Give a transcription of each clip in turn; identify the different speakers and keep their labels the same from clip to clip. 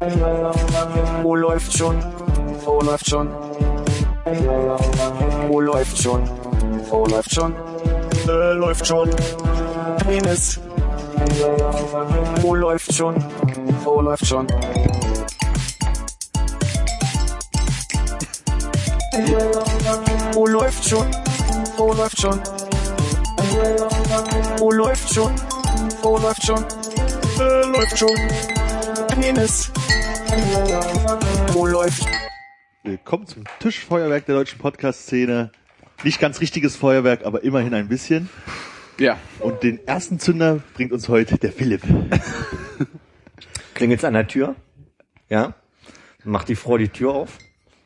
Speaker 1: Oh, läuft schon. Oh, läuft schon. Oh, läuft schon. Oh, läuft schon. Äh, läuft schon. Penis. Oh, läuft schon. Oh, läuft schon. Oh, läuft schon. Oh, läuft schon. Oh, läuft schon. Oh, läuft schon. Äh, läuft schon. Penis. Oh, läuft.
Speaker 2: Willkommen zum Tischfeuerwerk der deutschen Podcast-Szene. Nicht ganz richtiges Feuerwerk, aber immerhin ein bisschen.
Speaker 3: Ja.
Speaker 2: Und den ersten Zünder bringt uns heute der Philipp.
Speaker 4: Klingelt's an der Tür? Ja? Macht die Frau die Tür auf?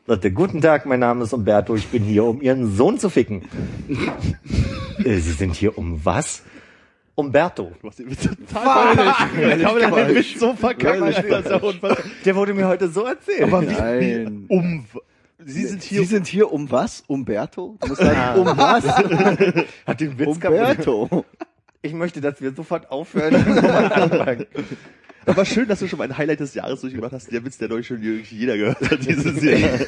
Speaker 4: Sagte, guten Tag, mein Name ist Umberto, ich bin hier, um Ihren Sohn zu ficken. Äh, Sie sind hier um was? Umberto.
Speaker 2: Was ihr total
Speaker 3: Ich glaube, der
Speaker 2: der Witz so verkackert. das ist ja unfassbar.
Speaker 4: Der wurde mir heute so erzählt.
Speaker 2: Aber wie,
Speaker 3: Nein.
Speaker 2: wie um Sie sind hier
Speaker 3: Sie sind hier um was? Umberto? Du musst sagen, um was?
Speaker 4: hat den Witz kaputt.
Speaker 3: Umberto.
Speaker 4: Ich möchte, dass wir sofort aufhören. und sofort anfangen.
Speaker 2: Aber schön, dass du schon mein Highlight des Jahres durchgemacht hast. Der Witz, der deutsch schon wirklich jeder gehört hat dieses Jahr.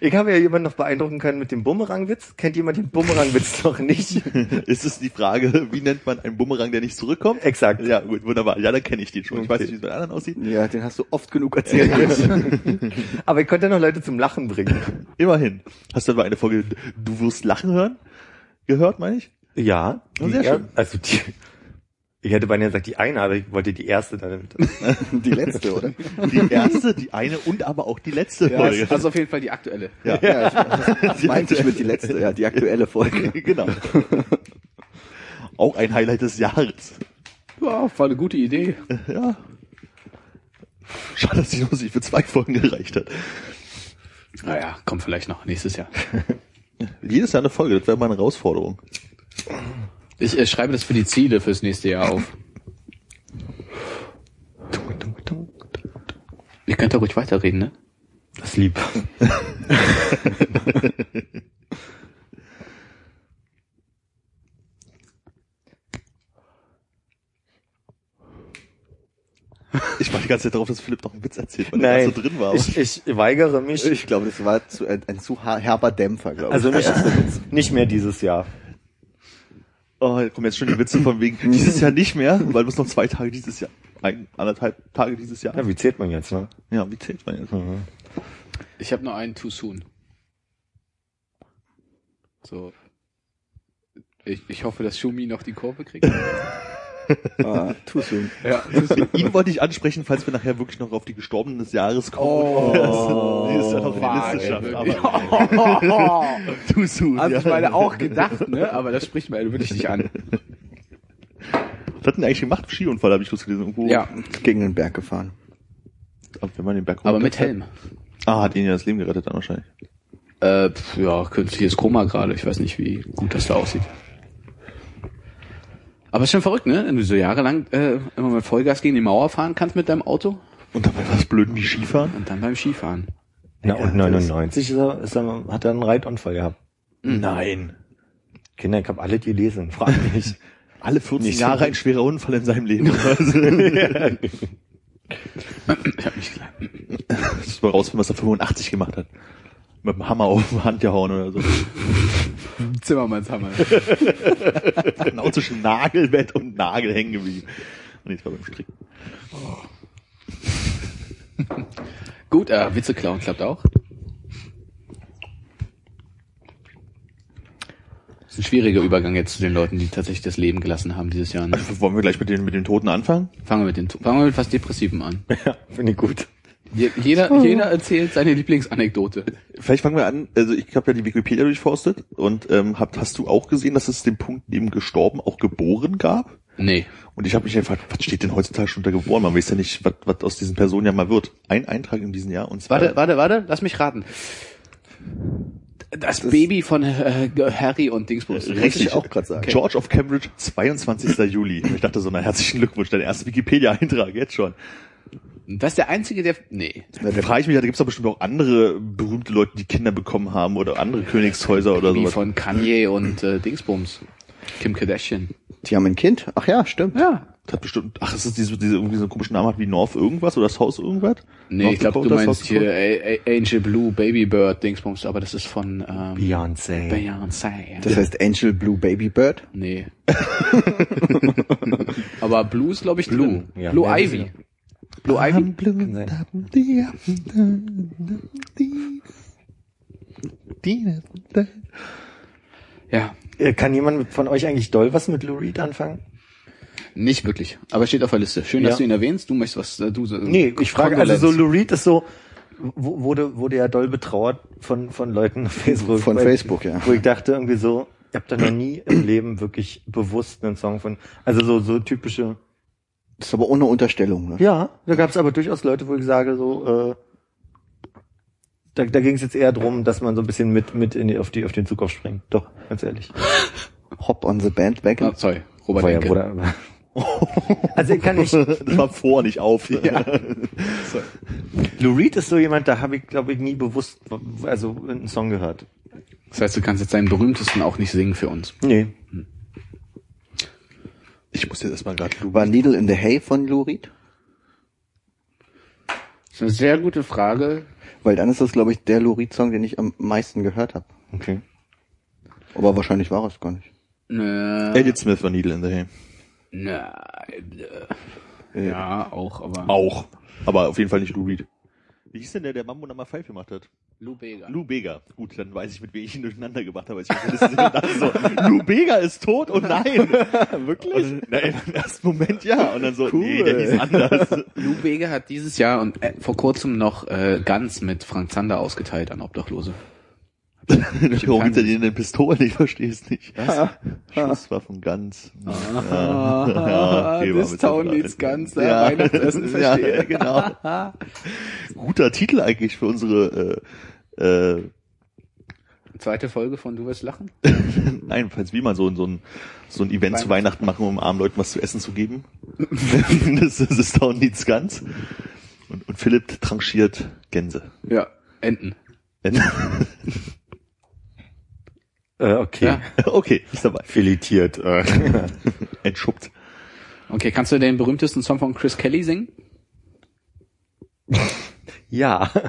Speaker 4: ich habe ja jemanden noch beeindrucken können mit dem Bumerangwitz. Kennt jemand den Bumerangwitz noch nicht?
Speaker 2: Ist es die Frage, wie nennt man einen Bumerang, der nicht zurückkommt?
Speaker 4: Exakt.
Speaker 2: Ja, gut, wunderbar. Ja, dann kenne ich den schon. Ich weiß nicht, wie es bei den anderen aussieht.
Speaker 3: Ja, den hast du oft genug erzählt.
Speaker 4: Aber ich konnte noch Leute zum Lachen bringen.
Speaker 2: Immerhin. Hast du dann mal eine Folge Du wirst lachen hören? Gehört, meine ich?
Speaker 4: Ja,
Speaker 2: Ja, sehr
Speaker 4: die er-
Speaker 2: schön.
Speaker 4: Also die, ich hätte beinahe gesagt die eine, aber ich wollte die erste dann.
Speaker 3: Die letzte, oder?
Speaker 2: Die erste, die eine und aber auch die letzte
Speaker 3: Ja,
Speaker 2: Folge.
Speaker 3: also auf jeden Fall die aktuelle.
Speaker 2: Ja.
Speaker 3: das meinte ich mit die letzte, ja, die aktuelle Folge.
Speaker 2: genau. Auch ein Highlight des Jahres.
Speaker 3: Ja, war eine gute Idee.
Speaker 2: Ja. Schade, dass die Nummer sich für zwei Folgen gereicht hat.
Speaker 3: Naja, kommt vielleicht noch nächstes Jahr.
Speaker 2: Jedes Jahr eine Folge, das wäre mal eine Herausforderung.
Speaker 3: Ich äh, schreibe das für die Ziele fürs nächste Jahr auf. Ihr könnt da ruhig weiterreden, ne?
Speaker 4: Das lieb.
Speaker 2: Ich war die ganze Zeit darauf, dass Philipp noch einen Witz erzählt, weil
Speaker 4: Nein,
Speaker 2: der da so drin war.
Speaker 4: Ich, ich weigere mich.
Speaker 5: Ich glaube, das war zu, ein, ein zu har- herber Dämpfer, glaube ich.
Speaker 4: also nicht, nicht mehr dieses Jahr.
Speaker 2: Oh, da kommen jetzt schon die Witze von wegen dieses Jahr nicht mehr, weil du es noch zwei Tage dieses Jahr, ein, anderthalb Tage dieses Jahr.
Speaker 4: Ja, wie zählt man jetzt? Ne?
Speaker 2: Ja, wie zählt man jetzt?
Speaker 3: Ich habe nur einen Too Soon. So. Ich, ich hoffe, dass Schumi noch die Kurve kriegt.
Speaker 5: ah, too soon.
Speaker 3: ja, Too Soon.
Speaker 2: Ihn wollte ich ansprechen, falls wir nachher wirklich noch auf die Gestorbenen des Jahres kommen.
Speaker 3: Oh.
Speaker 2: die ist ja noch in die Liste schaffen. Aber
Speaker 3: Habe
Speaker 2: too soon.
Speaker 3: Also ich meine auch gedacht, ne? Aber das spricht mir wirklich nicht an.
Speaker 2: Was hat denn eigentlich gemacht? Skiunfall habe ich losgelesen. Irgendwo.
Speaker 3: Ja,
Speaker 5: Gegen den Berg gefahren.
Speaker 2: Ab- Wenn man den Berg
Speaker 3: aber
Speaker 2: runter-
Speaker 3: mit Helm.
Speaker 2: Ah, hat ihn ja das Leben gerettet dann wahrscheinlich.
Speaker 3: Äh, pf, ja, künstliches Koma gerade. Ich weiß nicht, wie gut das da aussieht. Aber ist schon verrückt, ne? Wenn du so jahrelang äh, immer mit Vollgas gegen die Mauer fahren kannst mit deinem Auto
Speaker 2: Und dabei war es blöd wie Skifahren?
Speaker 3: und dann beim Skifahren.
Speaker 4: Na, und 99 ist er, ist er, hat er einen Reitunfall gehabt.
Speaker 2: Hm. Nein.
Speaker 4: Kinder, ich habe alle die gelesen, frag mich.
Speaker 2: Alle 14
Speaker 4: Nicht so
Speaker 2: Jahre
Speaker 4: gut.
Speaker 2: ein schwerer Unfall in seinem Leben. Also,
Speaker 3: Ich hab mich gesagt,
Speaker 2: das ist mal raus, wenn man es da 85 gemacht hat. Mit dem Hammer auf die Hand gehauen oder so.
Speaker 3: Zimmermanns Hammer.
Speaker 2: genau zwischen Nagelbett und Nagel hängen geblieben. Und jetzt war beim Strick.
Speaker 3: Gut, äh, Witze klauen klappt auch. Das ist ein schwieriger Übergang jetzt zu den Leuten, die tatsächlich das Leben gelassen haben dieses Jahr. Ne?
Speaker 2: Also, Wollen wir gleich mit den, mit den Toten anfangen?
Speaker 3: Fangen wir mit den, fangen wir mit was Depressivem an.
Speaker 4: Finde ich gut.
Speaker 3: Je- Jeder, jeder erzählt seine Lieblingsanekdote.
Speaker 2: Vielleicht fangen wir an. Also ich habe ja die Wikipedia durchforstet und ähm, hab, hast du auch gesehen, dass es den Punkt neben gestorben auch geboren gab?
Speaker 3: Nee.
Speaker 2: Und ich habe mich gefragt, was steht denn heutzutage schon unter geboren? Man weiß ja nicht, was, was aus diesen Personen ja mal wird. Ein Eintrag in diesem Jahr und zwar
Speaker 3: Warte, warte, warte, lass mich raten. Das, Äh, Baby von äh, Harry und Dingsbums.
Speaker 5: Muss
Speaker 2: richtig
Speaker 5: ich auch gerade sagen.
Speaker 2: George of Cambridge, 22. Juli. Ich dachte so, na herzlichen Glückwunsch, dein erster Wikipedia-Eintrag jetzt schon.
Speaker 3: Das ist der einzige, der. Nee.
Speaker 2: Da frage ich mich, ja, da gibt's doch bestimmt auch andere berühmte Leute, die Kinder bekommen haben oder andere Königshäuser oder
Speaker 3: Baby
Speaker 2: sowas.
Speaker 3: von Kanye und äh, Dingsbums. Kim Kardashian.
Speaker 5: Die haben ein Kind? Ach ja, stimmt.
Speaker 3: Ja.
Speaker 2: Das hat bestimmt, ach, ist das diese, diese irgendwie so einen komischen Namen hat wie North irgendwas oder South irgendwas?
Speaker 3: Nee,
Speaker 2: North
Speaker 3: ich glaube, du
Speaker 2: Dakota,
Speaker 3: meinst
Speaker 2: South
Speaker 3: hier
Speaker 2: Dakota?
Speaker 3: A A Angel Blue Baby Bird Dingsbums, aber das ist von ähm,
Speaker 4: Beyoncé.
Speaker 3: Beyoncé. ja.
Speaker 5: Das heißt Angel Blue Baby Bird.
Speaker 3: Nee. aber Blue ist, glaube ich,
Speaker 4: Blue,
Speaker 3: Blue. Drin.
Speaker 4: ja.
Speaker 3: Blue
Speaker 4: Ja,
Speaker 3: Ivy. Ähm,
Speaker 4: sicher.
Speaker 3: Blue Ivy.
Speaker 4: Kann sein.
Speaker 3: Ja,
Speaker 4: Äh, Kann jemand mit- von euch eigentlich doll was mit Lou Reed anfangen?
Speaker 3: nicht wirklich. Aber steht auf der Liste. Schön,
Speaker 4: Ja.
Speaker 3: dass du ihn erwähnst. Du möchtest was, äh, du so.
Speaker 4: Nee, ich frage, also
Speaker 3: Kondolenz.
Speaker 4: so Lou Reed ist so, wo- wurde, wurde ja doll betrauert von, von Leuten auf Facebook.
Speaker 5: Von
Speaker 4: weil-
Speaker 5: Facebook, ja.
Speaker 4: Wo ich dachte irgendwie so, ich habe da noch nie im Leben wirklich bewusst einen Song von, also so, so typische,
Speaker 5: Das ist aber ohne Unterstellung, ne?
Speaker 4: ja, da gab es aber durchaus Leute, wo ich sage so, äh, da, da ging es jetzt eher drum, dass man so ein bisschen mit, mit in die, auf, die, auf den Zug aufspringt. Doch, ganz ehrlich.
Speaker 5: Hop on the
Speaker 3: Ah,
Speaker 5: bandwagon.
Speaker 3: sorry, Robert
Speaker 4: Vorher
Speaker 3: Enke.
Speaker 4: wurde aber- also ich kann nicht,
Speaker 2: Das war vor, nicht auf.
Speaker 4: Lou Reed ist so jemand, da habe ich, glaube ich, nie bewusst, also einen Song gehört.
Speaker 3: Das heißt, du kannst jetzt seinen berühmtesten auch nicht singen für uns.
Speaker 4: Nee.
Speaker 2: Ich muss jetzt erstmal gerade
Speaker 5: War Needle in the Hay von Lou Reed?
Speaker 3: Das ist eine sehr gute Frage.
Speaker 5: Weil dann ist das, glaube ich, der Lou Reed-Song, den ich am meisten gehört habe.
Speaker 4: Okay.
Speaker 5: Aber wahrscheinlich war es gar nicht.
Speaker 3: Nö,
Speaker 2: Elliot Smith war Needle in the Hay.
Speaker 3: nö, nö. Ja, auch, aber.
Speaker 2: Auch. Aber auf jeden Fall nicht Lou Reed. Wie hieß denn der, der Mambo Number 5 gemacht hat?
Speaker 3: Lou Bega.
Speaker 2: Lou Bega. Gut, dann weiß ich, mit wem ich ihn durcheinander gemacht habe. Als ich das gesehen habe. Und dann so, Also, Lou Bega ist tot und nein. Wirklich? Und, nein, im ersten Moment ja. Und dann so, nee, der hieß anders.
Speaker 3: Lou Bega hat dieses Jahr und äh, vor kurzem noch äh, ganz mit Frank Zander ausgeteilt an Obdachlose.
Speaker 2: Warum gibt's denn den Pistolen? Ich verstehe es nicht.
Speaker 3: Ah.
Speaker 2: Schusswaffen ganz. Ja, okay, war
Speaker 3: this
Speaker 2: mit
Speaker 3: town
Speaker 2: der
Speaker 3: needs
Speaker 2: Frage.
Speaker 3: guns, ja. Weihnachtsessen
Speaker 2: ja,
Speaker 3: verstehe.
Speaker 2: genau. Guter Titel eigentlich für unsere, äh, äh,
Speaker 3: Zweite Folge von Du wirst lachen?
Speaker 2: nein, falls wie mal so, ein- so ein, so ein Event zu Weihnachten machen, um armen Leuten was zu essen zu geben. das ist das Town Needs Guns. Und, und Philipp tranchiert Gänse.
Speaker 3: Ja, Enten.
Speaker 4: Äh, okay.
Speaker 3: Ja.
Speaker 2: okay, ist dabei.
Speaker 4: Filetiert. Äh.
Speaker 2: Entschuppt.
Speaker 3: Okay, kannst du den berühmtesten Song von Chris Kelly singen?
Speaker 4: ja.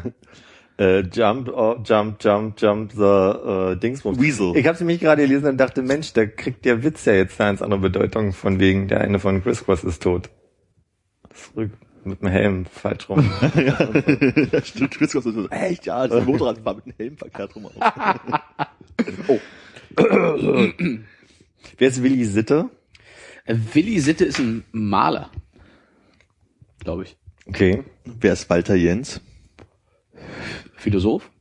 Speaker 4: Äh, jump, oh, jump, jump, jump the äh, Dingsbums.
Speaker 2: Weasel.
Speaker 4: Ich habe sie mich gerade gelesen und dachte, Mensch, da kriegt der Witz ja jetzt eine ganz andere Bedeutung von wegen, der eine von Chris Cross ist tot. Zurück mit dem Helm falsch rum.
Speaker 2: Ja, stimmt, Chris kommt so, echt, ja, das Motorrad war mit dem Helm verkehrt rum.
Speaker 4: Wer ist Willi Sitte?
Speaker 3: Äh, Willi Sitte ist ein Maler. Glaube ich.
Speaker 4: Okay.
Speaker 2: Wer ist Walter Jens?
Speaker 3: Philosoph?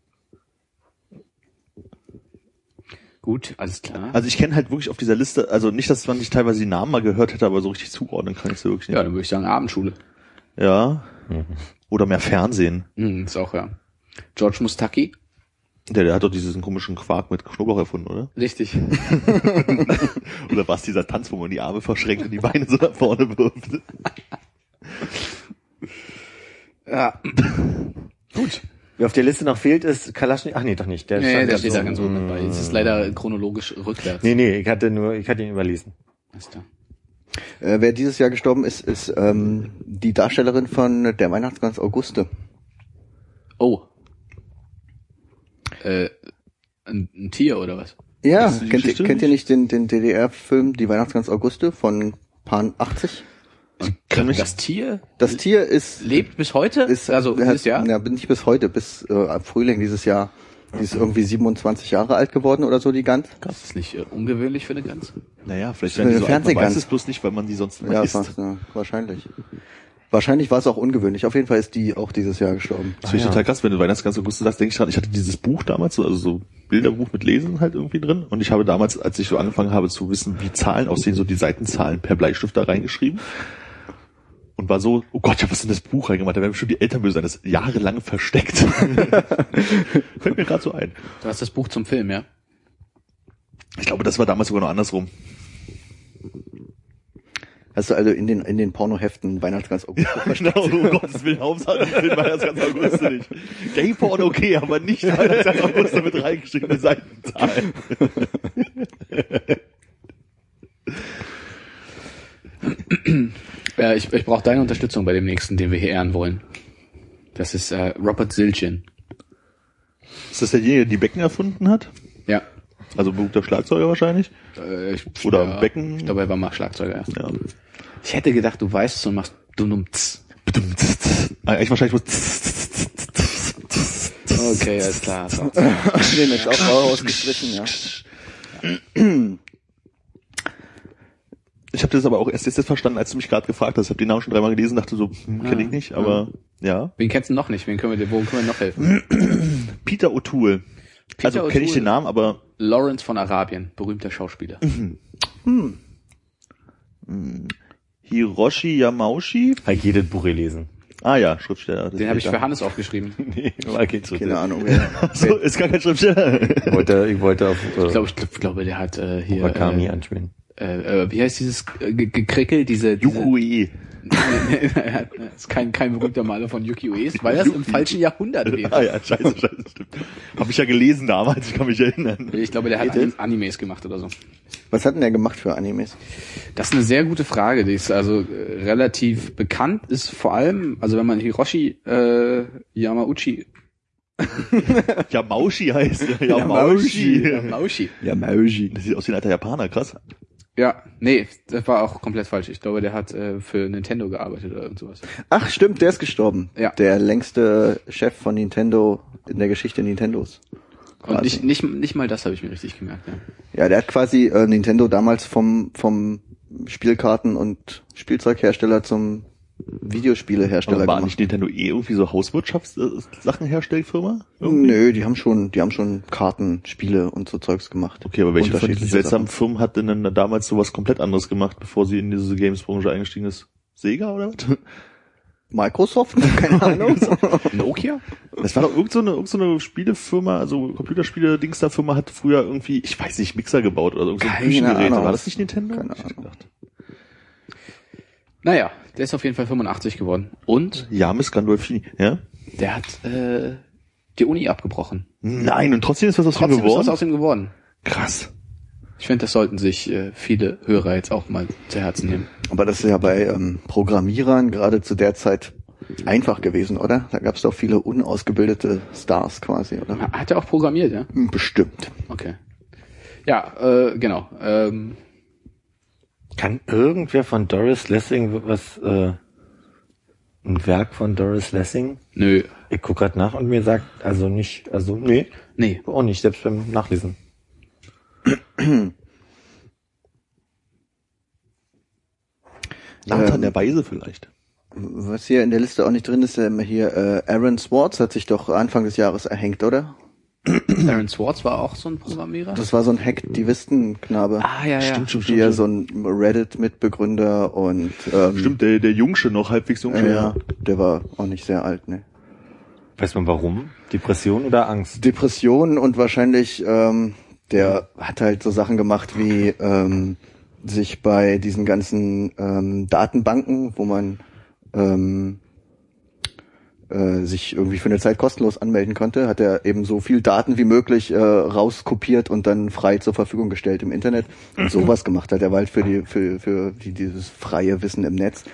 Speaker 3: Gut, alles klar.
Speaker 2: Also ich kenne halt wirklich auf dieser Liste, also nicht, dass man nicht teilweise die Namen mal gehört hätte, aber so richtig zuordnen kann ich sie wirklich
Speaker 3: ja,
Speaker 2: nicht.
Speaker 3: dann würde ich sagen Abendschule.
Speaker 2: Ja. Mhm. Oder mehr Fernsehen.
Speaker 3: Hm, ist auch, ja. George Mustaki?
Speaker 2: Der, der hat doch diesen komischen Quark mit Knoblauch erfunden, oder?
Speaker 3: Richtig.
Speaker 2: Oder war es dieser Tanz, wo man die Arme verschränkt und die Beine so nach vorne wirft?
Speaker 3: ja. Gut.
Speaker 4: Wer auf der Liste noch fehlt, ist Kalaschnik. Ach nee, doch nicht. Der
Speaker 3: Nee,
Speaker 4: stand
Speaker 3: der
Speaker 4: ja
Speaker 3: steht
Speaker 4: so- Mm.
Speaker 3: da Mm. ganz oben mit bei. Es ist leider chronologisch rückwärts.
Speaker 4: Nee, nee, ich hatte nur, ich hatte ihn überlesen.
Speaker 3: Alles klar.
Speaker 5: Äh, wer dieses Jahr gestorben ist, ist ähm, die Darstellerin von Der Weihnachtsgans Auguste.
Speaker 3: Oh. Äh, ein, ein Tier oder was?
Speaker 5: Ja,
Speaker 2: Kennst du die
Speaker 5: kennt, ihr-
Speaker 2: Geschichte
Speaker 5: kennt ihr nicht den, den DDR-Film Die Weihnachtsgans Auguste von Pan 80?
Speaker 2: Kann mich,
Speaker 3: Das Tier
Speaker 5: Das Tier ist...
Speaker 3: lebt bis heute?
Speaker 5: ist
Speaker 3: also
Speaker 5: hat,
Speaker 3: dieses Jahr?
Speaker 5: Ja, bin nicht bis heute, bis äh, ab Frühling dieses Jahr. Die ist irgendwie 27 Jahre alt geworden oder so, die Gans.
Speaker 3: Das ist nicht äh, ungewöhnlich für eine Gans.
Speaker 2: naja, vielleicht
Speaker 5: Das
Speaker 2: werden die
Speaker 5: ist
Speaker 2: so alt, man
Speaker 5: eine
Speaker 2: weiß
Speaker 5: Fernsehgans.
Speaker 2: es bloß nicht, weil man die sonst immer
Speaker 5: Ja,
Speaker 2: isst.
Speaker 5: fast, ja, wahrscheinlich. Wahrscheinlich war es auch ungewöhnlich. Auf jeden Fall ist die auch dieses Jahr gestorben.
Speaker 2: Das finde ich
Speaker 4: Ah, ja.
Speaker 2: total krass, wenn du Weihnachtsgans August sagst, denke ich dran, ich hatte dieses Buch damals, so- also so Bilderbuch mit Lesen halt irgendwie drin und ich habe damals, als ich so angefangen habe zu wissen, wie Zahlen aussehen, so die Seitenzahlen per Bleistift da reingeschrieben und war so, oh Gott, ich habe was in das Buch reingemacht, da werden bestimmt die Eltern böse sein, das ist jahrelang versteckt. Fällt mir gerade so ein.
Speaker 3: Du hast das Buch zum Film, ja?
Speaker 2: Ich glaube, das war damals sogar noch andersrum.
Speaker 5: Hast du also in den, in den Pornoheften Weihnachtsgans Auguste
Speaker 2: Genau, um Gottes Willen, Hauptsache, ich will Weihnachtsgans August nicht. Gay Porn okay, aber nicht Weihnachtsgans August mit reingeschriebene Seitenzahlen.
Speaker 3: Äh, ich ich brauche deine Unterstützung bei dem nächsten, den wir hier ehren wollen. Das ist äh, Robert Zilchin.
Speaker 2: Ist das derjenige, der die Becken erfunden hat?
Speaker 3: Ja.
Speaker 2: Also berühmter Schlagzeuger wahrscheinlich?
Speaker 3: Äh, ich,
Speaker 2: Oder
Speaker 3: ja,
Speaker 2: Becken.
Speaker 3: Ich glaube, er war mal Schlagzeuger erst.
Speaker 2: Ja.
Speaker 3: Ich hätte gedacht, du weißt es und machst dummts.
Speaker 2: Eigentlich Äh, wahrscheinlich muss
Speaker 3: Okay, alles klar. So.
Speaker 5: Den jetzt auch rausgestrichen, ja.
Speaker 2: Ich habe das aber auch erst jetzt verstanden, als du mich gerade gefragt hast. Ich habe den Namen schon dreimal gelesen, dachte so, hm,
Speaker 3: Ah,
Speaker 2: kenne ich nicht, aber ja.
Speaker 3: Wen kennst du noch nicht? Wen können wir dir, wo können wir noch
Speaker 5: Mhm.
Speaker 3: helfen?
Speaker 2: Peter O'Toole.
Speaker 3: Peter
Speaker 2: also kenne ich
Speaker 3: O'Toole.
Speaker 2: den Namen, aber
Speaker 3: Lawrence von Arabien, berühmter Schauspieler.
Speaker 5: Mhm.
Speaker 2: Hiroshi Yamauchi?
Speaker 4: Halt jedes Buch lesen.
Speaker 2: Ah ja, Schriftsteller.
Speaker 3: Den habe ich Genau. für Hannes aufgeschrieben.
Speaker 4: Nee, war kein Schritt.
Speaker 5: Keine Ahnung. Ja.
Speaker 2: So, ist gar kein Schriftsteller.
Speaker 4: Ich wollte, ich wollte auf
Speaker 3: Ich
Speaker 4: äh,
Speaker 3: glaube, ich glaub, glaube, der hat äh, hier.
Speaker 4: Murakami
Speaker 3: äh,
Speaker 4: anspielen.
Speaker 3: äh, äh, wie heißt dieses äh, Ge- Gekrickel, diese, diese
Speaker 2: Yukui.
Speaker 3: das ist kein, kein berühmter Maler von Yuki Ue ist, weil das im falschen Jahrhundert
Speaker 2: Ah
Speaker 3: wäre.
Speaker 2: ja, scheiße, scheiße, stimmt. Habe ich ja gelesen damals, ich kann mich erinnern.
Speaker 3: Ich glaube, der hat An- Animes gemacht oder so.
Speaker 5: Was hat denn der gemacht für Animes?
Speaker 3: Das ist eine sehr gute Frage, die ist also äh, relativ bekannt, ist vor allem, also wenn man Hiroshi äh, Yamauchi,
Speaker 2: Yamauchi heißt er. Yamauchi.
Speaker 3: Yamauchi,
Speaker 5: Ja, Maoji.
Speaker 2: Das sieht aus wie ein alter Japaner, krass.
Speaker 3: ja, nee, das war auch komplett falsch. Ich glaube, der hat äh, für Nintendo gearbeitet oder irgend sowas.
Speaker 5: Ach, stimmt, der ist gestorben.
Speaker 3: Ja.
Speaker 5: Der längste Chef von Nintendo in der Geschichte Nintendos.
Speaker 3: Und
Speaker 5: Quasi.
Speaker 3: nicht, nicht, nicht mal das habe ich mir richtig gemerkt. Ja.
Speaker 5: Ja, der hat quasi äh, Nintendo damals vom, vom Spielkarten- und Spielzeughersteller zum Videospielehersteller
Speaker 2: Aber war
Speaker 5: gemacht.
Speaker 2: nicht Nintendo eh irgendwie so Hauswirtschaftssachen-Herstellfirma?
Speaker 5: Nö, die haben schon, die haben schon Karten, Spiele und so Zeugs gemacht.
Speaker 2: Okay, aber welche von diesen
Speaker 5: Unterschiedliche
Speaker 2: seltsamen Firmen hat denn, dann damals sowas komplett anderes gemacht, bevor sie in diese Games-Branche eingestiegen ist? Sega oder was?
Speaker 5: Sachen. Microsoft? Keine Ahnung.
Speaker 3: Nokia?
Speaker 2: Das war doch irgendeine so eine- irgend so eine Spielefirma, also Computerspiele-Dings da Firma hat früher irgendwie, ich weiß nicht, Mixer gebaut oder irgend so ein
Speaker 5: Keine
Speaker 2: Küchengerät.
Speaker 5: Ahnung.
Speaker 2: War das nicht Nintendo?
Speaker 5: Keine
Speaker 2: Ich
Speaker 5: Ahnung.
Speaker 2: dachte-
Speaker 3: Naja, der ist auf jeden Fall 85 geworden. Und
Speaker 2: James Gandolfini, ja?
Speaker 3: der hat äh, die Uni abgebrochen.
Speaker 2: Nein, und trotzdem ist was aus ihm
Speaker 3: Trotzdem ist was
Speaker 2: geworden?
Speaker 3: aus ihm geworden.
Speaker 2: Krass.
Speaker 3: Ich finde, das sollten sich äh, viele Hörer jetzt auch mal zu Herzen nehmen.
Speaker 5: aber das ist ja bei ähm, Programmierern gerade zu der Zeit einfach gewesen, oder? Da gab es doch viele unausgebildete Stars quasi, oder?
Speaker 3: Ha- Hat er auch programmiert, ja?
Speaker 5: Hm, Bestimmt.
Speaker 3: Okay. Ja, äh, genau. Ähm,
Speaker 4: Kann irgendwer von Doris Lessing was, äh, ein Werk von Doris Lessing?
Speaker 3: nö.
Speaker 4: Ich guck grad nach und mir sagt, also nicht, also nee,
Speaker 3: Nee.
Speaker 4: auch nicht, selbst beim Nachlesen.
Speaker 2: Nathan
Speaker 5: Ähm.
Speaker 2: der Weise vielleicht.
Speaker 5: Was hier in der Liste auch nicht drin ist, ähm, hier äh, Aaron Swartz hat sich doch Anfang des Jahres erhängt, oder?
Speaker 3: Aaron Swartz war auch so ein Programmierer.
Speaker 5: Das war so ein Hacktivisten-Knabe.
Speaker 3: ah, ja, ja. Stimmt schon.
Speaker 5: Hier so ein Reddit-Mitbegründer und ähm,
Speaker 2: Stimmt, der, der Jungsche noch, halbwegs Jungsche.
Speaker 5: Äh, ja, der war auch nicht sehr alt, ne?
Speaker 4: Weiß man warum? Depression oder Angst?
Speaker 5: Depressionen und wahrscheinlich, ähm, der hat halt so Sachen gemacht wie ähm, sich bei diesen ganzen ähm, Datenbanken, wo man ähm, äh, sich irgendwie für eine Zeit kostenlos anmelden konnte, hat er eben so viel Daten wie möglich äh, rauskopiert und dann frei zur Verfügung gestellt im Internet und sowas gemacht hat. Er war halt für die für für die, dieses freie Wissen im Netz.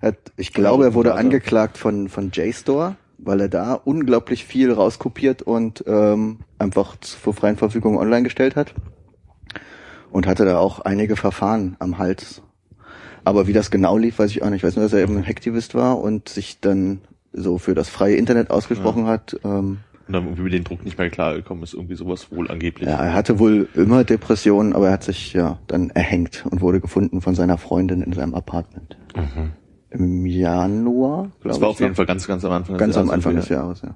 Speaker 5: Er Hat, ich glaube, er wurde angeklagt von von JSTOR, weil er da unglaublich viel rauskopiert und ähm, einfach zu- zur freien Verfügung online gestellt hat und hatte da auch einige Verfahren am Hals. Aber wie das genau lief, weiß ich auch nicht. Ich weiß nur, dass er eben ein Hacktivist war und sich dann so für das freie Internet ausgesprochen hat. Ähm,
Speaker 2: Und dann irgendwie mit dem Druck nicht mehr klargekommen ist, irgendwie sowas wohl angeblich.
Speaker 5: ja, er hatte wohl immer Depressionen, aber er hat sich ja dann erhängt und wurde gefunden von seiner Freundin in seinem Apartment. Im Januar, glaube
Speaker 2: Mhm. das
Speaker 5: ich.
Speaker 2: war auf jeden
Speaker 5: noch.
Speaker 2: Fall also ganz, ganz am Anfang. des
Speaker 5: ganz am
Speaker 2: Jahres
Speaker 5: Anfang des
Speaker 2: irgendwie.
Speaker 5: Jahres, ja.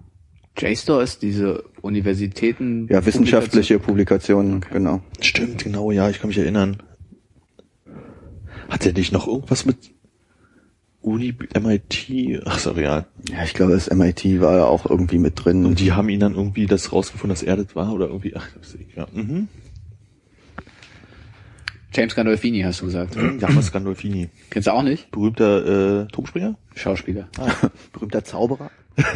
Speaker 3: JSTOR ist diese Universitäten...
Speaker 5: Ja, wissenschaftliche Publikationen, genau.
Speaker 2: Stimmt, genau, ja, ich kann mich erinnern. Hat der nicht noch irgendwas mit Uni, MIT? Ach, ist auch egal.
Speaker 5: genau. Ja, ich glaube, das MIT war ja auch irgendwie mit drin.
Speaker 2: Und die haben ihn dann irgendwie das rausgefunden, dass er das war oder irgendwie, ach, das ist egal. Mhm.
Speaker 3: James Gandolfini, hast du gesagt.
Speaker 5: Mhm.
Speaker 2: Jamas Gandolfini.
Speaker 3: Kennst du auch nicht?
Speaker 2: Berühmter äh, Turmspringer?
Speaker 3: Schauspieler.
Speaker 5: berühmter Zauberer.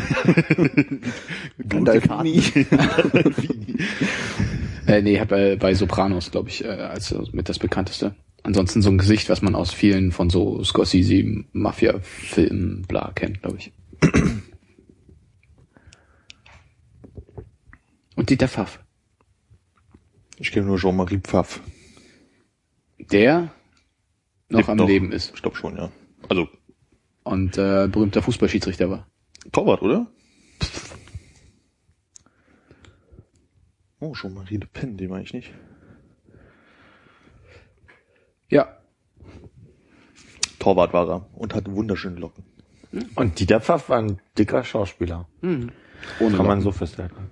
Speaker 3: Äh, nee, hat bei, bei Sopranos, glaube ich, äh, als äh, mit das bekannteste. Ansonsten so ein Gesicht, was man aus vielen von so Scorsese-Mafia-Filmen bla kennt, glaube ich. Und Dieter Pfaff.
Speaker 2: Ich kenne nur Jean-Marie Pfaff.
Speaker 3: Der noch
Speaker 2: Lebt
Speaker 3: am
Speaker 2: noch.
Speaker 3: Leben ist
Speaker 2: Ich glaube schon, ja. Also,
Speaker 3: und äh, berühmter Fußballschiedsrichter war.
Speaker 2: Torwart, oder? Oh, Jean-Marie Le Pen, den meine ich nicht.
Speaker 3: Ja.
Speaker 2: Torwart war er und hatte wunderschöne Locken.
Speaker 4: Und Dieter Pfaff war ein dicker Schauspieler.
Speaker 3: Ohne
Speaker 4: Kann
Speaker 3: Locken.
Speaker 4: man so festhalten.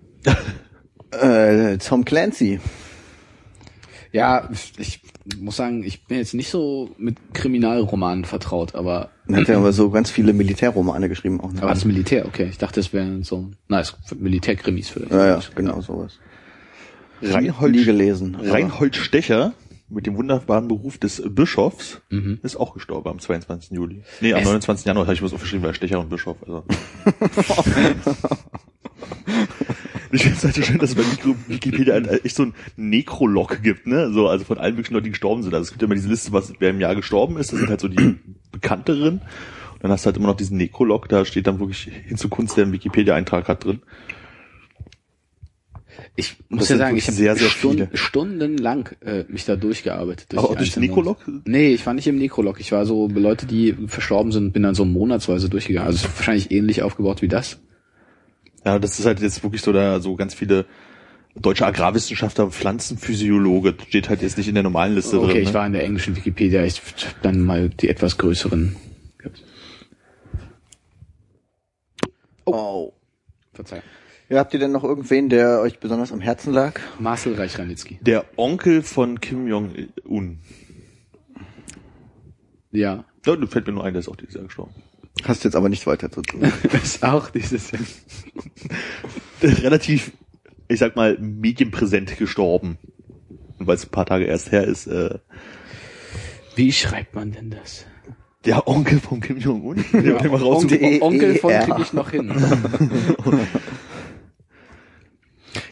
Speaker 5: Äh, Tom Clancy.
Speaker 3: Ja, ich muss sagen, ich bin jetzt nicht so mit Kriminalromanen vertraut, aber
Speaker 5: Hat ja aber so ganz viele Militärromane geschrieben auch. Ne?
Speaker 3: Aber das Militär, okay. Ich dachte, das wären so, na, es Militärkrimis vielleicht.
Speaker 5: ja, ja, genau sowas.
Speaker 2: Reinhold-
Speaker 5: Nie gelesen. aber-
Speaker 2: Reinhold Stecher mit dem wunderbaren Beruf des Bischofs
Speaker 3: Mhm.
Speaker 2: ist auch gestorben am 22. Juli. Nee, am
Speaker 3: Es-
Speaker 2: 29. Januar habe ich mir so verschrieben, weil Stecher und Bischof. Also. ich finde es halt so schön, dass es bei Mikro- Wikipedia halt echt so ein Nekrolog gibt, ne? So, also von allen möglichen Leuten, die gestorben sind. Also es gibt ja immer diese Liste, was wer im Jahr gestorben ist. Das sind halt so die bekannteren. Und dann hast du halt immer noch diesen Nekrolog, da steht dann wirklich hin zu Kunst, der einen Wikipedia-Eintrag hat drin.
Speaker 3: Ich
Speaker 2: Das
Speaker 3: muss ja
Speaker 2: sind
Speaker 3: sagen, ich
Speaker 2: wirklich
Speaker 3: habe
Speaker 2: sehr, sehr
Speaker 3: Stunden,
Speaker 2: viele.
Speaker 3: stundenlang äh, mich da durchgearbeitet.
Speaker 2: Aber
Speaker 3: die
Speaker 2: auch durch den
Speaker 3: einzelnen-
Speaker 2: Nekrolog?
Speaker 3: Nee, ich war nicht im Nekrolog. Ich war so bei Leute, die verstorben sind, bin dann so monatsweise durchgegangen. Also es ist wahrscheinlich ähnlich aufgebaut wie das.
Speaker 2: Ja, das ist halt jetzt wirklich so da so ganz viele deutsche Agrarwissenschaftler, Pflanzenphysiologe, das steht halt jetzt nicht in der normalen Liste
Speaker 3: Okay,
Speaker 2: drin.
Speaker 3: ich
Speaker 2: ne?
Speaker 3: war in der englischen Wikipedia. Ich hab dann mal die etwas größeren. gehabt.
Speaker 5: Oh.
Speaker 3: Verzeih.
Speaker 5: Ja, habt ihr denn noch irgendwen, der euch besonders am Herzen lag?
Speaker 3: Marcel Reichranitzky.
Speaker 2: Der Onkel von Kim Jong-un.
Speaker 3: Ja.
Speaker 2: Da fällt mir nur ein, der ist auch dieses Jahr gestorben.
Speaker 5: Hast jetzt aber nicht weiter zu tun.
Speaker 3: Ist auch dieses Jahr.
Speaker 2: Relativ, ich sag mal, medienpräsent gestorben. Und weil es ein paar Tage erst her ist, äh,
Speaker 3: Wie schreibt man denn das?
Speaker 2: der Onkel von Kim Jong-un. Der war immer Um raus-
Speaker 5: Onkel. E-
Speaker 3: Um Onkel von
Speaker 5: E- R.
Speaker 3: krieg ich noch hin.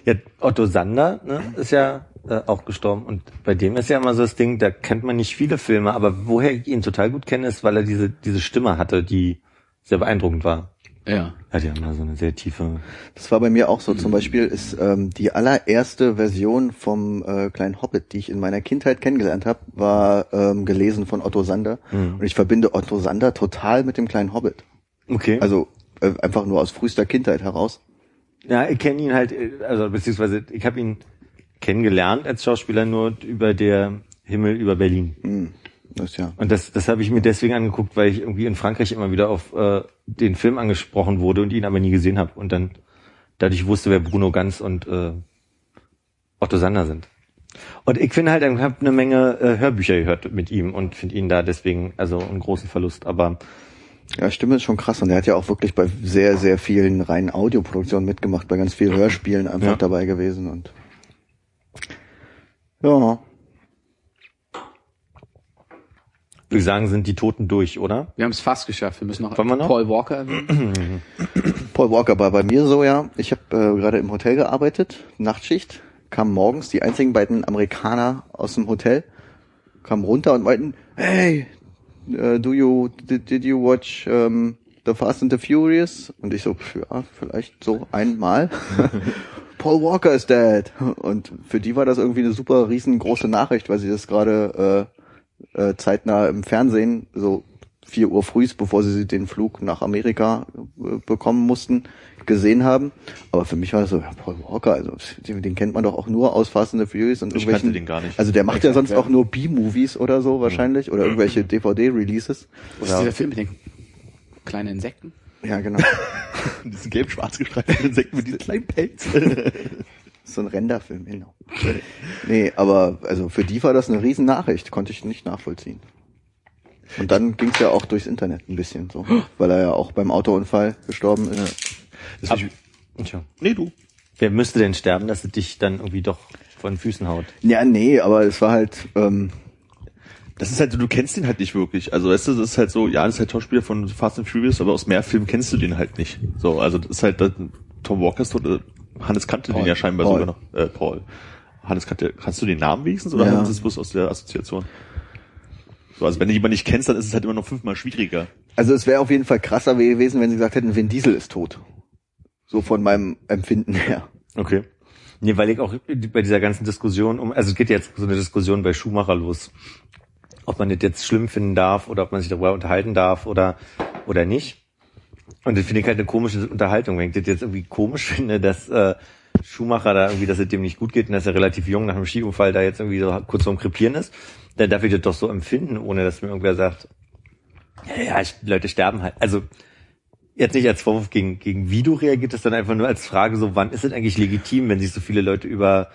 Speaker 4: Ja, Otto Sander ne, ist ja äh, auch gestorben. Und bei dem ist ja immer so das Ding, da kennt man nicht viele Filme, aber woher ich ihn total gut kenne, ist, weil er diese, diese Stimme hatte, die sehr beeindruckend war.
Speaker 3: Ja.
Speaker 4: Er hat ja immer so eine sehr tiefe.
Speaker 5: Das war bei mir auch so. Zum Beispiel ist ähm, die allererste Version vom äh, kleinen Hobbit, die ich in meiner Kindheit kennengelernt habe, war ähm, gelesen von Otto Sander. Und ich verbinde Otto Sander total mit dem kleinen Hobbit.
Speaker 4: Okay. Also,
Speaker 5: Also äh, einfach nur aus frühester Kindheit heraus.
Speaker 4: ja, ich kenne ihn halt, äh, also beziehungsweise ich habe ihn kennengelernt als Schauspieler nur über der Himmel über Berlin.
Speaker 5: Das ist ja.
Speaker 4: Und das, das habe ich mir deswegen angeguckt, weil ich irgendwie in Frankreich immer wieder auf äh, den Film angesprochen wurde und ihn aber nie gesehen habe. Und dann dadurch wusste, wer Bruno Ganz und äh, Otto Sander sind. Und ich finde halt, ich habe eine Menge äh, Hörbücher gehört mit ihm und finde ihn da deswegen also einen großen Verlust. Aber
Speaker 5: Ja, Stimme ist schon krass. Und er hat ja auch wirklich bei sehr, sehr vielen reinen Audioproduktionen mitgemacht, bei ganz vielen Hörspielen einfach
Speaker 4: Ja.
Speaker 5: dabei gewesen und ja.
Speaker 4: würde ich sagen, sind die Toten durch, oder?
Speaker 3: Wir haben es fast geschafft. Wir müssen noch,
Speaker 4: Wollen wir noch?
Speaker 3: Paul Walker erwähnen.
Speaker 5: Paul Walker war bei mir so, ja. Ich habe äh, gerade im Hotel gearbeitet, Nachtschicht, kamen morgens die einzigen beiden Amerikaner aus dem Hotel, kamen runter und meinten, hey, äh, do you, did, did you watch ähm, The Fast and the Furious? Und ich so, pf, ja, vielleicht so einmal. Paul Walker is dead. Und für die war das irgendwie eine super riesengroße Nachricht, weil sie das gerade äh, äh, zeitnah im Fernsehen so 4 Uhr frühs, bevor sie den Flug nach Amerika äh, bekommen mussten, gesehen haben. Aber für mich war das so, ja, Paul Walker, also den den kennt man doch auch nur aus Fast and the Furious und
Speaker 2: Ich kannte
Speaker 5: irgendwelchen.
Speaker 2: den gar nicht.
Speaker 5: Also der macht ja sonst auch nur B-Movies oder so wahrscheinlich oder irgendwelche DVD-Releases.
Speaker 3: Das ist dieser Film mit den kleinen Insekten.
Speaker 5: Ja, genau.
Speaker 2: diesen gelb-schwarz gestreiften Insekten mit diesen kleinen Pelz.
Speaker 5: So ein Renderfilm, genau. Nee, aber also für die war das eine Riesennachricht, konnte ich nicht nachvollziehen. Und dann ging's ja auch durchs Internet ein bisschen so, weil er ja auch beim Autounfall gestorben ist.
Speaker 2: Das mich,
Speaker 4: Tja.
Speaker 2: nee, du.
Speaker 4: Wer müsste denn sterben, dass es dich dann irgendwie doch von Füßen haut?
Speaker 5: Ja, nee, aber es war halt, ähm,
Speaker 2: Das ist halt so, du kennst den halt nicht wirklich. Also weißt du, das ist halt so, ja, das ist halt Schauspieler von Fast and Furious, aber aus mehr Filmen kennst du den halt nicht. So, also das ist halt das, Tom Walker ist tot, äh, Hannes kannte
Speaker 3: Paul.
Speaker 2: den ja scheinbar
Speaker 5: Paul.
Speaker 2: sogar noch. Äh, Paul. Hannes kannte, kannst du den Namen wenigstens oder
Speaker 5: Ja.
Speaker 2: hast du das bloß aus der Assoziation? So, also wenn du jemanden nicht kennst, dann ist es halt immer noch fünfmal schwieriger.
Speaker 5: Also es wäre auf jeden Fall krasser gewesen, wenn sie gesagt hätten, Vin Diesel ist tot. So von meinem Empfinden her.
Speaker 4: Okay. Nee, weil ich auch bei dieser ganzen Diskussion um, also es geht jetzt so eine Diskussion bei Schumacher los. Ob man das jetzt schlimm finden darf oder ob man sich darüber unterhalten darf oder, oder nicht. Und das finde ich halt eine komische Unterhaltung, wenn ich das jetzt irgendwie komisch finde, dass äh, Schumacher da irgendwie, dass es dem nicht gut geht und dass er relativ jung nach dem Skiunfall da jetzt irgendwie so kurz vorm Krepieren ist. Dann darf ich das doch so empfinden, ohne dass mir irgendwer sagt, ja, ja, ich, Leute sterben halt. Also jetzt nicht als Vorwurf gegen, gegen wie du reagierst, sondern einfach nur als Frage so, wann ist es eigentlich legitim, wenn sich so viele Leute über,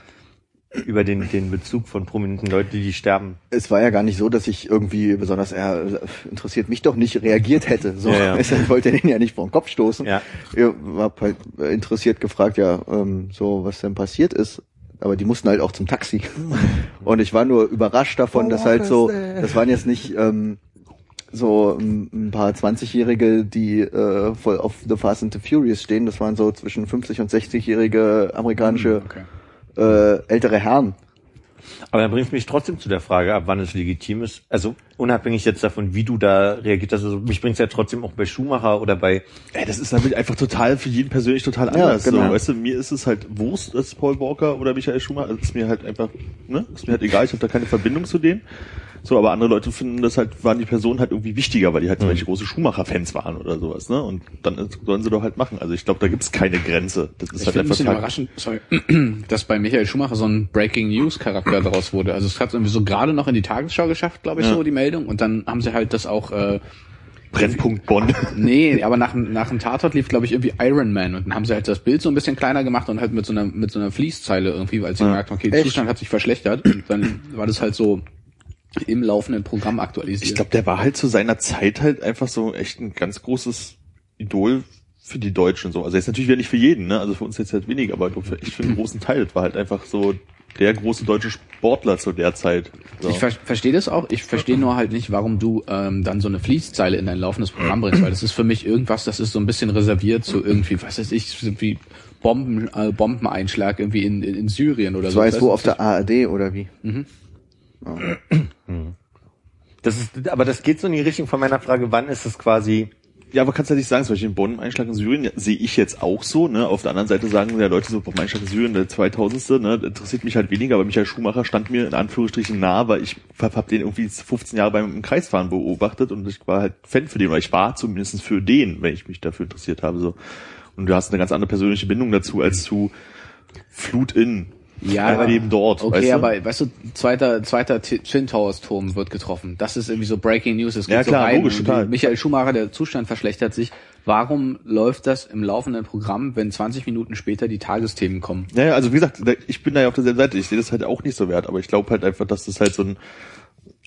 Speaker 4: über den, den Bezug von prominenten Leuten, die sterben.
Speaker 5: Es war ja gar nicht so, dass ich irgendwie besonders, er interessiert mich doch nicht, reagiert hätte. So,
Speaker 4: Ja, ja.
Speaker 5: ich wollte den ja nicht vor den Kopf stoßen.
Speaker 4: Ja.
Speaker 5: Ich hab halt interessiert gefragt, ja, ähm, so, was denn passiert ist. Aber die mussten halt auch zum Taxi. Und ich war nur überrascht davon, dass halt so, das waren jetzt nicht ähm, so ein ein paar 20-Jährige, die äh, voll auf The Fast and the Furious stehen. Das waren so zwischen 50 und 60-jährige
Speaker 4: Hm,
Speaker 5: amerikanische
Speaker 3: Okay.
Speaker 5: äh, ältere Herren.
Speaker 4: Aber dann bringt mich trotzdem zu der Frage, ab wann es legitim ist. Also unabhängig jetzt davon, wie du da reagierst, also mich bringt es ja trotzdem auch bei Schumacher oder bei
Speaker 2: Ey, das ist damit einfach total für jeden persönlich total anders.
Speaker 5: genau.
Speaker 2: so, weißt du, mir ist es halt Wurst als Paul Walker oder Michael Schumacher. Also ist mir halt einfach, ne? Ist mir halt egal, ich habe da keine Verbindung zu denen. So, aber andere Leute finden das halt, waren die Personen halt irgendwie wichtiger, weil die halt zum Beispiel große Schumacher-Fans waren oder sowas, ne? Und dann ist- sollen sie doch halt machen. Also ich glaube, da gibt's keine Grenze. Das ist
Speaker 3: Ich
Speaker 2: halt
Speaker 3: finde ein
Speaker 2: einfach
Speaker 3: bisschen
Speaker 2: Fakt.
Speaker 3: überraschend, sorry, dass bei Michael Schumacher so ein Breaking News Charakter daraus wurde. Also es hat irgendwie so gerade noch in die Tagesschau geschafft, glaube ich,
Speaker 2: Ja.
Speaker 3: so die Meldung. Und dann haben sie halt das auch, äh,
Speaker 2: Brennpunkt Bonn.
Speaker 3: nee, aber nach, nach dem Tatort lief, glaube ich, irgendwie Iron Man. Und dann haben sie halt das Bild so ein bisschen kleiner gemacht und halt mit so einer, mit so einer Fließzeile irgendwie, weil sie gemerkt haben, okay, der
Speaker 5: Echt?
Speaker 3: Zustand hat sich verschlechtert. Und dann war das halt so im laufenden Programm aktualisiert.
Speaker 2: Ich glaube, der war halt zu seiner Zeit halt einfach so echt ein ganz großes Idol für die Deutschen so. Also jetzt natürlich wieder nicht für jeden, ne? Also für uns jetzt halt wenig, aber für, ich für einen großen Teil. Das war halt einfach so der große deutsche Sportler zu der Zeit. So.
Speaker 3: Ich ver verstehe das auch. Ich verstehe nur halt nicht, warum du ähm, dann so eine Fließzeile in dein laufendes Programm bringst, weil das ist für mich irgendwas, das ist so ein bisschen reserviert zu irgendwie, was weiß ich, irgendwie Bomben, äh, Bombeneinschlag irgendwie in, in, in Syrien oder
Speaker 4: Also
Speaker 5: Das
Speaker 3: so.
Speaker 5: war jetzt wo auf der ARD oder wie?
Speaker 4: das ist aber das geht so in die Richtung von meiner Frage, wann ist es quasi
Speaker 2: ja, aber kannst ja nicht sagen, zum Beispiel den Bombeneinschlag in Syrien ja, sehe ich jetzt auch so, ne? Auf der anderen Seite sagen ja Leute so, Bombeneinschlag in Syrien, der 2000. Ne? Das Interessiert mich halt weniger, aber Michael Schumacher stand mir in Anführungsstrichen nah, weil ich hab hab den irgendwie 15 Jahre beim Kreisfahren beobachtet und ich war halt Fan für den, oder ich war zumindest für den, wenn ich mich dafür interessiert habe, so. Und du hast eine ganz andere persönliche Bindung dazu als zu Flut in.
Speaker 3: Ja,
Speaker 2: Einfach
Speaker 3: aber-
Speaker 2: eben dort.
Speaker 3: Okay,
Speaker 2: weißt du?
Speaker 3: aber weißt du, zweiter, zweiter T- Twin Towers Turm wird getroffen. Das ist irgendwie so Breaking News. Es geht
Speaker 2: Ja,
Speaker 3: so
Speaker 2: klar,
Speaker 3: rein.
Speaker 2: logisch,
Speaker 3: Und
Speaker 2: total.
Speaker 3: Michael Schumacher, der Zustand verschlechtert sich. Warum läuft das im laufenden Programm, wenn 20 Minuten später die Tagesthemen kommen?
Speaker 2: Ja, ja, also wie gesagt, da- ich bin da ja auf derselben Seite. Ich sehe das halt auch nicht so wert, aber ich glaube halt einfach, dass das halt so ein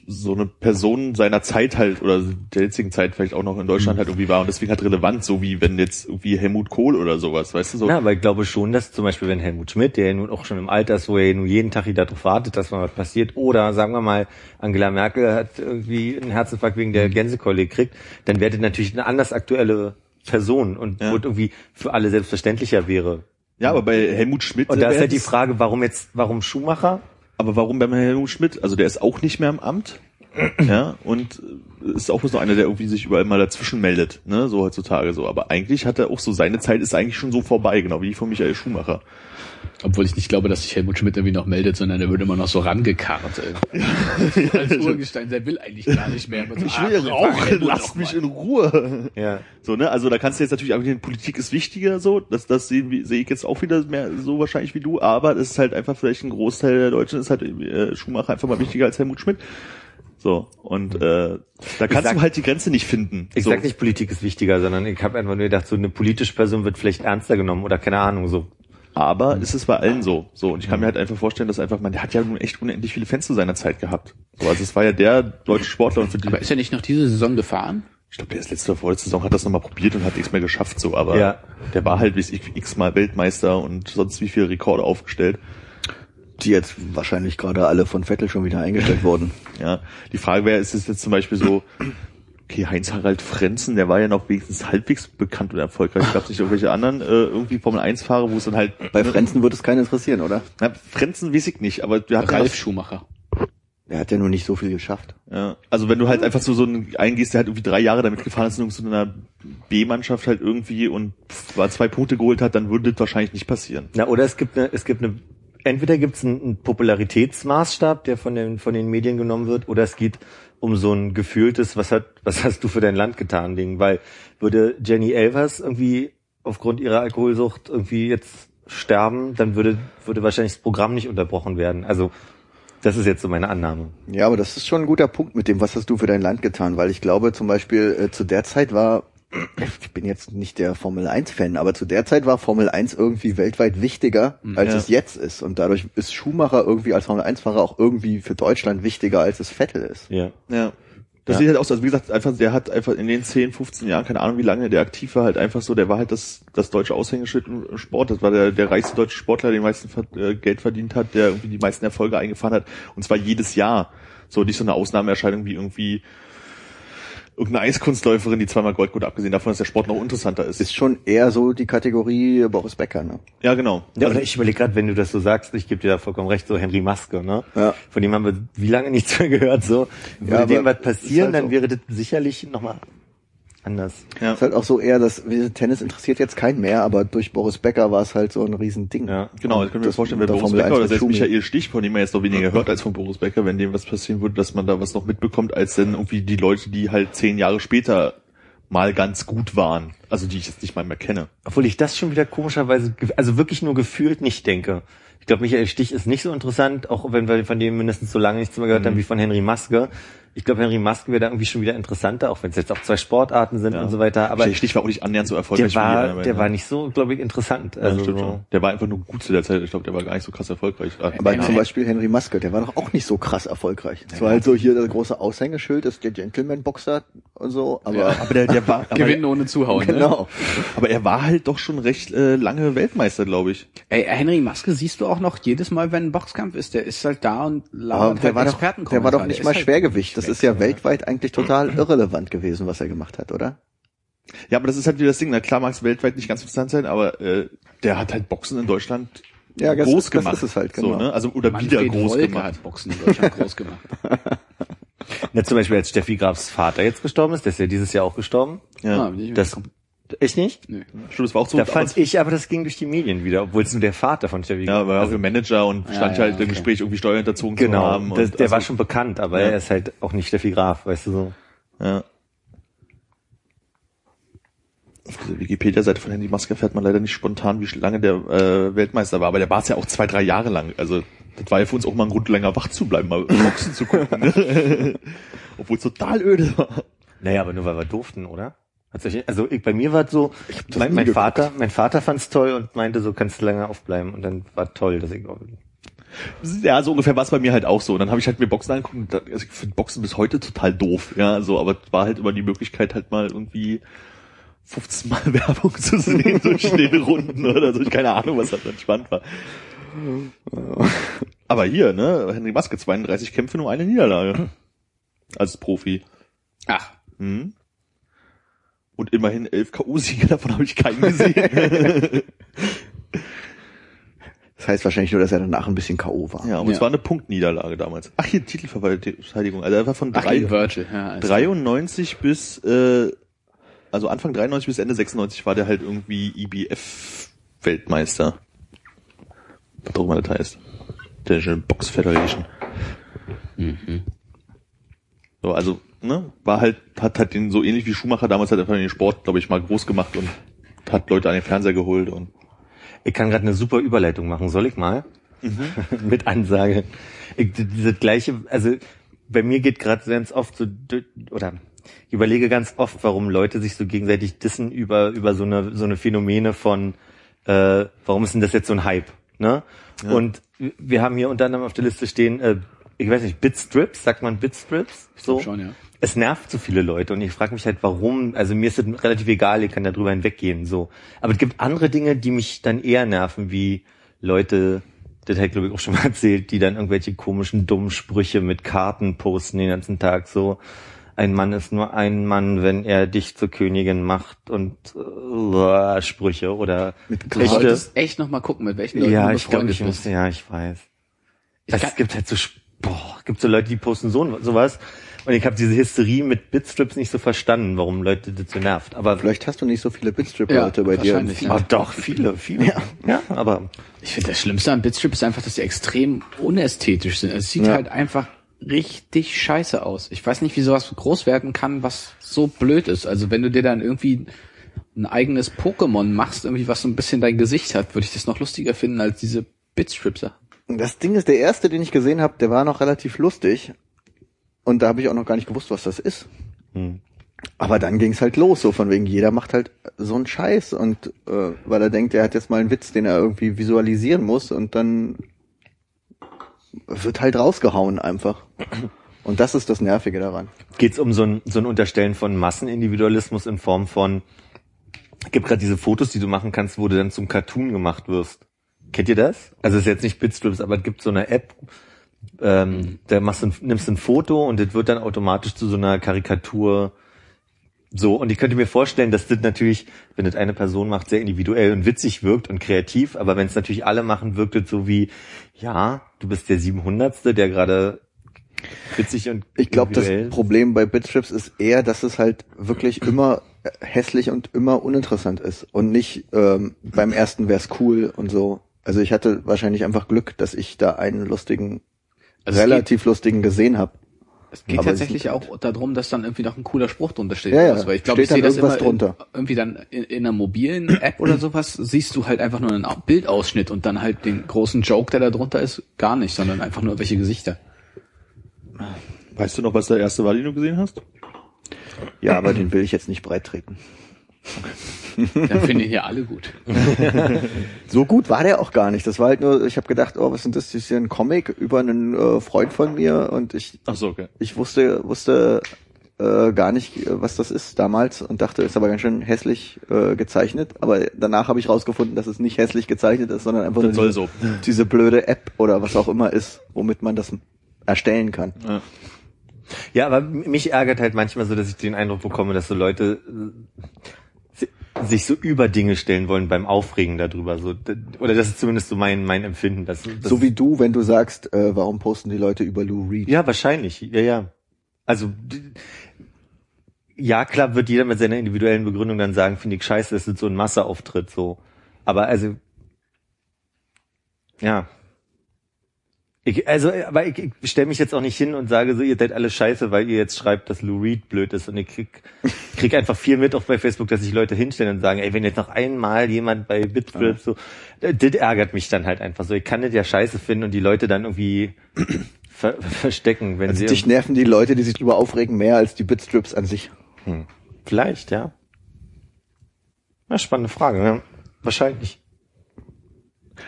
Speaker 2: so eine Person seiner Zeit halt oder der jetzigen Zeit vielleicht auch noch in Deutschland halt irgendwie war und deswegen halt relevant, so wie wenn jetzt irgendwie Helmut Kohl oder sowas, weißt du so.
Speaker 4: Na, aber ich glaube schon, dass zum Beispiel, wenn Helmut Schmidt, der ja nun auch schon im Alter ist, wo er nun jeden Tag wieder darauf wartet, dass mal was passiert, oder sagen wir mal, Angela Merkel hat irgendwie einen Herzinfarkt wegen
Speaker 2: Mhm.
Speaker 4: der Gänsekeule gekriegt, dann wäre das natürlich eine anders aktuelle Person und
Speaker 2: Ja.
Speaker 4: wo es irgendwie für alle selbstverständlicher wäre.
Speaker 2: Ja, aber bei Helmut Schmidt
Speaker 4: Und da ist
Speaker 2: wär
Speaker 4: ja die
Speaker 2: das-
Speaker 4: Frage, warum jetzt, warum Schumacher?
Speaker 2: Aber warum bei Helmut Schmidt? Also der ist auch nicht mehr im Amt. Ja, und äh, ist auch nur so einer, der irgendwie sich überall mal dazwischen meldet, ne, so heutzutage so. Aber eigentlich hat er auch so, seine Zeit ist eigentlich schon so vorbei, genau wie die von Michael Schumacher.
Speaker 3: Obwohl ich nicht glaube, dass sich Helmut Schmidt irgendwie noch meldet, sondern er wird immer noch so rangekarrt. Ey. Als Urgestein, der will eigentlich gar nicht mehr. Aber so,
Speaker 2: Ich
Speaker 3: ah,
Speaker 2: will ja
Speaker 3: komm,
Speaker 2: rauchen,
Speaker 3: Helmut,
Speaker 2: lasst
Speaker 3: doch
Speaker 2: mich
Speaker 3: mal.
Speaker 2: in Ruhe.
Speaker 4: Ja.
Speaker 2: So, ne? Also da kannst du jetzt natürlich argumentieren, Politik ist wichtiger, so, das, das sehen wir- sehe ich jetzt auch wieder mehr so wahrscheinlich wie du, aber es ist halt einfach vielleicht ein Großteil der Deutschen ist halt äh, Schumacher einfach mal wichtiger als Helmut Schmidt. So, und äh, da kannst
Speaker 4: sag-
Speaker 2: du halt die Grenze nicht finden.
Speaker 4: Ich
Speaker 2: so.
Speaker 4: sag nicht, Politik ist wichtiger, sondern ich habe einfach nur gedacht, so eine politische Person wird vielleicht ernster genommen oder keine Ahnung, so.
Speaker 2: Aber es ist bei allen so. So, und ich kann mir halt einfach vorstellen, dass einfach, man, der hat ja nun echt unendlich viele Fans zu seiner Zeit gehabt. So, also es war ja der deutsche Sportler und für die,
Speaker 3: Aber ist er nicht noch diese Saison gefahren?
Speaker 2: ich glaube, der ist letzte oder vorletzte Saison hat das nochmal probiert und hat nichts mehr geschafft, so, aber
Speaker 4: Ja.
Speaker 2: der war halt bis x-mal Weltmeister und sonst wie viele Rekorde aufgestellt.
Speaker 5: Die jetzt wahrscheinlich gerade alle von Vettel schon wieder eingestellt wurden.
Speaker 2: Ja, die Frage wäre, ist es jetzt zum Beispiel so, okay, Heinz-Harald Frenzen, der war ja noch wenigstens halbwegs bekannt und erfolgreich. Ich glaube nicht, irgendwelche anderen äh, irgendwie Formel-1-Fahrer, wo es dann halt...
Speaker 5: Bei Frenzen wird es keinen interessieren, oder?
Speaker 2: Na, Frenzen weiß ich nicht, aber der hat
Speaker 3: Ralf Schumacher.
Speaker 5: Er hat ja nur nicht so viel geschafft.
Speaker 2: Ja. Also wenn du halt einfach so so einen eingehst, der halt irgendwie drei Jahre damit gefahren ist, in so einer B-Mannschaft halt irgendwie und pff, war zwei Punkte geholt hat, dann würde das wahrscheinlich nicht passieren.
Speaker 4: Na, oder es gibt eine, es gibt eine, entweder gibt es einen, einen Popularitätsmaßstab, der von den, von den Medien genommen wird, oder es geht um so ein gefühltes, was hat, was hast du für dein Land getan, Ding, weil würde Jenny Elvers irgendwie aufgrund ihrer Alkoholsucht irgendwie jetzt sterben, dann würde, würde wahrscheinlich das Programm nicht unterbrochen werden. Also, das ist jetzt so meine Annahme.
Speaker 5: Ja, aber das ist schon ein guter Punkt mit dem, was hast du für dein Land getan, weil ich glaube zum Beispiel äh, zu der Zeit war, ich bin jetzt nicht der Formel 1-Fan, aber zu der Zeit war Formel 1 irgendwie weltweit wichtiger, als
Speaker 2: ja.
Speaker 5: es jetzt ist. Und dadurch ist Schumacher irgendwie als Formel 1-Fahrer auch irgendwie für Deutschland wichtiger, als es Vettel ist.
Speaker 4: Ja.
Speaker 2: Ja. Das
Speaker 4: Ja.
Speaker 2: sieht halt aus, also wie gesagt, einfach, der hat einfach in den 10, 15 Jahren, keine Ahnung wie lange der aktiv war, halt einfach so, der war halt das, das deutsche Aushängeschild im Sport, das war der, der reichste deutsche Sportler, der den meisten ver äh, Geld verdient hat, der irgendwie die meisten Erfolge eingefahren hat, und zwar jedes Jahr. So, nicht so eine Ausnahmeerscheinung wie irgendwie irgendeine Eiskunstläuferin, die zweimal Gold gut abgesehen davon, dass der Sport noch interessanter ist.
Speaker 5: Ist schon eher so die Kategorie Boris Becker, ne?
Speaker 2: Ja, genau.
Speaker 4: Ja, oder ich überlege gerade, wenn du das so sagst, ich gebe dir da vollkommen recht, so Henry Maske, ne?
Speaker 5: Ja.
Speaker 4: Von dem haben wir wie lange nichts mehr gehört, so. Würde
Speaker 5: aber
Speaker 4: dem was passieren,
Speaker 5: ist halt
Speaker 4: dann
Speaker 5: so.
Speaker 4: wäre das sicherlich nochmal anders.
Speaker 2: ja.
Speaker 5: Ist halt auch so eher, dass wir- Tennis interessiert jetzt keinen mehr, aber durch Boris Becker war es halt so ein Riesending.
Speaker 4: Ja,
Speaker 2: Genau, ich
Speaker 5: Und
Speaker 2: kann mir
Speaker 5: das-
Speaker 2: vorstellen, wenn
Speaker 5: unter
Speaker 2: Boris
Speaker 5: Formel
Speaker 2: Becker
Speaker 5: 1
Speaker 2: oder selbst
Speaker 5: mit Schumi.
Speaker 2: Michael Stich, von dem man jetzt noch weniger hört als von Boris Becker, wenn dem was passieren würde, dass man da was noch mitbekommt, als dann irgendwie die Leute, die halt zehn Jahre später mal ganz gut waren, also die ich jetzt nicht mal mehr kenne.
Speaker 4: Obwohl ich das schon wieder komischerweise, ge- also wirklich nur gefühlt nicht denke. Ich glaube, Michael Stich ist nicht so interessant, auch wenn wir von dem mindestens so lange nichts mehr gehört haben wie von Henry Maske. Ich glaube, Henry Maske wäre da irgendwie schon wieder interessanter, auch wenn es jetzt auch zwei Sportarten sind
Speaker 2: Ja.
Speaker 4: und so weiter. Aber
Speaker 2: Michael Stich war auch nicht annähernd so erfolgreich
Speaker 4: der
Speaker 2: wie die
Speaker 4: war,
Speaker 2: anderen
Speaker 4: der
Speaker 2: beiden,
Speaker 4: war
Speaker 2: ne?
Speaker 4: nicht so, glaube ich, interessant.
Speaker 2: Ja,
Speaker 4: Also,
Speaker 2: stimmt schon. Der war einfach nur gut zu der Zeit. Ich glaube, der war gar nicht so krass erfolgreich. Ah,
Speaker 5: Aber
Speaker 3: Genau.
Speaker 5: zum Beispiel Henry Maske, der war doch auch nicht so krass erfolgreich. Es war halt so hier das große Aushängeschild, ist der Gentleman-Boxer und so, aber
Speaker 2: aber der, der war, ne? aber,
Speaker 3: Gewinnen ohne Zuhauen. Ne?
Speaker 5: genau.
Speaker 2: aber er war halt doch schon recht äh, lange Weltmeister, glaube ich.
Speaker 3: Ey, Henry Maske siehst du auch noch jedes Mal, wenn ein Boxkampf ist. Der ist halt da und
Speaker 5: Aber
Speaker 3: labert
Speaker 5: der,
Speaker 3: halt
Speaker 5: war doch, der war doch nicht mal
Speaker 2: halt
Speaker 5: Schwergewicht. Das ist ja
Speaker 2: ne?
Speaker 5: weltweit eigentlich total irrelevant gewesen, was er gemacht hat, oder?
Speaker 2: Ja, aber das ist halt wieder das Ding. Na klar mag es weltweit nicht ganz interessant sein, aber äh, der hat halt Boxen in Deutschland
Speaker 5: Ja, das-
Speaker 2: groß
Speaker 5: das
Speaker 2: gemacht.
Speaker 5: ist es halt,
Speaker 2: So,
Speaker 5: genau.
Speaker 2: ne? Also oder
Speaker 3: Manfred
Speaker 2: wieder groß
Speaker 3: Wolke
Speaker 2: gemacht.
Speaker 3: hat Boxen in Deutschland groß gemacht.
Speaker 4: Na, zum Beispiel, als Steffi Grafs Vater jetzt gestorben ist, der ist ja dieses Jahr auch gestorben.
Speaker 2: Ja.
Speaker 3: Ah, bin ich
Speaker 4: Das,
Speaker 3: mitgekommen.
Speaker 4: ich nicht?
Speaker 3: Nö.
Speaker 2: Stimmt, das war auch so.
Speaker 4: Da fand ich aber, das ging durch die Medien wieder, obwohl es nur der Vater von Steffi
Speaker 2: ja, war auch
Speaker 4: also,
Speaker 2: also, Manager und stand
Speaker 3: ja,
Speaker 2: halt im
Speaker 3: okay.
Speaker 2: Gespräch irgendwie Steuern hinterzogen zu
Speaker 4: Genau,
Speaker 2: haben.
Speaker 4: das,
Speaker 2: und,
Speaker 4: der
Speaker 2: also,
Speaker 4: war schon bekannt, aber
Speaker 2: Ja.
Speaker 4: er ist halt auch nicht Steffi Graf, weißt du so.
Speaker 2: Ja. Auf dieser Wikipedia-Seite von Handy Maske fährt man leider nicht spontan, wie lange der äh, Weltmeister war, aber der war es ja auch zwei, drei Jahre lang. Also das war ja für uns auch mal ein Grund, länger wach zu bleiben, mal Boxen zu gucken. Ne? Obwohl es total öde war.
Speaker 4: Naja, aber nur weil wir durften, oder? Hat's euch- Also ich, bei mir war es so,
Speaker 5: das
Speaker 4: mein,
Speaker 5: nie
Speaker 4: mein
Speaker 5: geguckt.
Speaker 4: Vater, mein Vater fand es toll und meinte, so kannst du länger aufbleiben und dann war toll, dass ich
Speaker 2: Ja, so ungefähr war es bei mir halt auch so. Und dann habe ich halt mir Boxen angeguckt. Und da, also ich finde Boxen bis heute total doof. Ja, so, aber es war halt immer die Möglichkeit, halt mal irgendwie 15 Mal Werbung zu sehen zwischen den Runden oder so. Ich keine Ahnung, was halt entspannt war. Aber hier, ne, Henry Maske, 32 Kämpfe, nur eine Niederlage. Als Profi.
Speaker 3: Ach,
Speaker 2: Hm. Und immerhin 11 K.O.-Sieger, davon habe ich keinen gesehen.
Speaker 5: Das heißt wahrscheinlich nur, dass er danach ein bisschen K.O. war.
Speaker 2: ja, und es
Speaker 3: Ja.
Speaker 2: war eine Punktniederlage damals. Ach, hier Titelverteidigung. Also er war von
Speaker 3: Ach,
Speaker 2: drei.
Speaker 3: gegen Virgil. Ja, also.
Speaker 2: 93 bis, äh, also Anfang 93 bis Ende 96 war der halt irgendwie IBF-Weltmeister. Was auch immer das heißt. Der German Box Federation. So, also, ne, war halt, hat halt den so ähnlich wie Schumacher damals halt einfach den Sport, glaube ich, mal groß gemacht und hat Leute an den Fernseher geholt und
Speaker 4: Ich kann gerade eine super Überleitung machen, soll ich mal?
Speaker 3: Mhm.
Speaker 4: Mit Ansage. Ich, d- dieses gleiche, also bei mir geht gerade ganz oft so, d- oder ich überlege ganz oft, warum Leute sich so gegenseitig dissen über, über so eine, so eine Phänomene von, äh, warum ist denn das jetzt so ein Hype? Ne? Und w- wir haben hier unter anderem auf der Liste stehen, äh, ich weiß nicht, Bitstrips, sagt man Bitstrips? So.
Speaker 3: schon, ja.
Speaker 4: Es nervt so viele Leute und ich frage mich halt, warum. Also mir ist es relativ egal, ich kann da drüber hinweggehen. So. Aber es gibt andere Dinge, die mich dann eher nerven, wie Leute, das hat glaube ich auch schon mal erzählt, die dann irgendwelche komischen, dummen Sprüche mit Karten posten den ganzen Tag. So, ein Mann ist nur ein Mann, wenn er dich zur Königin macht und äh, Sprüche oder
Speaker 5: Mit
Speaker 3: Du solltest echt noch mal gucken, mit welchen Leuten
Speaker 4: ja,
Speaker 3: du
Speaker 4: ich glaube,
Speaker 3: befreundet
Speaker 4: ich muss,
Speaker 3: bist.
Speaker 4: ja, ich weiß.
Speaker 3: Ich
Speaker 4: Es
Speaker 3: kann-
Speaker 4: gibt halt so, Sch- boah, gibt so Leute, die posten so sowas Und ich habe diese Hysterie mit Bitstrips nicht so verstanden, warum Leute das so nervt. Aber
Speaker 5: Vielleicht hast du nicht so viele
Speaker 3: Ja,
Speaker 5: Bitstrip-Leute bei dir.
Speaker 3: wahrscheinlich, ja.
Speaker 4: Ah, doch, viele, viele. Ja, aber
Speaker 3: Ich finde, das Schlimmste an Bitstrip ist einfach, dass sie extrem unästhetisch sind. Es sieht
Speaker 5: Ja.
Speaker 3: halt einfach richtig scheiße aus. Ich weiß nicht, wie sowas groß werden kann, was so blöd ist. Also wenn du dir dann irgendwie ein eigenes Pokémon machst, irgendwie was so ein bisschen dein Gesicht hat, würde ich das noch lustiger finden als diese Bitstrips.
Speaker 5: Das Ding ist, der erste, den ich gesehen habe, der war noch relativ lustig. Und da habe ich auch noch gar nicht gewusst, was das ist. Aber dann ging es halt los, so von wegen, jeder macht halt so einen Scheiß. Und äh, weil er denkt, er hat jetzt mal einen Witz, den er irgendwie visualisieren muss. Und dann wird halt rausgehauen einfach. Und das ist das Nervige daran.
Speaker 4: geht's um so ein, so ein Unterstellen von Massenindividualismus in Form von, es gibt gerade diese Fotos, die du machen kannst, wo du dann zum Cartoon gemacht wirst. Kennt ihr das? Also es ist jetzt nicht Bitstrips, aber es gibt so eine App,
Speaker 5: Mhm.
Speaker 4: ähm, da machst du ein, nimmst ein Foto und das wird dann automatisch zu so einer Karikatur so. Und ich könnte mir vorstellen, dass das natürlich, wenn das eine Person macht, sehr individuell und witzig wirkt und kreativ, aber wenn es natürlich alle machen, wirkt es so wie, ja, du bist der 700. der gerade witzig und
Speaker 5: Ich glaube, das
Speaker 4: individuell-
Speaker 5: Problem bei Bitstrips ist eher, dass es halt wirklich immer äh, hässlich und immer uninteressant ist und nicht ähm, beim ersten wär's cool und so. Also ich hatte wahrscheinlich einfach Glück, dass ich da einen lustigen,
Speaker 3: Also es
Speaker 5: relativ lustigen gesehen habe.
Speaker 3: Es geht
Speaker 5: Aber halt
Speaker 3: tatsächlich auch darum, dass dann irgendwie noch ein cooler Spruch drunter steht.
Speaker 5: Ja, ja.
Speaker 3: oder so. Weil ich glaube,
Speaker 5: Steht
Speaker 3: ich sehe
Speaker 5: dann
Speaker 3: das immer
Speaker 5: irgendwas
Speaker 3: drunter.
Speaker 5: drunter.
Speaker 3: irgendwie dann in, in einer mobilen App oder sowas siehst du halt einfach nur einen Au- Bildausschnitt und dann halt den großen Joke, der da drunter ist, gar nicht, sondern einfach nur welche Gesichter.
Speaker 2: Weißt du noch, was der erste war, den du gesehen hast?
Speaker 5: Ja, aber den will ich jetzt nicht breit treten.
Speaker 3: Dann finden ja alle gut.
Speaker 5: So gut war der auch gar nicht. Das war halt nur, ich habe gedacht, oh, was sind das? Das ist hier ein Comic über einen äh, Freund von mir und ich
Speaker 2: Ach so, okay.
Speaker 5: ich wusste, wusste äh, gar nicht, äh, was das ist damals und dachte, ist aber ganz schön hässlich äh, gezeichnet. Aber danach habe ich rausgefunden, dass es nicht hässlich gezeichnet ist, sondern einfach
Speaker 2: Das soll
Speaker 5: nur
Speaker 2: so.
Speaker 5: diese, diese blöde App oder was auch immer ist, womit man das erstellen kann.
Speaker 2: Ja.
Speaker 4: Ja, aber mich ärgert halt manchmal so, dass ich den Eindruck bekomme, dass so Leute äh, si- sich so über Dinge stellen wollen beim Aufregen darüber. So, D- oder das ist zumindest so mein, mein Empfinden. Dass, dass
Speaker 5: So wie du, wenn du sagst, äh, warum posten die Leute über Lou Reed?
Speaker 4: Ja, wahrscheinlich. Ja, ja. Also d- ja, klar wird jeder mit seiner individuellen Begründung dann sagen, finde ich scheiße, das ist so ein Masseauftritt so. Aber also ja. Ich, also, aber ich, ich stelle mich jetzt auch nicht hin und sage so, ihr seid alle scheiße, weil ihr jetzt schreibt, dass Lou Reed blöd ist. Und ich krieg, krieg einfach viel mit auch bei Facebook, dass sich Leute hinstellen und sagen, ey, wenn jetzt noch einmal jemand bei Bitwip so, äh, das ärgert mich dann halt einfach so. Ich kann das ja scheiße finden und die Leute dann irgendwie ver verstecken, wenn sie...
Speaker 5: Also Dich nerven die Leute, die sich drüber aufregen, mehr als die Bitstrips an sich.
Speaker 4: Vielleicht, ja. Na, spannende Frage, ja. Wahrscheinlich.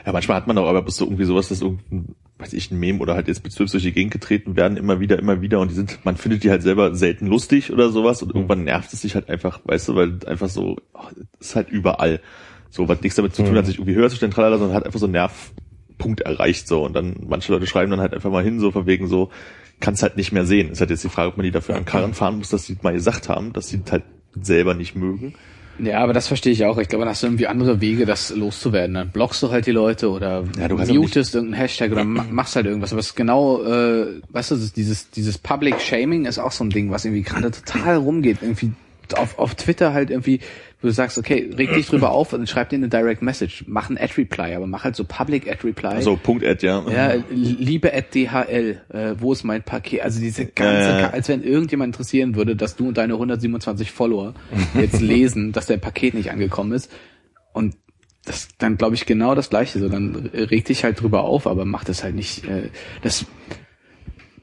Speaker 2: Ja, manchmal hat man auch aber bloß so irgendwie sowas, dass irgendein, weiß ich, ein Meme oder halt jetzt Bezirks durch die Gegend getreten werden, immer wieder, immer wieder und die sind, man findet die halt selber selten lustig oder sowas und irgendwann nervt es sich halt einfach, weißt du, weil einfach so, ach, ist halt überall. So, was nichts damit zu tun hat, sich irgendwie höher zu stellen, tralala, sondern hat einfach so einen Nervpunkt erreicht, so. Und dann, manche Leute schreiben dann halt einfach mal hin, so, von wegen so, kann's halt nicht mehr sehen. Ist halt jetzt die Frage, ob man die dafür an Karren fahren muss, dass sie mal gesagt haben, dass sie halt selber nicht mögen.
Speaker 3: Ja, aber das verstehe ich auch. Ich glaube, da hast du irgendwie andere Wege, das loszuwerden. Dann blockst du halt die Leute oder
Speaker 2: Ja, du kannst auch
Speaker 3: mutest irgendeinen Hashtag oder ma- machst halt irgendwas. Aber es ist genau, äh, weißt du, das ist dieses, dieses Public Shaming ist auch so ein Ding, was irgendwie gerade total rumgeht. Irgendwie auf, auf Twitter halt irgendwie, wo du sagst, okay, reg dich drüber auf und schreib dir eine Direct Message. Mach ein Ad-Reply, aber mach halt so Public Ad-Reply.
Speaker 2: Also, Punkt Ad, ja.
Speaker 3: Ja, liebe at DHL, äh, wo ist mein Paket? Also diese ganze,
Speaker 2: Äh.
Speaker 3: Ka- als wenn irgendjemand interessieren würde, dass du und deine 127 Follower jetzt lesen, dass dein Paket nicht angekommen ist. Und das dann glaube ich genau das Gleiche. So dann reg dich halt drüber auf, aber mach das halt nicht. Äh, das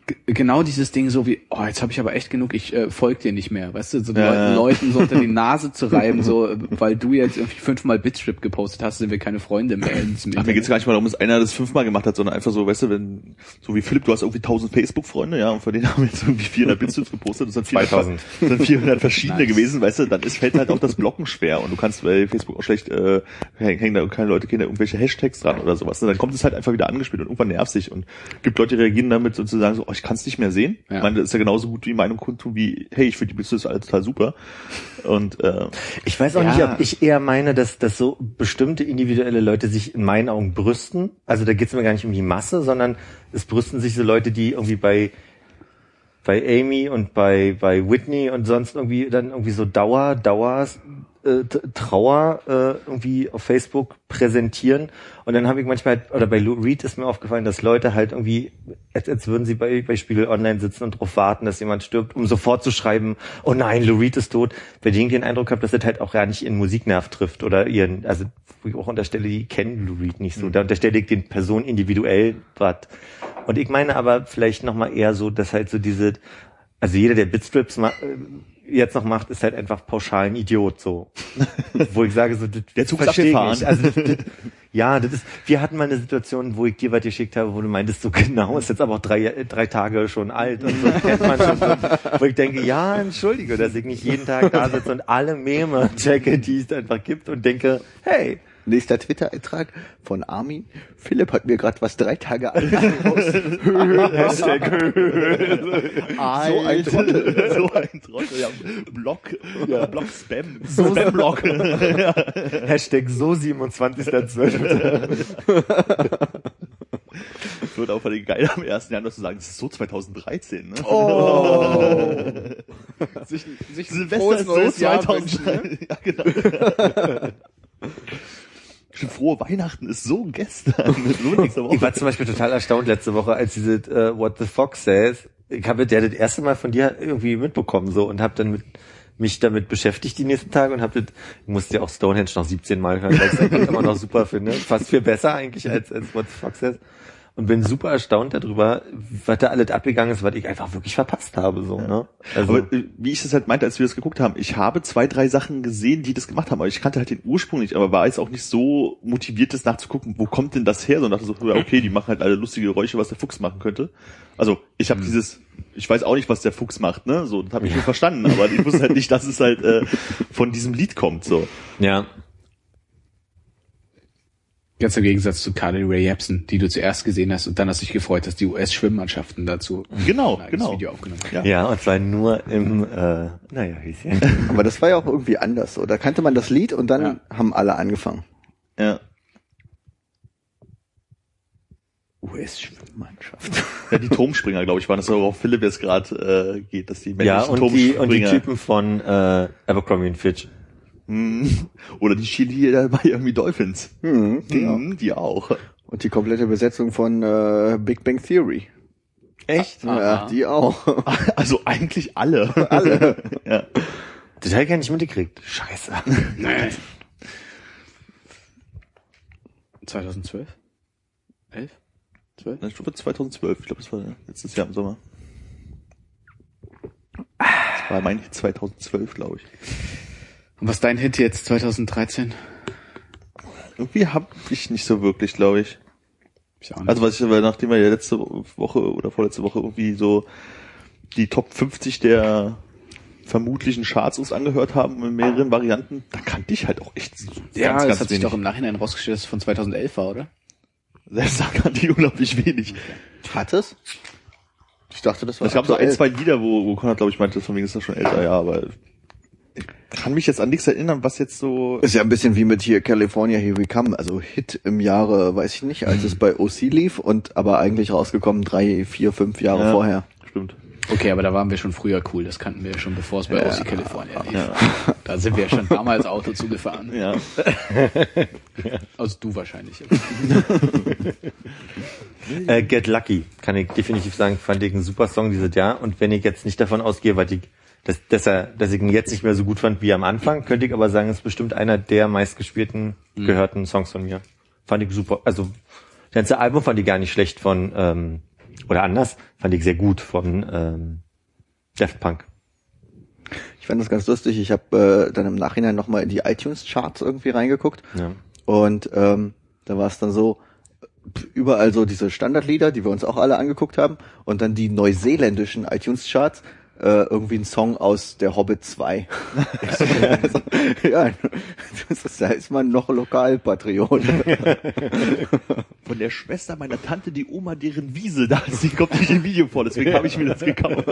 Speaker 3: g- genau dieses Ding so wie, oh, jetzt habe ich aber echt genug, ich äh, folge dir nicht mehr. Weißt du, so
Speaker 2: Ja,
Speaker 3: Leuten-
Speaker 2: ja.
Speaker 3: Leuten so unter die Nase zu reiben, so äh, weil du jetzt irgendwie fünfmal Bitstrip gepostet hast, sind wir keine Freunde mehr. in diesem
Speaker 2: Ach, mir
Speaker 3: Internet.
Speaker 2: geht's gar nicht mal darum, dass einer das fünfmal gemacht hat, sondern einfach so, weißt du, wenn, so wie Philipp, du hast irgendwie 1000 Facebook-Freunde, ja, und von denen haben jetzt irgendwie 400 Bildschirms gepostet, das sind
Speaker 4: 4000.
Speaker 2: 4000. Das sind 400 verschiedene
Speaker 3: Nice.
Speaker 2: gewesen, weißt du, dann ist, fällt halt auch das Blocken schwer und du kannst bei Facebook auch schlecht, äh, häng- hängen da keine Leute, gehen da irgendwelche Hashtags dran oder sowas. Und dann kommt es halt einfach wieder angespielt und irgendwann nervt sich und gibt Leute, die reagieren damit sozusagen so, oh, ich kann's nicht mehr sehen.
Speaker 3: Ja.
Speaker 2: Ich meine, das ist ja genauso gut wie Meinung kundtun wie, hey, ich finde die Bildschirms alle total super. Und, äh,
Speaker 4: Ich weiß auch
Speaker 3: Ja.
Speaker 4: nicht, ob ich eher meine, dass, dass so bestimmte individuelle Leute sich in meinen Augen brüsten. Also da geht's mir gar nicht um die Masse, sondern es brüsten sich so Leute, die irgendwie bei bei Amy und bei, bei Whitney und sonst irgendwie dann irgendwie so Dauer, Dauer, äh, T- Trauer äh, irgendwie auf Facebook präsentieren. Und dann habe ich manchmal, halt, oder bei Lou Reed ist mir aufgefallen, dass Leute halt irgendwie, als, als würden sie bei, bei Spiegel Online sitzen und darauf warten, dass jemand stirbt, um sofort zu schreiben, oh nein, Lou Reed ist tot. Bei denen ich den Eindruck habe, dass das halt auch gar nicht ihren Musiknerv trifft oder ihren, also wo ich auch unterstelle, die kennen Lou Reed
Speaker 2: Mhm.
Speaker 4: nicht so. Da unterstelle ich den Personen individuell was. Und ich meine aber vielleicht nochmal eher so, dass halt so diese, also jeder, der Bitstrips ma- äh, jetzt noch macht, ist halt einfach pauschal ein Idiot so. wo ich sage so, das
Speaker 2: Der Zug ist
Speaker 4: verstehe ich
Speaker 2: abgefahren.
Speaker 4: nicht. Also das, das, ja, das ist, wir hatten mal eine Situation, wo ich dir was geschickt habe, wo du meintest, so genau, ist jetzt aber auch drei, äh, drei Tage schon alt und so, kennt man schon so. Wo ich denke, ja, entschuldige, dass ich nicht jeden Tag da sitze und alle Meme checke, die es einfach gibt und denke, hey,
Speaker 5: Nächster Twitter-Eintrag von Armin. Philipp hat mir gerade was drei Tage alt
Speaker 2: So ein
Speaker 5: Alt.
Speaker 2: Trottel. So ein Trottel. Ja, Block. Ja. Block Spam. Spam-Block.
Speaker 4: Hashtag so 27.12.
Speaker 2: Wird auch völlig geil am 1. Januar zu sagen, das ist so 2013. Ne?
Speaker 3: Oh. Sich, sich
Speaker 2: Silvester ist so 2013.
Speaker 3: ne?
Speaker 2: Ja, genau. Schon frohe Weihnachten ist so gestern. Nur nächste
Speaker 4: Ich
Speaker 2: Woche.
Speaker 4: war zum Beispiel total erstaunt letzte Woche, als diese äh, What the Fox Says, ich habe der das erste Mal von dir irgendwie mitbekommen so und habe dann mit mich damit beschäftigt die nächsten Tage und habe das, ich musste ja auch Stonehenge noch 17 Mal hören, weil ich es eigentlich immer noch super finde. Fast viel besser eigentlich als, als What the Fox Says. Und bin super erstaunt darüber, was da alles abgegangen ist, was ich einfach wirklich verpasst habe. so ne? Also,
Speaker 2: Aber äh, wie ich das halt meinte, als wir das geguckt haben, ich habe zwei, drei Sachen gesehen, die das gemacht haben, aber ich kannte halt den Ursprung nicht, aber war jetzt auch nicht so motiviert, das nachzugucken, wo kommt denn das her, sondern dachte so, ja, okay, die machen halt alle lustige Geräusche, was der Fuchs machen könnte. Also ich
Speaker 4: Hm.
Speaker 2: habe dieses, ich weiß auch nicht, was der Fuchs macht, ne? So, das habe ich schon verstanden, aber ich wusste halt nicht, dass es halt äh, von diesem Lied kommt. so.
Speaker 4: ja.
Speaker 3: Ganz im Gegensatz zu Carly Rae Jepsen, die du zuerst gesehen hast und dann hast du dich gefreut, dass die US-Schwimmmannschaften dazu
Speaker 2: Genau,
Speaker 3: ein eigenes
Speaker 2: genau.
Speaker 3: Video aufgenommen haben.
Speaker 2: Ja.
Speaker 4: Ja, und zwar nur im, äh, naja, Häschen.
Speaker 5: Aber das war ja auch irgendwie anders, so. Da kannte man das Lied und dann
Speaker 3: Ja.
Speaker 5: haben alle angefangen.
Speaker 2: Ja.
Speaker 5: US-Schwimmmannschaft.
Speaker 2: ja, die Turmspringer, glaube ich, waren das, worauf Philipp jetzt gerade äh, geht, dass die
Speaker 4: Ja,
Speaker 2: männlichen
Speaker 4: und die, und die
Speaker 2: Turmspringer
Speaker 4: Typen von äh, Abercrombie und Fitch.
Speaker 2: oder die Chili bei irgendwie Dolphins.
Speaker 5: Mhm, genau.
Speaker 2: Mhm, die auch.
Speaker 5: Und die komplette Besetzung von äh, Big Bang Theory.
Speaker 4: Echt?
Speaker 2: Ah.
Speaker 5: Ja, die auch.
Speaker 2: Also eigentlich alle. Alle. ja.
Speaker 4: Das habe ich gar nicht mitgekriegt. Scheiße.
Speaker 3: 2012? 11? 12?
Speaker 2: Ich glaube 2012, ich glaube, das war letztes Jahr im Sommer. Das war mein 2012, glaube ich.
Speaker 3: Und was ist dein Hit jetzt 2013?
Speaker 2: Irgendwie hab ich nicht so wirklich, glaube ich.
Speaker 3: Ich auch nicht.
Speaker 2: Also was ich, weil nachdem wir ja letzte Woche oder vorletzte Woche irgendwie so die Top 50 der vermutlichen Charts uns angehört haben in mehreren Varianten, da kannte ich halt auch echt so
Speaker 3: ja,
Speaker 2: ganz,
Speaker 3: das
Speaker 2: ganz
Speaker 3: hat sich
Speaker 2: wenig.
Speaker 3: doch im Nachhinein rausgestellt, dass es von 2011 war, oder?
Speaker 2: Selbst da kannte ich unglaublich wenig.
Speaker 5: Hat es? Ich dachte, das war
Speaker 2: Es gab so ein,
Speaker 5: aktuell.
Speaker 2: zwei Lieder, wo, wo Konrad, glaube ich, meinte, von wegen ist das schon älter, ja, aber ich kann mich jetzt an nichts erinnern, was jetzt so.
Speaker 5: Ist ja ein bisschen wie mit hier California Here We Come, also Hit im Jahre, weiß ich nicht, als es bei OC lief und aber eigentlich rausgekommen drei, vier, fünf Jahre
Speaker 2: Ja,
Speaker 5: vorher.
Speaker 2: Stimmt.
Speaker 3: Okay, aber da waren wir schon früher cool. Das kannten wir ja schon, bevor es bei OC California lief. Da sind wir ja schon damals Auto zugefahren.
Speaker 2: Ja.
Speaker 3: Also du wahrscheinlich.
Speaker 4: Äh, Get Lucky, kann ich definitiv sagen, fand ich einen super Song dieses Jahr. Und wenn ich jetzt nicht davon ausgehe, weil ich, dass, dass, er, dass ich ihn jetzt nicht mehr so gut fand wie am Anfang, könnte ich aber sagen, es ist bestimmt einer der meistgespielten, gehörten Songs von mir. Fand ich super. Also das ganze Album fand ich gar nicht schlecht von, ähm, oder anders, fand ich sehr gut von ähm, Daft Punk.
Speaker 5: Ich fand das ganz lustig. Ich habe äh, dann im Nachhinein nochmal in die iTunes-Charts irgendwie reingeguckt.
Speaker 4: Ja.
Speaker 5: Und ähm, da war es dann so, p- überall so diese Standardlieder, die wir uns auch alle angeguckt haben. Und dann die neuseeländischen iTunes-Charts. Äh, irgendwie ein Song aus Der Hobbit 2. also, ja, das ist, da ist man noch Lokalpatriot.
Speaker 2: Von der Schwester meiner Tante, die Oma, deren Wiese da ist, die kommt nicht im Video vor, deswegen habe ich mir das gekauft.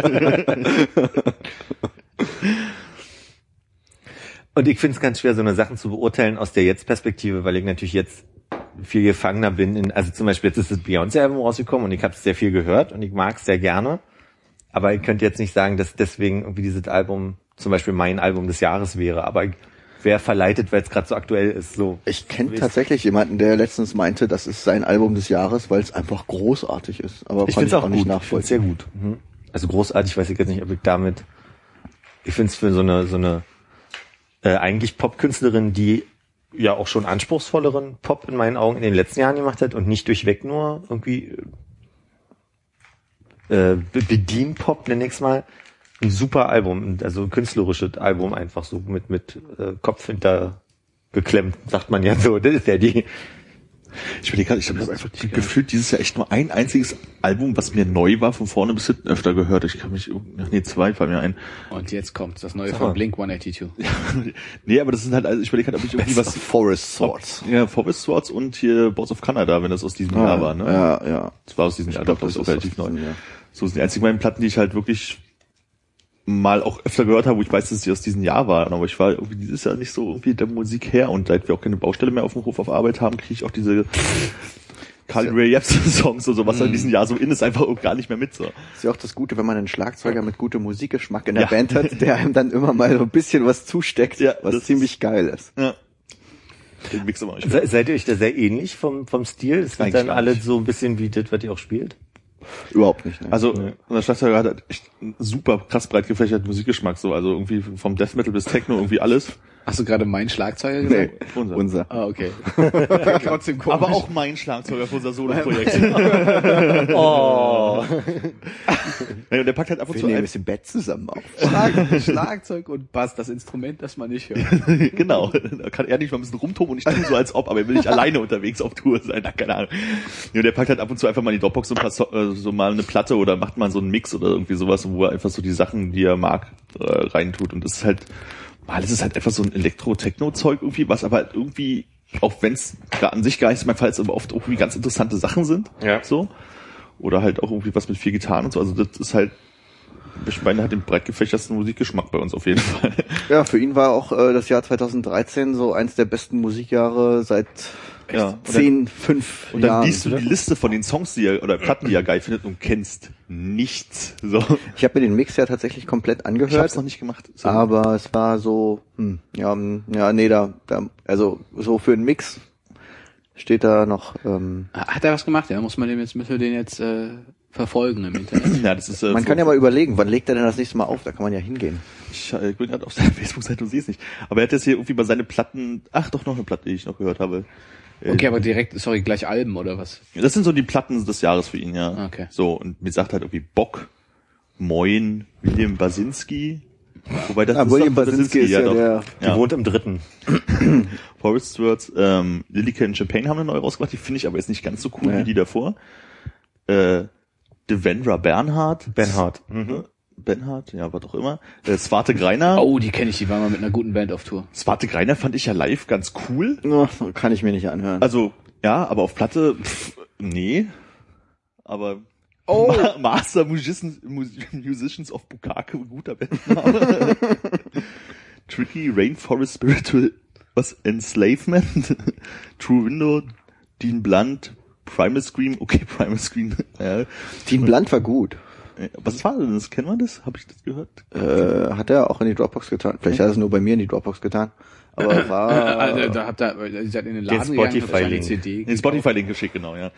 Speaker 4: Und ich finde es ganz schwer, so eine Sachen zu beurteilen aus der Jetzt-Perspektive, weil ich natürlich jetzt viel gefangener bin. In, also zum Beispiel jetzt ist das Beyoncé-Album rausgekommen und ich habe es sehr viel gehört und ich mag es sehr gerne. Aber ich könnte jetzt nicht sagen, dass deswegen irgendwie dieses Album zum Beispiel mein Album des Jahres wäre. Aber wer verleitet, weil es gerade so aktuell ist, so.
Speaker 5: Ich kenne tatsächlich jemanden, der letztens meinte, das ist sein Album des Jahres, weil es einfach großartig ist. Aber
Speaker 4: Ich
Speaker 5: konnte
Speaker 4: find's auch
Speaker 5: nicht
Speaker 4: gut. Ich find's
Speaker 5: nachvollziehen.
Speaker 4: sehr gut. Mhm. Also großartig, weiß ich jetzt nicht, ob ich damit. Ich finde es für so eine so eine äh, eigentlich Popkünstlerin, die ja auch schon anspruchsvolleren Pop in meinen Augen in den letzten Jahren gemacht hat und nicht durchweg nur irgendwie äh, be- Bedien-Pop nenn ich's mal. Ein super Album, und also ein künstlerisches Album einfach so mit mit äh, Kopf hinter geklemmt, sagt man ja so. Das ist ja die.
Speaker 2: Ich bin gerade, ich habe einfach gefühlt dieses Jahr echt nur ein einziges Album, was mir neu war, von vorne bis hinten öfter gehört. Ich kann mich, ach nee, zwei fallen mir ein.
Speaker 3: Und jetzt kommt das neue
Speaker 4: mal.
Speaker 3: von Blink 182.
Speaker 2: nee, aber das sind halt, also ich überlege halt, ob ich irgendwie was,
Speaker 5: Forest Swords.
Speaker 2: ja, Forest Swords und hier Boards of Canada, wenn das aus diesem Jahr war, ne?
Speaker 5: Ja, ja.
Speaker 2: Das war aus diesem Jahr,
Speaker 5: glaub,
Speaker 2: das ist auch
Speaker 5: das ist
Speaker 2: relativ
Speaker 5: aus
Speaker 2: neu.
Speaker 5: diesem Jahr.
Speaker 2: So sind die einzigen beiden Platten, die ich halt wirklich mal auch öfter gehört habe, wo ich weiß, dass die aus diesem Jahr waren, aber ich war irgendwie dieses Jahr nicht so irgendwie der Musik her und seit wir auch keine Baustelle mehr auf dem Hof auf Arbeit haben, kriege ich auch diese Carly Rae Jepsen Songs und so,
Speaker 5: Mhm.
Speaker 2: was halt in diesem Jahr so in ist, einfach auch gar nicht mehr mit so.
Speaker 5: Ist ja auch das Gute, wenn man einen Schlagzeuger mit gutem Musikgeschmack in der
Speaker 2: Ja.
Speaker 5: Band hat, der einem dann immer mal so ein bisschen was zusteckt,
Speaker 2: Ja,
Speaker 5: was
Speaker 2: das-
Speaker 5: ziemlich geil ist.
Speaker 2: Ja. Den Mix aber nicht.
Speaker 4: Se, seid ihr euch da sehr ähnlich vom, vom Stil? Das sind
Speaker 2: Eigentlich
Speaker 4: dann
Speaker 2: gar
Speaker 4: alle
Speaker 2: nicht.
Speaker 4: so ein bisschen wie das, was ihr auch spielt?
Speaker 5: Überhaupt nicht. Ne?
Speaker 2: Also unser Schlagzeuger hat halt echt einen super krass breit gefächerten Musikgeschmack so, also irgendwie vom Death Metal bis Techno irgendwie alles.
Speaker 3: Hast du gerade meinen Schlagzeuger gesagt?
Speaker 2: Unser.
Speaker 5: unser.
Speaker 3: Ah, okay. Klingt Trotzdem komisch.
Speaker 2: Aber auch mein Schlagzeuger für unser Solo-Projekt.
Speaker 4: Oh.
Speaker 2: Ja, und der packt halt ab und
Speaker 5: Wir
Speaker 2: zu
Speaker 5: nehmen ein
Speaker 2: ein.
Speaker 5: bisschen Bett zusammen auf.
Speaker 3: Schlag, Schlagzeug und Bass, das Instrument, das man nicht hört.
Speaker 2: genau. Da kann er nicht mal ein bisschen rumtoben und ich tue so als ob, aber er will nicht alleine unterwegs auf Tour sein. Na, keine Ahnung. Ja, und der packt halt ab und zu einfach mal in die Dropbox so, ein paar so, äh, so mal eine Platte oder macht mal so einen Mix oder irgendwie sowas, wo er einfach so die Sachen, die er mag, äh, reintut. Und das ist halt, mal ist es halt einfach so ein Elektro-Techno-Zeug irgendwie, was aber halt irgendwie, auch wenn es an sich gar nicht mein Fall ist, aber oft auch irgendwie ganz interessante Sachen sind.
Speaker 4: Ja.
Speaker 2: So. Oder halt auch irgendwie was mit viel Gitarren und so. Also das ist halt, ich meine, er hat den breit gefächertsten Musikgeschmack bei uns auf jeden Fall.
Speaker 5: Ja, für ihn war auch äh, das Jahr 2013 so eins der besten Musikjahre seit
Speaker 2: Ja. Und dann-
Speaker 5: zehn, fünf
Speaker 2: Und dann
Speaker 5: Jahren.
Speaker 2: liest du die Liste von den Songs, die er, oder Platten, die er geil findet und kennst nichts. So.
Speaker 5: Ich habe mir den Mix ja tatsächlich komplett angehört.
Speaker 2: nicht gemacht. So.
Speaker 5: Aber es war so, hm, ja, hm, ja, nee, da, da, also so für einen Mix steht da noch, ähm,
Speaker 3: Hat er was gemacht? Ja, muss man dem jetzt, müssen wir den jetzt äh, verfolgen im Internet.
Speaker 2: ja, das ist, äh,
Speaker 5: man
Speaker 2: so-
Speaker 5: kann ja mal überlegen, wann legt er denn das nächste Mal auf? Da kann man ja hingehen.
Speaker 2: Ich äh, bin gerade auf seiner Facebook-Seite und sehe es nicht. Aber er hat jetzt hier irgendwie bei seinen Platten, ach doch, noch eine Platte, die ich noch gehört habe. Äh,
Speaker 3: Okay, aber direkt, sorry, gleich Alben oder was?
Speaker 2: Das sind so die Platten des Jahres für ihn, ja.
Speaker 3: Okay.
Speaker 2: So, und mir sagt halt irgendwie Bock, Moin, William Basinski. Wobei das
Speaker 5: Ah,
Speaker 2: ist
Speaker 5: William
Speaker 2: doch
Speaker 5: Basinski ist ja
Speaker 2: doch.
Speaker 5: der-
Speaker 4: Die wohnt im dritten.
Speaker 2: Forest Swords, ähm, Lilica and Champagne haben eine neue rausgebracht, die finde ich aber jetzt nicht ganz so cool
Speaker 5: Nee.
Speaker 2: wie die davor. Äh, Devendra Bernhard.
Speaker 4: Bernhard.
Speaker 2: Mhm. Bernhard, ja, was auch immer. Äh, Swarte Greiner.
Speaker 3: Oh, die kenne ich, die war mal mit einer guten Band auf Tour.
Speaker 2: Swarte Greiner fand ich ja live ganz cool.
Speaker 5: Oh, kann ich mir nicht anhören.
Speaker 2: Also, ja, aber auf Platte, pff, nee. Aber
Speaker 3: Oh!
Speaker 2: Ma Master Musicians, Mus- Musicians of Bukake, guter Bandname. Tricky, Rainforest Spiritual, was, Enslavement, True Window, Dean Blunt, Primal Scream, okay, Primal Scream, ja. Äh,
Speaker 5: Dean Blunt war gut.
Speaker 2: Was war denn das? Kennen wir das? Habe ich das gehört?
Speaker 5: Äh, hat er auch in die Dropbox getan. Vielleicht hat er es nur bei mir in die Dropbox getan. Aber war,
Speaker 3: also, da habt ihr, ihr seid in den Laden
Speaker 4: Den
Speaker 3: gegangen, habt euch eine
Speaker 4: Spotify-Link.
Speaker 3: CD.
Speaker 2: Den Spotify-Link geschickt, genau, ja.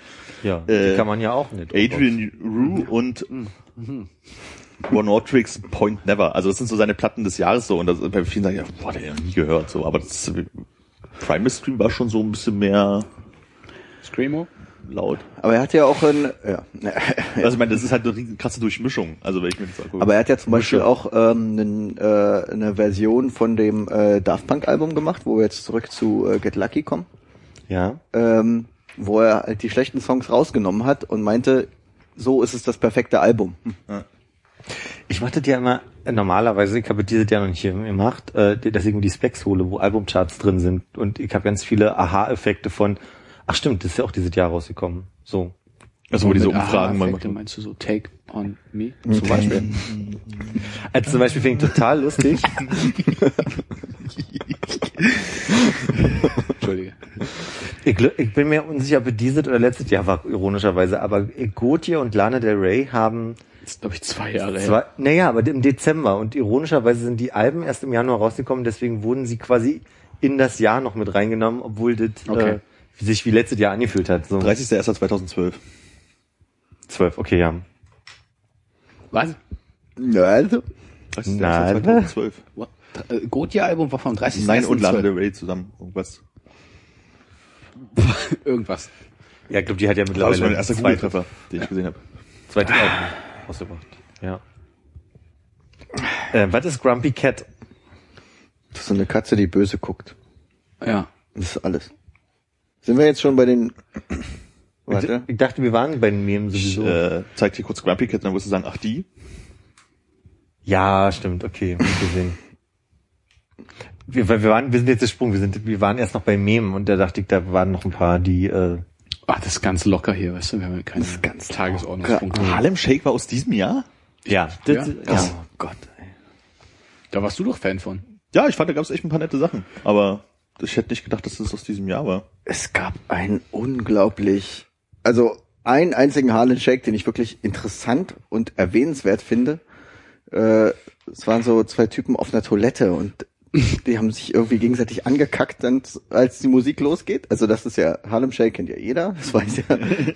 Speaker 4: Ja,
Speaker 2: Äh,
Speaker 4: die kann man ja auch nicht.
Speaker 5: Oh
Speaker 2: Adrian
Speaker 5: Mhm.
Speaker 2: Rue und One Ortrix Point Never. Also das sind so seine Platten des Jahres so und das, bei vielen sagen ja, boah, den hab ich noch nie gehört so, aber das Primal Scream war schon so ein bisschen mehr
Speaker 3: Screamo?
Speaker 2: laut.
Speaker 5: aber er hat ja auch ein, ja, ne,
Speaker 2: Also ich meine, das ist halt eine riesen krasse Durchmischung. Also wenn ich mir das angucke.
Speaker 5: aber er hat ja zum Beispiel auch ähm, nen, äh, eine Version von dem äh, Daft Punk Album gemacht, wo wir jetzt zurück zu äh, Get Lucky kommen.
Speaker 4: Ja.
Speaker 5: ähm, wo er halt die schlechten Songs rausgenommen hat und meinte, so ist es das perfekte Album.
Speaker 4: Ich mache das ja immer, äh, normalerweise, ich habe dieses Jahr noch nicht hier gemacht, äh, dass ich mir die Specs hole, wo Albumcharts drin sind. Und ich habe ganz viele Aha-Effekte von, ach stimmt, das ist ja auch dieses Jahr rausgekommen. So.
Speaker 2: also wo diese
Speaker 3: Mit
Speaker 2: Umfragen mal
Speaker 3: Aha-Effekte,
Speaker 2: machen.
Speaker 3: meinst du so, Take on Me?
Speaker 5: Zum Beispiel.
Speaker 4: Also zum Beispiel finde ich total lustig.
Speaker 3: Entschuldige.
Speaker 4: Ich, gl- ich bin mir unsicher, ob es dieses oder letztes Jahr war, ironischerweise, aber Gautier und Lana Del Rey haben
Speaker 3: ist, glaube ich, zwei Jahre her.
Speaker 4: Zwar, naja, aber im Dezember. Und ironischerweise sind die Alben erst im Januar rausgekommen, deswegen wurden sie quasi in das Jahr noch mit reingenommen, obwohl das
Speaker 3: Okay.
Speaker 4: äh, sich wie letztes Jahr angefühlt hat. So
Speaker 2: 30.01.2012.
Speaker 4: 12, okay, ja.
Speaker 3: Was?
Speaker 5: Ja, also,
Speaker 2: 30.01.2012.
Speaker 3: What? Äh, Gotye-Album war vom 30.
Speaker 2: Nein und Lana Del Rey zusammen. Irgendwas.
Speaker 3: Irgendwas.
Speaker 4: Ja, ich glaube, die hat ja
Speaker 2: Das war mein
Speaker 4: mittlerweile
Speaker 2: erster
Speaker 4: zwei,
Speaker 2: Google-Treffer, den ich gesehen habe.
Speaker 4: zwei Alben rausgebracht. Ja. Äh, was ist Grumpy Cat?
Speaker 5: das ist so eine Katze, die böse guckt.
Speaker 3: Ja.
Speaker 5: Das ist alles. Sind wir jetzt schon bei den... Warte.
Speaker 4: Ich dachte, wir waren bei den Memes
Speaker 2: Ich
Speaker 4: sowieso.
Speaker 2: äh, zeig dir kurz Grumpy Cat, dann wirst du sagen, ach die?
Speaker 4: Ja, stimmt, okay, gut gesehen. Wir, weil wir, waren, wir sind jetzt gesprungen, wir, sind, wir waren erst noch bei Memen und da dachte ich, da waren noch ein paar, die... Äh,
Speaker 3: Ach, das ist ganz locker hier, weißt du, wir haben ja keine ganz Tagesordnungspunkte.
Speaker 5: Mhm.
Speaker 2: Harlem Shake war aus diesem Jahr?
Speaker 4: ja, das, ja.
Speaker 3: Ja.
Speaker 5: Oh
Speaker 3: Gott, ey. Da warst du doch Fan von.
Speaker 2: Ja, ich fand, da gab es echt ein paar nette Sachen. Aber ich hätte nicht gedacht, dass das aus diesem Jahr war.
Speaker 5: Es gab einen unglaublich, also einen einzigen Harlan Shake, den ich wirklich interessant und erwähnenswert finde. Äh, es waren so zwei Typen auf einer Toilette und die haben sich irgendwie gegenseitig angekackt, dann, als die Musik losgeht. Also das ist ja, Harlem Shake kennt ja jeder. Das weiß ja,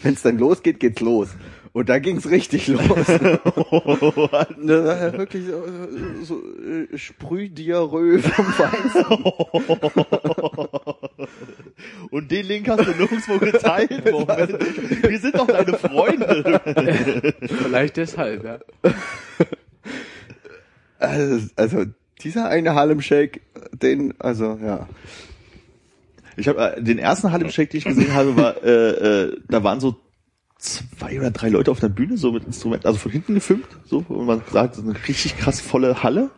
Speaker 5: wenn es dann losgeht, geht's los. Und da ging's richtig los. Und da war er wirklich so, so äh, Sprühdiarrhoe vom Feinsten.
Speaker 2: Und den Link hast du nirgendwo geteilt. Wir sind doch deine Freunde.
Speaker 3: Vielleicht deshalb, ja.
Speaker 5: Also, also dieser eine Harlem Shake, den, also ja.
Speaker 2: Ich habe äh, den ersten Harlem Shake, den ich gesehen habe, war äh, äh, da waren so zwei oder drei Leute auf der Bühne so mit Instrumenten, also von hinten gefilmt, so und man sagt, so eine richtig krass volle Halle.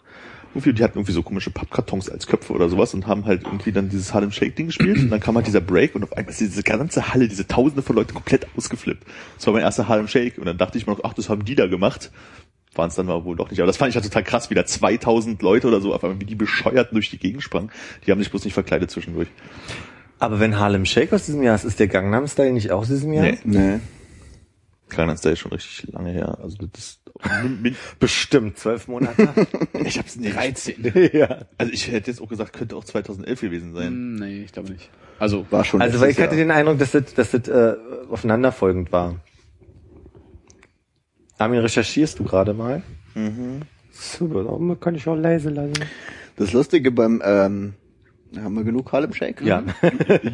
Speaker 2: Irgendwie, die hatten irgendwie so komische Pappkartons als Köpfe oder sowas und haben halt irgendwie dann dieses Harlem Shake Ding gespielt und dann kam halt dieser Break und auf einmal ist diese ganze Halle, diese Tausende von Leuten komplett ausgeflippt. Das war mein erster Harlem Shake und dann dachte ich mir noch, ach, das haben die da gemacht. Waren es dann mal wohl doch nicht. Aber das fand ich halt total krass, wie da 2000 Leute oder so auf einmal wie die bescheuert durch die Gegend sprangen. Die haben sich bloß nicht verkleidet zwischendurch.
Speaker 4: Aber wenn Harlem Shake aus diesem Jahr ist, ist der Gangnam Style nicht aus diesem Jahr?
Speaker 2: Nee.
Speaker 5: Nee.
Speaker 2: Gangnam Style ist schon richtig lange her. Also das
Speaker 4: Bestimmt zwölf Monate.
Speaker 2: ich hab's nicht.
Speaker 3: 13.
Speaker 4: ja.
Speaker 2: Also ich hätte jetzt auch gesagt, könnte auch 2011 gewesen sein.
Speaker 3: Hm, nee, ich glaube nicht. Also,
Speaker 5: War schon.
Speaker 4: Also weil ich hatte den Eindruck, dass das, dass das äh, aufeinanderfolgend war. Armin, recherchierst du gerade mal? Mhm. Super, darum kann ich auch leise lassen.
Speaker 5: das Lustige beim, ähm, haben wir genug Harlem Shake?
Speaker 4: Ja.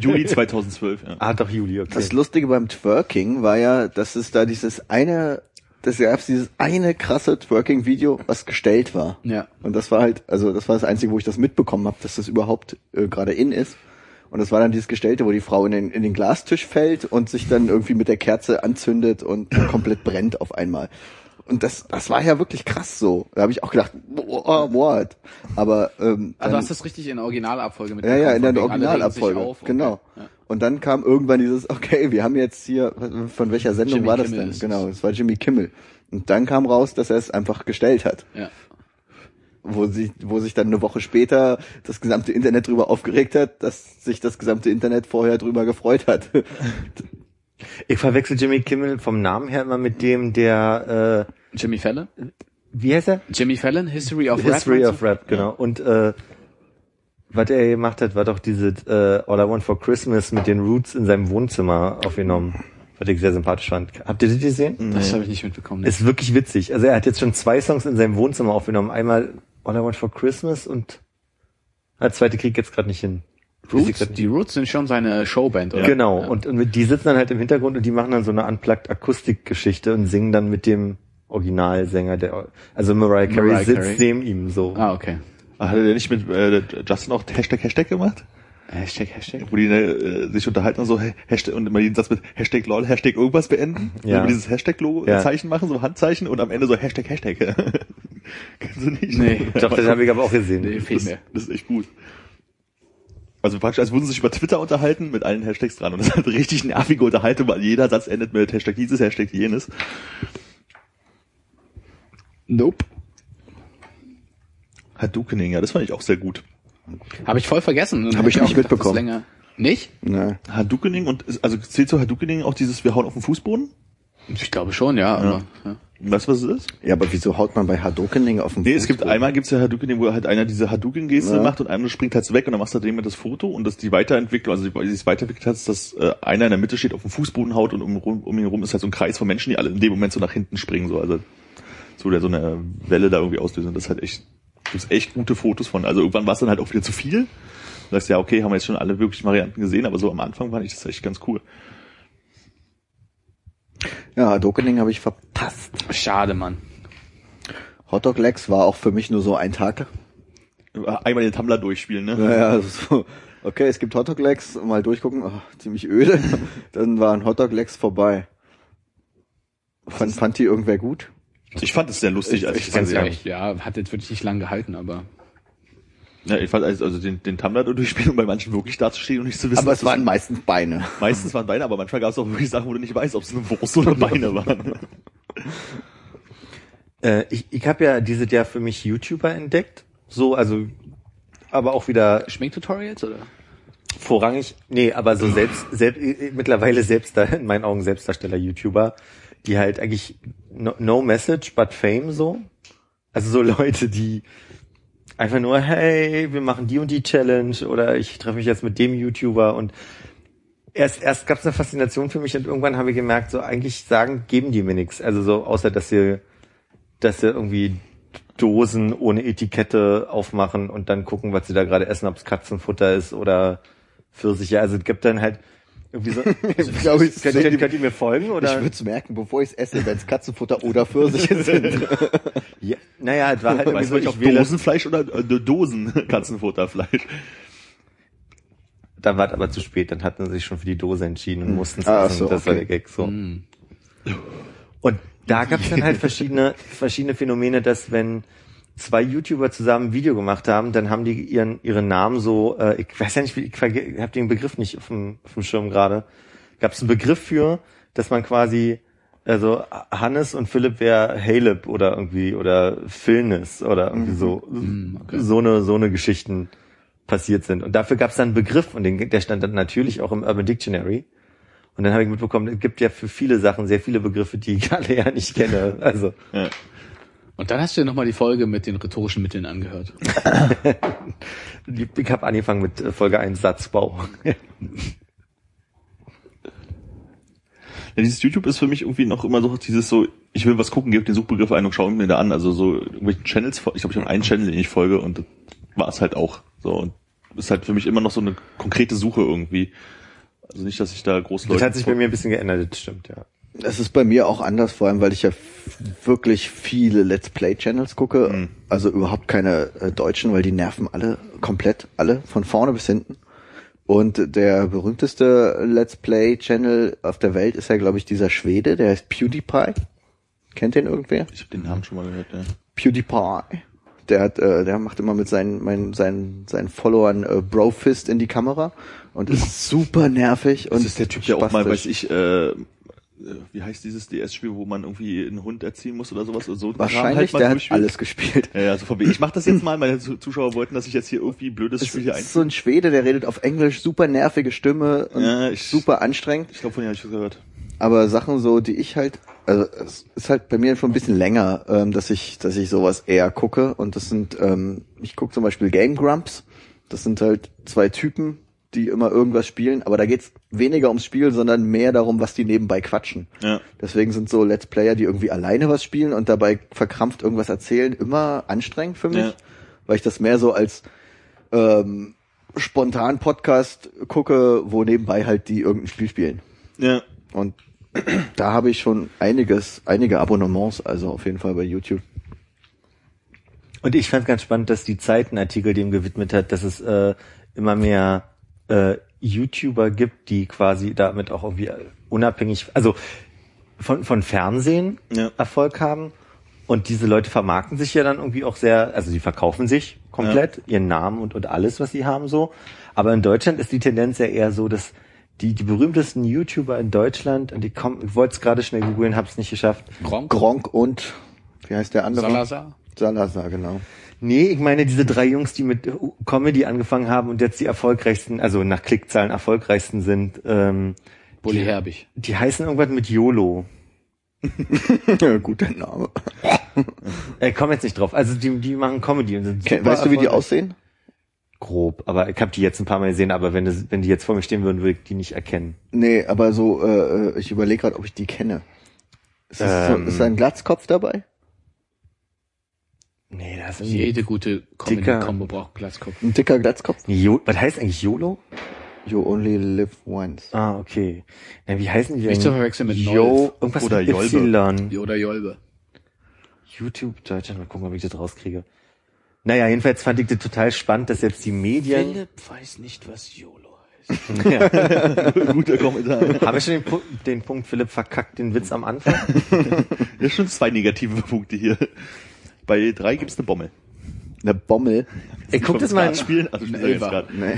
Speaker 2: Juli 2012, ja.
Speaker 4: ah, doch, Juli, okay.
Speaker 5: Das Lustige beim Twerking war ja, dass es da dieses eine, das gab's dieses eine krasse Twerking-Video, was gestellt war.
Speaker 3: Ja.
Speaker 5: Und das war halt, also das war das Einzige, wo ich das mitbekommen habe, dass das überhaupt äh, gerade in ist. Und das war dann dieses Gestellte, wo die Frau in den, in den Glastisch fällt und sich dann irgendwie mit der Kerze anzündet und komplett brennt auf einmal. Und das, das war ja wirklich krass so. Da habe ich auch gedacht, boah, what? Aber ähm,
Speaker 3: also
Speaker 5: dann-
Speaker 3: hast du es richtig in der Originalabfolge mit
Speaker 5: ja, ja, in
Speaker 3: Alle
Speaker 5: der
Speaker 3: regen sich
Speaker 5: Originalabfolge.
Speaker 3: auf, okay.
Speaker 5: Genau.
Speaker 3: Ja.
Speaker 5: Und dann kam irgendwann dieses, okay, wir haben jetzt hier, von welcher Sendung
Speaker 3: Jimmy
Speaker 5: war das
Speaker 3: Kimmel
Speaker 5: denn?
Speaker 3: ist es.
Speaker 5: Genau, es war Jimmy Kimmel. Und dann kam raus, dass er es einfach gestellt hat.
Speaker 3: Ja.
Speaker 5: Wo, sie, wo sich dann eine Woche später das gesamte Internet drüber aufgeregt hat, dass sich das gesamte Internet vorher drüber gefreut hat.
Speaker 4: Ich verwechsel Jimmy Kimmel vom Namen her immer mit dem, der, äh,
Speaker 3: Jimmy Fallon?
Speaker 4: wie heißt er?
Speaker 3: Jimmy Fallon, History of
Speaker 4: History
Speaker 3: Rap.
Speaker 4: of Rap, genau. Und äh, was er gemacht hat, war doch diese äh, All I Want for Christmas mit den Roots in seinem Wohnzimmer aufgenommen, was ich sehr sympathisch fand. Habt ihr das gesehen?
Speaker 3: Das habe ich nicht mitbekommen. ne.
Speaker 4: Ist wirklich witzig. Also er hat jetzt schon zwei Songs in seinem Wohnzimmer aufgenommen. Einmal All I Want for Christmas und ah, der zweite Krieg jetzt gerade nicht hin. Ist
Speaker 3: Roots,
Speaker 4: grad-
Speaker 3: die Roots sind schon seine Showband, oder?
Speaker 4: Genau, und, und mit- die sitzen dann halt im Hintergrund und die machen dann so eine unplugged Akustikgeschichte und singen dann mit dem Originalsänger, der also Mariah Carey
Speaker 3: Mariah
Speaker 4: sitzt
Speaker 3: Carey.
Speaker 4: neben ihm so.
Speaker 3: Ah, okay.
Speaker 2: Hat er nicht mit äh, Justin auch Hashtag Hashtag gemacht?
Speaker 3: Hashtag, Hashtag.
Speaker 2: Wo die äh, sich unterhalten und so Hä- Hashtag und immer jeden Satz mit Hashtag lol, Hashtag irgendwas beenden.
Speaker 4: Ja.
Speaker 2: Ja. Immer dieses Hashtag-Logo,
Speaker 4: Ja.
Speaker 2: Zeichen machen, so Handzeichen und am Ende so Hashtag Hashtag. Kennst du nicht?
Speaker 3: Nee.
Speaker 4: Doch, das habe ich aber auch gesehen.
Speaker 3: Nee, fehlt
Speaker 2: Das,
Speaker 3: mir.
Speaker 2: das ist echt gut. Also praktisch, als würden sie sich über Twitter unterhalten mit allen Hashtags dran. Und das ist halt richtig nervige Unterhaltung, weil jeder Satz endet mit Hashtag dieses, Hashtag jenes.
Speaker 3: Nope.
Speaker 2: Hadoukening, ja, das fand ich auch sehr gut.
Speaker 3: Habe ich voll vergessen.
Speaker 5: Hab ich
Speaker 3: Hätte auch
Speaker 5: nicht
Speaker 3: gedacht, das ist
Speaker 5: mitbekommen.
Speaker 3: Länger. Nicht?
Speaker 5: Na,
Speaker 2: Hadoukening und, also zählt zu Hadoukening auch dieses, wir hauen auf den Fußboden?
Speaker 3: Ich glaube schon, ja, aber ja.
Speaker 2: Weißt du, was es ist?
Speaker 5: Ja, aber wieso haut man bei Hadokening auf den
Speaker 2: Nee, es
Speaker 5: Punkt
Speaker 2: gibt
Speaker 5: rum?
Speaker 2: einmal gibt's ja Hadouken, wo halt einer diese Hadouken-Geste
Speaker 5: Ja.
Speaker 2: macht und einer springt halt weg und dann machst du dem das Foto und dass die Weiterentwicklung, also die, wie sie es weiterentwickelt hat, ist, dass äh, einer in der Mitte steht auf dem Fußboden haut und um, um ihn herum ist halt so ein Kreis von Menschen, die alle in dem Moment so nach hinten springen, so also so der so eine Welle da irgendwie auslösen. Das ist halt echt, gibt's echt gute Fotos von. Also irgendwann war es dann halt auch wieder zu viel. Du sagst ja, okay, haben wir jetzt schon alle wirklich Varianten gesehen, aber so am Anfang fand ich das echt ganz cool.
Speaker 5: Ja, Hadokening habe ich verpasst.
Speaker 3: Schade, Mann.
Speaker 5: Hotdog Legs war auch für mich nur so ein Tag.
Speaker 2: Einmal den Tumblr durchspielen, ne?
Speaker 5: Naja, so, okay, es gibt Hotdog Legs, mal durchgucken, Ah, ziemlich öde. Dann waren Hotdog Legs vorbei. Fand, fand die irgendwer gut?
Speaker 2: Ich fand es sehr lustig, als ich es
Speaker 3: Ganz
Speaker 2: gesehen habe.
Speaker 3: ehrlich, ja, hat jetzt wirklich nicht lang gehalten, aber
Speaker 2: Ja, ich fand also also den, den Tumblr da durchspielen und um bei manchen wirklich dazustehen und nicht zu wissen.
Speaker 5: Aber
Speaker 2: was
Speaker 5: es waren meistens Beine.
Speaker 2: das- meistens waren Beine, aber manchmal gab es auch wirklich Sachen, wo du nicht weißt, ob es eine Wurst oder Beine waren.
Speaker 4: Äh, ich ich habe ja dieses Jahr für mich YouTuber entdeckt. So, also, aber auch wieder
Speaker 3: Schminktutorials oder?
Speaker 4: vorrangig, nee, aber so selbst, selbst äh, mittlerweile selbst da, in meinen Augen Selbstdarsteller YouTuber, die halt eigentlich no, no message but fame so. Also so Leute, die einfach nur, hey, wir machen die und die Challenge oder ich treffe mich jetzt mit dem YouTuber und erst, erst gab es eine Faszination für mich und irgendwann habe ich gemerkt, so eigentlich sagen, geben die mir nichts. Also so, außer dass sie, dass sie irgendwie Dosen ohne Etikette aufmachen und dann gucken, was sie da gerade essen, ob es Katzenfutter ist oder Pfirsiche. Also es gibt dann halt irgendwie so.
Speaker 5: Ich glaub, ich-
Speaker 4: könnt, ihr, könnt ihr mir folgen? Oder?
Speaker 5: Ich würde es merken, bevor ich es esse, wenn es Katzenfutter oder Pfirsiche sind.
Speaker 4: Ja, naja, es war halt irgendwie
Speaker 2: Weißt
Speaker 4: so,
Speaker 2: du, nicht,
Speaker 4: ich
Speaker 2: ob
Speaker 4: wähle,
Speaker 2: Dosenfleisch oder äh, Dosen Katzenfutterfleisch.
Speaker 4: dann war es aber zu spät, dann hatten sie sich schon für die Dose entschieden und mussten es
Speaker 5: Ah,
Speaker 4: essen.
Speaker 5: so,
Speaker 4: das war
Speaker 5: okay.
Speaker 4: der Gag so. Und da gab es dann halt verschiedene, verschiedene Phänomene, dass wenn zwei YouTuber zusammen ein Video gemacht haben, dann haben die ihren ihren Namen so, äh, ich weiß ja nicht, wie, ich habe den Begriff nicht auf dem, auf dem Schirm gerade. Gab es einen Begriff für, dass man quasi, also Hannes und Philipp wäre Haleb oder irgendwie oder Philnis oder irgendwie
Speaker 5: Mhm.
Speaker 4: so
Speaker 3: okay.
Speaker 4: so eine so eine Geschichten passiert sind. Und dafür gab es dann einen Begriff und den, der stand dann natürlich auch im Urban Dictionary. Und dann habe ich mitbekommen, es gibt ja für viele Sachen sehr viele Begriffe, die ich alle ja nicht kenne. Also
Speaker 2: Ja.
Speaker 3: Und dann hast du ja nochmal die Folge mit den rhetorischen Mitteln angehört.
Speaker 4: ich, ich habe angefangen mit äh, Folge 1 Satzbau.
Speaker 2: Ja, dieses YouTube ist für mich irgendwie noch immer so dieses so, ich will was gucken, gebe den Suchbegriff ein und schaue ihn mir da an. Also so irgendwelchen Channels, fol- ich glaube, ich habe einen Channel, den ich folge und das war es halt auch. So und ist halt für mich immer noch so eine konkrete Suche irgendwie. Also nicht, dass ich da groß
Speaker 4: Das hat sich bei mir ein bisschen geändert, das stimmt, ja.
Speaker 5: Das ist bei mir auch anders, vor allem, weil ich ja f- wirklich viele Let's Play Channels gucke.
Speaker 2: Mhm.
Speaker 5: Also überhaupt keine äh, deutschen, weil die nerven alle komplett, alle, von vorne bis hinten. Und der berühmteste Let's Play Channel auf der Welt ist ja, glaube ich, dieser Schwede, der heißt PewDiePie. Kennt den irgendwer?
Speaker 2: Ich habe den Namen schon mal gehört, ja.
Speaker 5: PewDiePie. Der hat, äh, der macht immer mit seinen, meinen, seinen, seinen Followern äh, Brofist in die Kamera und ist super nervig und
Speaker 2: Das ist der Typ, der auch mal, weiß
Speaker 5: spastisch.
Speaker 2: ich, äh, äh, wie heißt dieses DS-Spiel, wo man irgendwie einen Hund erziehen muss oder sowas? Oder so einen Kram halt
Speaker 5: wahrscheinlich,
Speaker 2: mal
Speaker 5: der hat
Speaker 2: durchspielt?
Speaker 5: alles gespielt.
Speaker 2: Ja, ja, so von wegen. Ich mach das jetzt mal, meine Zu- Zuschauer wollten, dass ich jetzt hier irgendwie blödes
Speaker 5: Das
Speaker 2: Spiel hier ein.
Speaker 5: ist so ein Schwede, der redet auf Englisch, super nervige Stimme und
Speaker 2: Ja, ich-
Speaker 5: super anstrengend.
Speaker 2: Ich glaube, von dir habe ich das gehört.
Speaker 5: aber Sachen so, die ich halt, also es ist halt bei mir schon ein bisschen länger, ähm, dass ich, dass ich sowas eher gucke. Und das sind, ähm, ich gucke zum Beispiel Game Grumps. Das sind halt zwei Typen, die immer irgendwas spielen, aber da geht's weniger ums Spiel, sondern mehr darum, was die nebenbei quatschen.
Speaker 2: Ja.
Speaker 5: Deswegen sind so Let's Player, die irgendwie alleine was spielen und dabei verkrampft irgendwas erzählen, immer anstrengend für mich,
Speaker 2: Ja.
Speaker 5: weil ich das mehr so als ähm, spontan Podcast gucke, wo nebenbei halt die irgendein Spiel spielen.
Speaker 2: Ja.
Speaker 5: Und da habe ich schon einiges, einige Abonnements, also auf jeden Fall bei YouTube.
Speaker 4: Und ich fand ganz spannend, dass die Zeit einen Artikel dem gewidmet hat, dass es äh, immer mehr äh, YouTuber gibt, die quasi damit auch irgendwie äh, unabhängig, also von, von Fernsehen
Speaker 2: Ja.
Speaker 4: Erfolg haben. Und diese Leute vermarkten sich ja dann irgendwie auch sehr, also die verkaufen sich komplett, ihren Namen und, und alles, was sie haben so. Aber in Deutschland ist die Tendenz ja eher so, dass die, die berühmtesten YouTuber in Deutschland, und ich, komm- ich wollte es gerade schnell googeln, hab's nicht geschafft,
Speaker 3: Gronk,
Speaker 5: Gronk und, wie heißt der andere?
Speaker 3: Salazar.
Speaker 5: Salazar, genau.
Speaker 4: Nee, ich meine diese drei Jungs, die mit Comedy angefangen haben und jetzt die erfolgreichsten, also nach Klickzahlen erfolgreichsten sind, ähm,
Speaker 3: Bulli Herbig.
Speaker 4: die heißen irgendwas mit YOLO.
Speaker 5: Ja, guter Name.
Speaker 4: Äh, komm jetzt nicht drauf. Also die, die machen Comedy und sind
Speaker 5: Ke-
Speaker 4: super
Speaker 5: weißt du, wie die
Speaker 4: erfolgreich.
Speaker 5: aussehen?
Speaker 4: Grob, aber ich habe die jetzt ein paar Mal gesehen, aber wenn, das, wenn die jetzt vor mir stehen würden, würde ich die nicht erkennen.
Speaker 5: Nee, aber so, äh, ich überlege gerade, ob ich die kenne. Ist, das so,
Speaker 4: Ähm.
Speaker 5: ist da ein Glatzkopf dabei?
Speaker 4: Nee, das ist
Speaker 3: Also Jede gute
Speaker 4: Dicker.
Speaker 3: Comedy-Combo braucht Glatzkopf.
Speaker 5: Ein dicker Glatzkopf?
Speaker 4: Jo Was heißt eigentlich YOLO?
Speaker 5: You only live once.
Speaker 4: Ah, okay. Na, wie heißen die denn?
Speaker 3: Nicht zu verwechseln mit
Speaker 4: Yo, irgendwas
Speaker 2: oder
Speaker 4: mit
Speaker 2: Jolbe.
Speaker 4: Y.
Speaker 3: Nolf oder Jolbe.
Speaker 4: YouTube Deutschland, mal gucken, ob ich das rauskriege. Naja, jedenfalls fand ich das total spannend, dass jetzt die Medien...
Speaker 3: weiß nicht, was YOLO heißt.
Speaker 2: Guter Kommentar.
Speaker 4: Haben wir schon den, Pu den Punkt, Philipp verkackt den Witz am Anfang?
Speaker 2: Das sind zwei negative Punkte hier. Bei drei gibt's eine Bommel.
Speaker 5: Eine Bommel?
Speaker 4: Ich guck das mal...
Speaker 2: Spielen, also
Speaker 3: Eine
Speaker 2: spielen wir jetzt
Speaker 3: Elfer.
Speaker 2: grad.
Speaker 5: Oh Nee.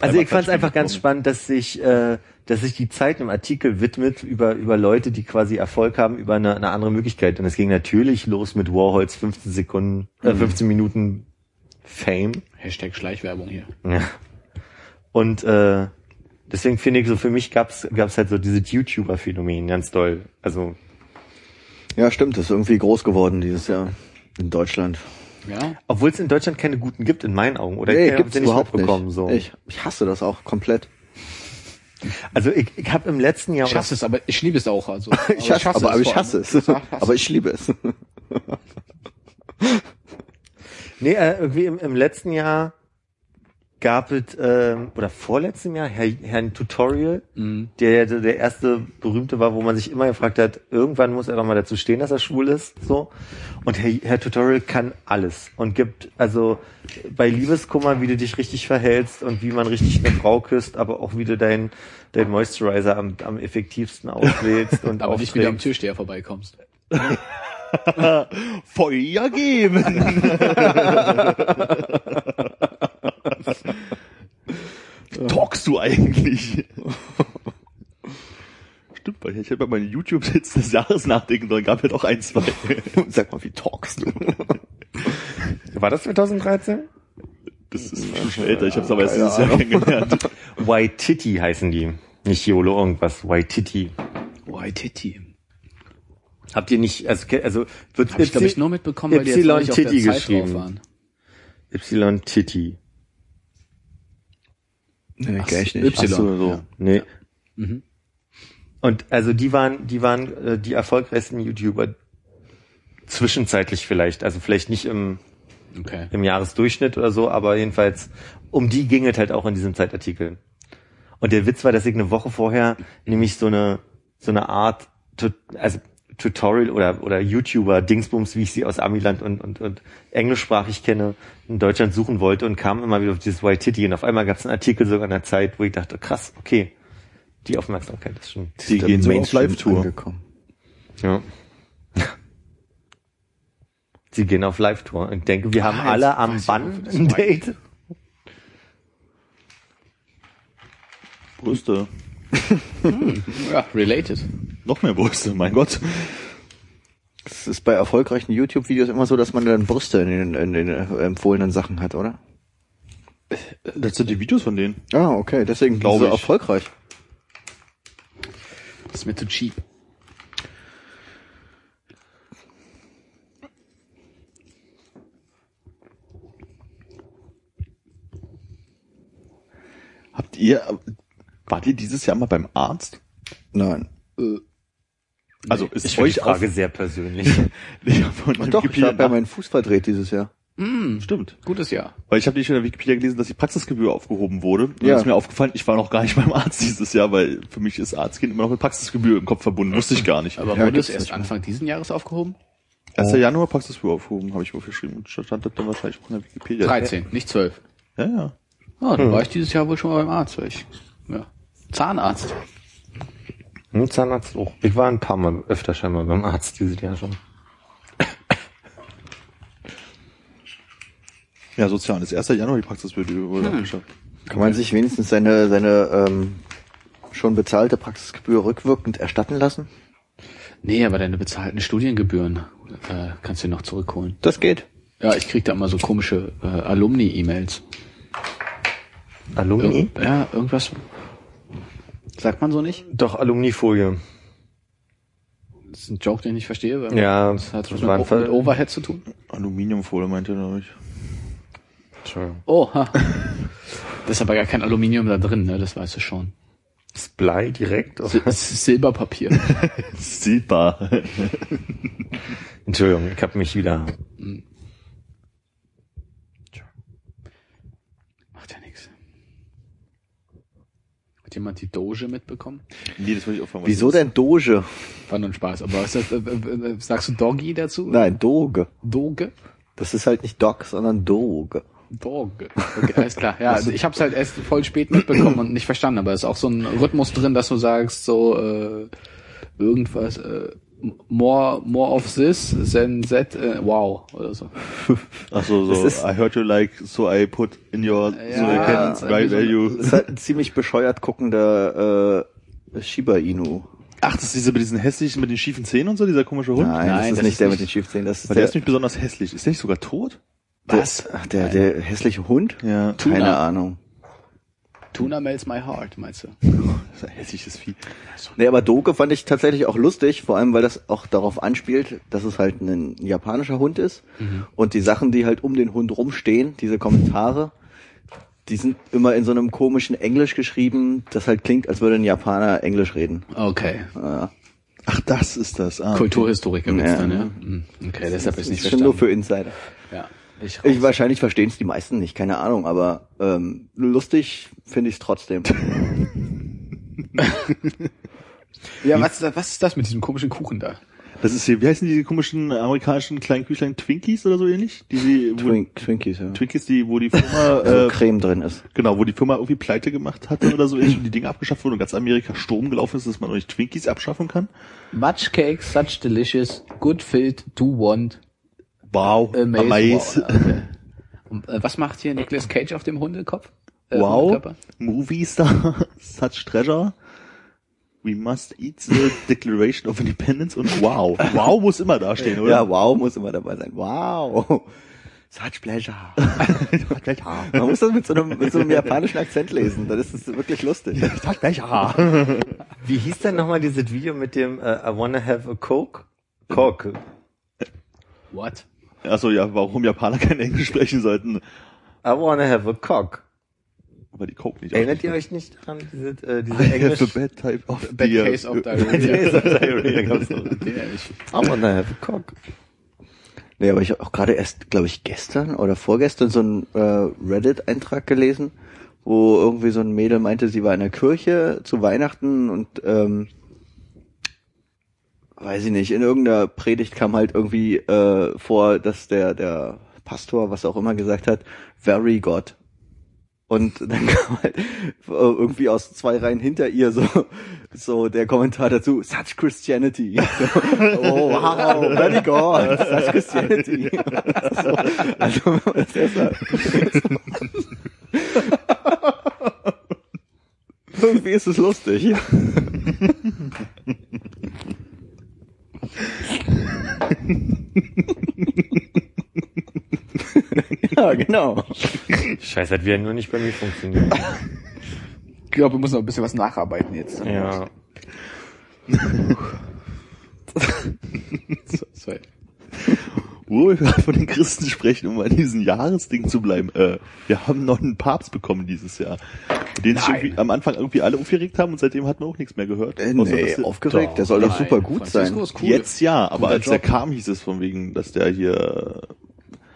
Speaker 4: Also ich
Speaker 2: Einfach
Speaker 4: fand es
Speaker 2: kein
Speaker 4: einfach ganz
Speaker 2: Spiel
Speaker 4: spannend, dass sich, äh, dass sich die Zeit im Artikel widmet über über Leute, die quasi Erfolg haben über eine, eine andere Möglichkeit. Und es ging natürlich los mit Warhols 15 Sekunden, äh, 15 Minuten Fame.
Speaker 3: Hashtag Schleichwerbung hier.
Speaker 4: Ja. Und äh, deswegen finde ich so für mich gab's gab's halt so dieses YouTuber-Phänomen ganz doll. Also
Speaker 5: Ja, stimmt, das ist irgendwie groß geworden dieses Jahr in Deutschland.
Speaker 3: Ja?
Speaker 4: obwohl es in Deutschland keine guten gibt in meinen Augen, oder?
Speaker 5: Nee,
Speaker 4: Ich hab
Speaker 5: gibt's
Speaker 4: sie
Speaker 5: überhaupt
Speaker 4: mitbekommen,
Speaker 5: nicht.
Speaker 4: So.
Speaker 5: Ich, ich hasse das auch komplett.
Speaker 4: Also ich, ich habe im letzten Jahr
Speaker 3: Ich hasse es, aber ich liebe es auch. Also, aber
Speaker 5: Ich hasse, aber, aber ich
Speaker 3: vor allem.
Speaker 5: hasse es.
Speaker 3: Ja, hasse
Speaker 5: Aber ich liebe es.
Speaker 4: Nee, äh, irgendwie im, im letzten Jahr gab es, ähm, oder vorletztem Jahr, Herr, Herrn Tutorial,
Speaker 3: Mhm.
Speaker 4: der, der der erste berühmte war, wo man sich immer gefragt hat, irgendwann muss er doch mal dazu stehen, dass er schwul ist. so. Und Herr, Herr Tutorial kann alles und gibt, also bei Liebeskummer, wie du dich richtig verhältst und wie man richtig eine Frau küsst, aber auch wie du deinen dein Moisturizer am, am effektivsten auswählst und
Speaker 3: Aber nicht wieder am
Speaker 4: aufträgst.
Speaker 3: Türsteher vorbeikommst.
Speaker 2: Feuer geben. Talkst du eigentlich? Stimmt, weil ich hätte bei meinen YouTube-Hits des Jahres nachdenken sollen, gab ja doch ein, zwei.
Speaker 5: Sag mal, wie talkst du?
Speaker 4: War das 2013?
Speaker 2: Das ist schon schon älter, ich habe es aber erst dieses Jahr kennengelernt.
Speaker 4: Waititi heißen die. Nicht YOLO irgendwas, Waititi.
Speaker 3: Oh, Waititi.
Speaker 4: Habt ihr nicht, also, ke- also wird
Speaker 3: Hab ich, glaube ich, nur mitbekommen, weil die jetzt
Speaker 4: Y
Speaker 3: neulich auf der
Speaker 4: Titty
Speaker 3: Zeit
Speaker 4: geschrieben.
Speaker 3: drauf waren.
Speaker 4: Y Titi.
Speaker 5: Nee,
Speaker 3: Ach,
Speaker 5: kenn ich nicht.
Speaker 3: Y.
Speaker 2: Ach so, so.
Speaker 3: Ja.
Speaker 4: Nee.
Speaker 3: Mhm.
Speaker 4: Und also die waren, die waren äh, die erfolgreichsten YouTuber zwischenzeitlich vielleicht, also vielleicht nicht im,
Speaker 3: Okay.
Speaker 4: im Jahresdurchschnitt oder so, aber jedenfalls um die ging es halt auch in diesem Zeitartikel. Und der Witz war, dass ich eine Woche vorher nämlich so eine so eine Art Tut- also Tutorial oder oder YouTuber Dingsbums, wie ich sie aus Amiland und und und englischsprachig kenne, in Deutschland suchen wollte und kam immer wieder auf dieses White Titty und auf einmal gab es einen Artikel sogar in der Zeit, wo ich dachte, krass, okay, die Aufmerksamkeit ist schon.
Speaker 2: Die gehen so auf Live-Tour.
Speaker 5: Angekommen.
Speaker 4: Ja. Sie gehen auf Live-Tour und denken, wir haben
Speaker 3: Ah, jetzt
Speaker 4: alle am
Speaker 3: weiß ich,
Speaker 4: Bann
Speaker 3: wofür das
Speaker 4: ein
Speaker 3: war.
Speaker 4: Date.
Speaker 2: Brüste.
Speaker 3: Ja, related.
Speaker 2: Noch mehr Brüste, mein Gott.
Speaker 5: Es ist bei erfolgreichen YouTube-Videos immer so, dass man dann Brüste in den, in den äh, empfohlenen Sachen hat, oder?
Speaker 2: Das sind die Videos von denen.
Speaker 5: Ah, okay, deswegen
Speaker 2: Glaube
Speaker 5: so
Speaker 2: ich.
Speaker 5: erfolgreich.
Speaker 3: Ist mir zu cheap.
Speaker 2: Habt ihr, wart ihr dieses Jahr mal beim Arzt?
Speaker 5: Nein.
Speaker 2: Also ist
Speaker 4: Ich finde die
Speaker 2: euch auf,
Speaker 4: Frage sehr persönlich.
Speaker 2: ich hab von
Speaker 5: Ach doch, ich
Speaker 2: Wikipedia
Speaker 5: habe ja
Speaker 2: nach-
Speaker 5: meinen Fuß verdreht dieses Jahr.
Speaker 2: Stimmt.
Speaker 3: Gutes Jahr.
Speaker 2: Weil ich habe nicht in der Wikipedia gelesen, dass die Praxisgebühr aufgehoben wurde. Und
Speaker 5: Ja.
Speaker 2: ja. ist mir aufgefallen, ich war noch gar nicht beim Arzt dieses Jahr, weil für mich ist Arztgehen immer noch mit Praxisgebühr im Kopf verbunden. Wusste ich gar nicht.
Speaker 3: Aber
Speaker 5: Ja,
Speaker 3: wurde es
Speaker 5: gibt's
Speaker 3: erst
Speaker 5: nicht mehr.
Speaker 3: Anfang diesen Jahres aufgehoben?
Speaker 2: 1. Januar Praxisgebühr aufgehoben, habe ich aufgeschrieben. Und stand das dann wahrscheinlich auch in der Wikipedia.
Speaker 3: 13, nicht 12.
Speaker 2: Ja, ja.
Speaker 3: Ah, dann war ich dieses Jahr wohl schon mal beim Arzt, weil ich, ja. Zahnarzt.
Speaker 4: Hm, Zahnarzt auch. Ich war ein paar Mal öfter scheinbar beim Arzt dieses Jahr schon.
Speaker 2: Ja, sozial. Das ist 1. Januar die Praxisgebühr wurde abgeschafft.
Speaker 5: Kann man sich wenigstens seine, seine ähm, schon bezahlte Praxisgebühr rückwirkend erstatten lassen?
Speaker 3: Nee, aber deine bezahlten Studiengebühren äh, kannst du noch zurückholen.
Speaker 5: Das geht.
Speaker 3: Ja, ich krieg da immer so komische äh, Alumni-E-Mails.
Speaker 4: Alumni?
Speaker 3: Irg ja, irgendwas. Sagt man so nicht?
Speaker 4: Doch, Alumnifolie.
Speaker 3: Das ist ein Joke, den ich nicht verstehe. Weil
Speaker 4: Ja,
Speaker 3: Das hat was
Speaker 4: das
Speaker 3: mit,
Speaker 4: war ein
Speaker 3: o
Speaker 4: Ver-
Speaker 3: mit Overhead zu tun.
Speaker 2: Aluminiumfolie meinte er, glaube ich.
Speaker 4: Entschuldigung.
Speaker 3: Oh, ha. Das ist aber gar kein Aluminium da drin, ne? Das weißt du schon.
Speaker 4: Das Blei direkt.
Speaker 3: Das ist Silberpapier.
Speaker 2: Silber.
Speaker 4: Entschuldigung, ich habe mich wieder.
Speaker 3: Macht ja nichts. Hat jemand die Doge mitbekommen?
Speaker 2: nee, das wollte ich auch fragen. was
Speaker 5: Wieso
Speaker 2: ist.
Speaker 5: denn Doge?
Speaker 3: War nur ein Spaß, aber was, äh, äh, äh, sagst du Doggy dazu?
Speaker 5: Nein, Doge.
Speaker 3: Doge?
Speaker 5: Das ist halt nicht Doc, sondern Doge.
Speaker 3: Doge. Okay, alles klar. Ja, also ich habe es halt erst voll spät mitbekommen und nicht verstanden, aber es ist auch so ein Rhythmus drin, dass du sagst so äh, irgendwas äh, more more of this than that äh, wow oder so.
Speaker 2: Ach so, so.
Speaker 5: Das ist-
Speaker 2: I heard you like, so I put in your, so I
Speaker 3: das ist
Speaker 2: can
Speaker 3: ein
Speaker 2: buy
Speaker 3: bisschen-
Speaker 2: value.
Speaker 5: Das ist halt Ah, ein ziemlich bescheuert guckender äh, Shiba Inu.
Speaker 2: Ach, das ist dieser mit diesen hässlichen, mit den schiefen Zähnen und so, dieser komische Hund?
Speaker 5: Nein, das
Speaker 3: Nein,
Speaker 5: ist
Speaker 3: das
Speaker 5: nicht
Speaker 3: ist
Speaker 5: der
Speaker 3: nicht-
Speaker 5: mit den Schiefzähnen. Das ist
Speaker 2: Weil
Speaker 5: der,
Speaker 2: der ist nicht besonders hässlich. Ist der nicht sogar tot?
Speaker 5: der, Ach, der, der hässliche Hund?
Speaker 2: Ja.
Speaker 5: Keine
Speaker 3: Tuna.
Speaker 5: Ahnung.
Speaker 3: Tuna melts my heart, meinst du?
Speaker 2: Das ist ein hässliches Vieh.
Speaker 5: Nee, aber Doge fand ich tatsächlich auch lustig, vor allem weil das auch darauf anspielt, dass es halt ein japanischer Hund ist.
Speaker 3: Mhm.
Speaker 5: Und die Sachen, die halt um den Hund rumstehen, diese Kommentare, die sind immer in so einem komischen Englisch geschrieben, das halt klingt, als würde ein Japaner Englisch reden.
Speaker 3: Okay.
Speaker 5: Ah,
Speaker 2: Ach, das ist das. Ah,
Speaker 3: Kulturhistoriker wird's
Speaker 5: Ja.
Speaker 3: dann, ja. Mhm. Okay, deshalb ist
Speaker 5: Das
Speaker 3: nicht
Speaker 5: ist schon
Speaker 3: verstanden.
Speaker 5: nur für Insider.
Speaker 3: ja. Ich,
Speaker 5: Ich, wahrscheinlich verstehen es die meisten nicht, keine Ahnung, aber ähm, lustig finde ich es trotzdem.
Speaker 3: ja, was, was ist das mit diesem komischen Kuchen da?
Speaker 2: Das ist hier, wie heißen diese komischen amerikanischen kleinen Küchlein Twinkies oder so ähnlich? Die sie, wo,
Speaker 5: Twink, Twinkies, ja.
Speaker 2: Twinkies, die, wo die Firma,
Speaker 5: Wo
Speaker 2: äh,
Speaker 5: Creme drin ist.
Speaker 2: genau, wo die Firma irgendwie pleite gemacht hatte oder so ähnlich und die Dinge abgeschafft wurden und ganz Amerika Sturm gelaufen ist, dass man auch nicht Twinkies abschaffen kann.
Speaker 3: Much cake, such delicious, good filled, do want,
Speaker 2: Wow,
Speaker 3: amazing.
Speaker 2: amaze.
Speaker 3: Wow. Okay. Und, äh, was macht hier Nicolas Cage auf dem Hundekopf? Äh,
Speaker 2: Wow,
Speaker 3: Hundekörper?
Speaker 2: movie star, such treasure. We must eat the Declaration of Independence und wow. Wow muss immer dastehen, oder?
Speaker 5: Ja, wow, muss immer dabei sein. Wow. Such pleasure. Such pleasure. Man muss das mit so, einem, mit so einem japanischen Akzent lesen, dann ist es wirklich lustig. Such pleasure.
Speaker 4: Wie hieß denn nochmal dieses Video mit dem äh, I wanna have a Coke? Coke.
Speaker 3: What?
Speaker 2: Also ja, warum Japaner kein Englisch sprechen sollten,
Speaker 4: I wanna have a Coke.
Speaker 2: weil die Coke nicht
Speaker 4: Erinnert
Speaker 2: ausrichten.
Speaker 4: ihr euch nicht daran, diese, äh, diese
Speaker 2: I have a
Speaker 4: Englisch?
Speaker 2: bad type of
Speaker 3: Bad
Speaker 2: beer.
Speaker 3: case of diarrhea.
Speaker 2: Da gab's noch-
Speaker 3: Ja, ich-
Speaker 4: I wanna have a Coke.
Speaker 5: Nee, aber ich habe auch gerade erst, glaube ich, gestern oder vorgestern so einen äh, Reddit-Eintrag gelesen, wo irgendwie so ein Mädel meinte, sie war in der Kirche zu Weihnachten und ähm, weiß ich nicht, in irgendeiner Predigt kam halt irgendwie äh, vor, dass der, der Pastor, was auch immer gesagt hat, very God. Und dann kam halt äh, irgendwie aus zwei Reihen hinter ihr so, so der Kommentar dazu, such Christianity. So, oh wow, very God, such Christianity. So, also wenn man das erst mal- Irgendwie ist es lustig. ja, genau.
Speaker 4: Scheiße, hat wieder nur nicht bei mir funktioniert.
Speaker 3: Ich glaube, wir müssen noch ein bisschen was nacharbeiten jetzt.
Speaker 4: ja.
Speaker 3: So- Sorry.
Speaker 2: Wo wir gerade von den Christen sprechen, um an diesem Jahresding zu bleiben. Äh, wir haben noch einen Papst bekommen dieses Jahr, den sich
Speaker 3: Nein.
Speaker 2: irgendwie am Anfang irgendwie alle aufgeregt haben und seitdem hat man auch nichts mehr gehört.
Speaker 5: Äh,
Speaker 2: Außer,
Speaker 5: nee,
Speaker 2: dass der-
Speaker 5: aufgeregt, der soll doch
Speaker 3: Nein,
Speaker 5: super gut
Speaker 3: Francisco
Speaker 5: sein.
Speaker 3: Ist cool.
Speaker 2: Jetzt ja, aber
Speaker 3: Guter
Speaker 2: als der
Speaker 3: Job.
Speaker 2: kam, hieß es von wegen, dass der hier,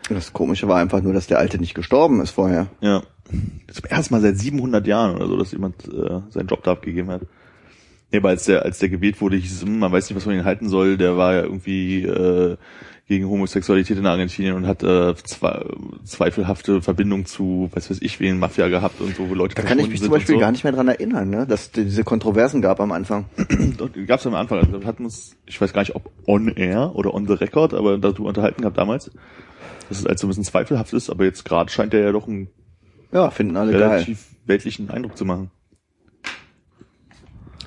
Speaker 5: Das Komische war einfach nur, dass der Alte nicht gestorben ist vorher.
Speaker 2: äh, ja, zum ersten Mal seit 700 Jahren oder so, dass jemand äh, seinen Job da abgegeben hat. Nee, aber als der, als der gewählt wurde, hieß es, hm, man weiß nicht, was man ihn halten soll, der war ja irgendwie äh, gegen Homosexualität in Argentinien und hat äh, zwei, zweifelhafte Verbindung zu, weiß weiß ich, wen Mafia gehabt und so, wo Leute
Speaker 5: Da kann ich mich zum Beispiel gar nicht mehr dran erinnern, ne? dass es diese Kontroversen gab am Anfang.
Speaker 2: nicht... Gab es am Anfang, also wir hatten uns, ich weiß gar nicht, ob on air oder on the record, aber darüber unterhalten gehabt damals, dass es halt so ein bisschen zweifelhaft ist, aber jetzt gerade scheint der ja doch einen
Speaker 5: Ja, finden alle geil.
Speaker 2: relativ weltlichen Eindruck zu machen.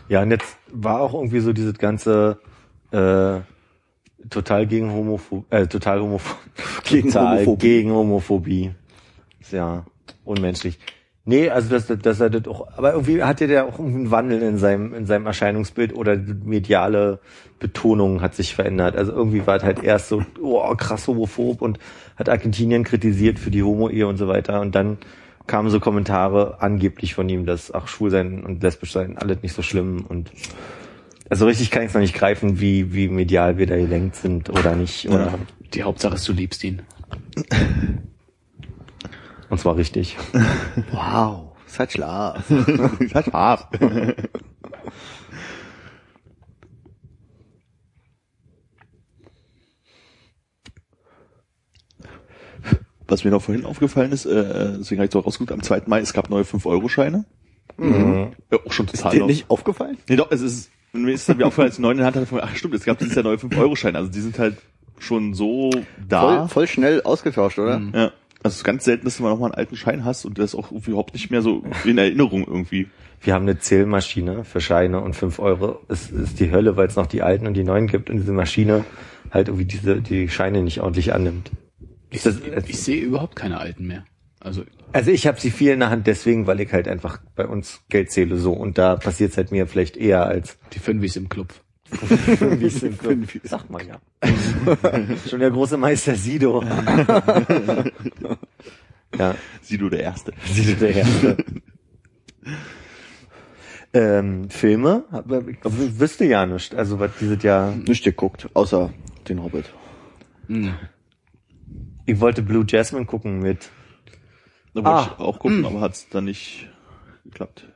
Speaker 4: Ja, und jetzt war auch irgendwie so dieses ganze äh, total gegen Homophobie, äh, total Homophobie,
Speaker 5: Gegen
Speaker 4: total
Speaker 5: Homophobie.
Speaker 4: gegen Homophobie. Ist ja unmenschlich. Nee, also das, das, das, das auch, aber irgendwie hatte der auch einen Wandel in seinem, in seinem Erscheinungsbild oder die mediale Betonung hat sich verändert. Also irgendwie war es halt erst so, oh, krass homophob und hat Argentinien kritisiert für die Homo-Ehe und so weiter. Und dann kamen so Kommentare angeblich von ihm, dass ach, schwul sein und lesbisch sein, alles nicht so schlimm und also richtig kann ich es noch nicht greifen, wie, wie medial wir da gelenkt sind oder nicht. Oder,
Speaker 3: Die Hauptsache ist, du liebst ihn.
Speaker 4: Und zwar richtig.
Speaker 5: Wow, es hat Schlaf.
Speaker 2: Das hat Spaß. Was mir noch vorhin aufgefallen ist, äh, deswegen habe ich es auch rausgeguckt, am 2. Mai, es gab neue 5-Euro-Scheine. Ja, auch schon total
Speaker 5: Dir nicht aufgefallen?
Speaker 2: Nee, doch, es ist, mir ist dann wieder aufgefallen, als ich einen neuen in der Hand hatte, von, ach stimmt, es gab dieses Jahr neue 5-Euro-Scheine. Also die sind halt schon so da.
Speaker 5: Voll, voll schnell ausgetauscht, oder?
Speaker 2: Ja. Also es ist ganz selten, dass du mal nochmal einen alten Schein hast und der ist auch überhaupt nicht mehr so in Erinnerung irgendwie.
Speaker 4: Wir haben eine Zählmaschine für Scheine und fünf Euro. Es ist die Hölle, weil es noch die alten und die neuen gibt und diese Maschine halt irgendwie diese, die Scheine nicht ordentlich annimmt.
Speaker 3: Ich,
Speaker 4: Das-
Speaker 3: ich sehe überhaupt keine alten mehr. Also
Speaker 4: Also ich habe sie viel in der Hand deswegen, weil ich halt einfach bei uns Geld zähle so und da passiert es halt mir vielleicht eher als
Speaker 3: die Fünfis im Club.
Speaker 4: Sagt man ja. Schon der große Meister Sido. ja,
Speaker 2: Sido der Erste.
Speaker 4: Sido der Erste. ähm, Filme? Aber ich glaub, ich wüsste ja nicht. Also was dieses Jahr.
Speaker 5: Nicht geguckt, außer den Hobbit.
Speaker 4: Ich wollte Blue Jasmine gucken mit.
Speaker 2: Da wollte
Speaker 4: Ah.
Speaker 2: ich auch gucken, aber hat's dann nicht geklappt.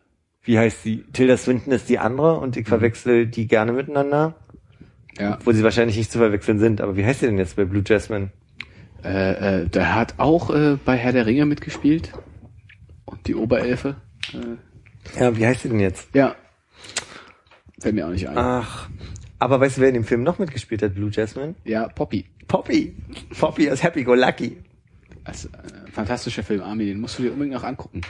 Speaker 4: Wie heißt sie? Tilda Swinton ist die andere und ich verwechsel die gerne miteinander,
Speaker 3: Ja.
Speaker 4: wo sie wahrscheinlich nicht zu verwechseln sind. Aber wie heißt sie denn jetzt bei Blue Jasmine?
Speaker 3: Äh, äh, der hat auch äh, bei Herr der Ringe mitgespielt. Und die Oberelfe. Äh,
Speaker 4: Ja, wie heißt sie denn jetzt?
Speaker 3: ja. Fällt mir auch nicht ein.
Speaker 4: Ach. Aber weißt du, wer in dem Film noch mitgespielt hat, Blue Jasmine?
Speaker 3: Ja, Poppy.
Speaker 4: Poppy. Poppy ist Happy Go Lucky.
Speaker 3: Das ist ein fantastischer Film, Armin. Den musst du dir unbedingt noch angucken.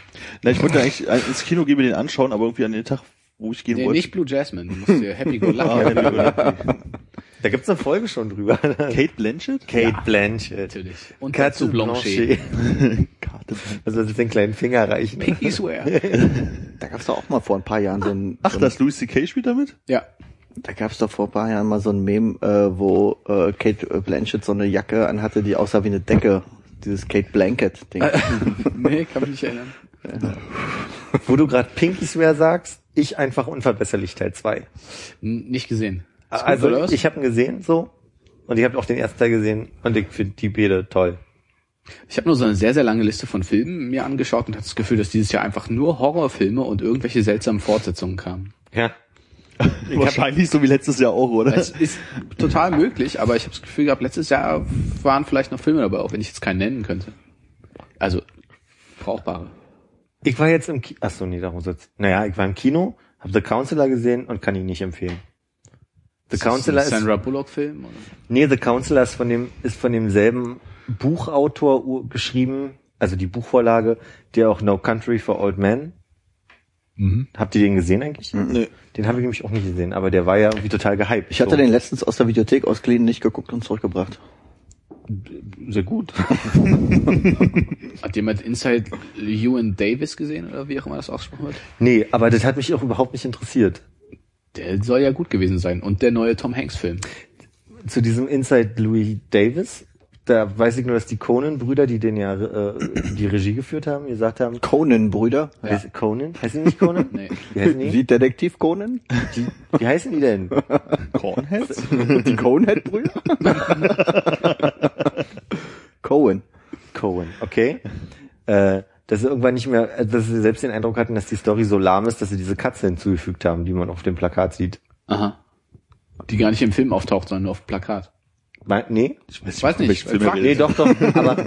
Speaker 2: Na, ich wollte eigentlich äh, ins Kino gehen, mir den anschauen, aber irgendwie an den Tag, wo ich gehen
Speaker 3: Nee,
Speaker 2: wollte.
Speaker 3: nicht Blue Jasmine. Du musst dir Happy Go Lucky
Speaker 2: Ah,
Speaker 3: angucken.
Speaker 4: Da gibt's eine Folge schon drüber. ne? Kate
Speaker 2: Kate Blanchett?
Speaker 4: Blanchett.
Speaker 3: Natürlich. Und
Speaker 4: Carte
Speaker 3: dazu Blanchet.
Speaker 2: Karte.
Speaker 4: Also das den kleinen Finger reichen.
Speaker 3: Pinky Swear.
Speaker 5: Da gab's doch auch mal vor ein paar Jahren so ein,
Speaker 2: Ach,
Speaker 5: so ein
Speaker 2: das Louis C.K. spielt damit?
Speaker 3: Ja.
Speaker 5: da gab's doch vor ein paar Jahren mal so ein Meme, äh, wo äh, Kate äh, Blanchett so eine Jacke anhatte, die aussah wie eine Decke. Dieses Kate Blanket Ding.
Speaker 3: Nee, kann mich nicht erinnern.
Speaker 4: Wo du gerade Pinky Swear sagst, ich einfach unverbesserlich Teil 2.
Speaker 3: N nicht gesehen. Ist gut, oder
Speaker 4: Also
Speaker 3: was?
Speaker 4: ich habe ihn gesehen so und ich habe auch den ersten Teil gesehen und ich finde die Bede toll.
Speaker 3: Ich habe nur so eine sehr, sehr lange Liste von Filmen mir angeschaut und hatte das Gefühl, dass dieses Jahr einfach nur Horrorfilme und irgendwelche seltsamen Fortsetzungen kamen.
Speaker 4: Ja.
Speaker 2: Wahrscheinlich so wie letztes Jahr auch, oder?
Speaker 3: Es ist total möglich, aber ich habe das Gefühl gehabt, letztes Jahr waren vielleicht noch Filme dabei, auch wenn ich jetzt keinen nennen könnte. Also brauchbare.
Speaker 4: Ich war jetzt im Kino. Achso, nee, darum sitzt. Naja, ich war im Kino, habe The Counselor gesehen und kann ihn nicht empfehlen. The Counselor
Speaker 3: ist
Speaker 4: ist.
Speaker 3: das ein Sandra Bullock Film oder?
Speaker 4: Nee, The Counselor ist von dem, ist von demselben Buchautor ur- geschrieben, also die Buchvorlage, der auch No Country for Old Men. Habt ihr den gesehen eigentlich?
Speaker 2: Nee.
Speaker 4: Den habe ich nämlich auch nicht gesehen, aber der war ja irgendwie total gehypt.
Speaker 5: Ich hatte den letztens aus der Videothek ausgeliehen, nicht geguckt und zurückgebracht.
Speaker 4: den sehr gut.
Speaker 3: Hat jemand Inside Ewan Davis gesehen oder wie auch immer das ausgesprochen wird?
Speaker 4: Nee, aber das hat mich auch überhaupt nicht interessiert.
Speaker 3: Der soll ja gut gewesen sein und der neue Tom Hanks Film.
Speaker 4: Zu diesem Inside Louis Davis, da weiß ich nur, dass die Conan-Brüder, die den ja äh, die Regie geführt haben, gesagt haben,
Speaker 5: Conan, Brüder.
Speaker 4: heißt Conan? Heißen die nicht Conan?
Speaker 3: Nee.
Speaker 4: Wie heißen die?
Speaker 5: Wie Detektiv Conan?
Speaker 4: die? Wie heißen die denn?
Speaker 2: Cornheads?
Speaker 5: Die Conehead-Brüder? Cohen.
Speaker 4: Cohen, okay? Äh, dass sie irgendwann nicht mehr, äh, dass sie selbst den Eindruck hatten, dass die Story so lahm ist, dass sie diese Katze hinzugefügt haben, die man auf dem Plakat sieht.
Speaker 3: Aha. Die gar nicht im Film auftaucht, sondern nur auf dem Plakat.
Speaker 4: Me- Nee?
Speaker 3: Ich weiß nicht.
Speaker 2: welchen Film
Speaker 3: Fuck.
Speaker 2: er
Speaker 4: Nee, doch, doch, aber...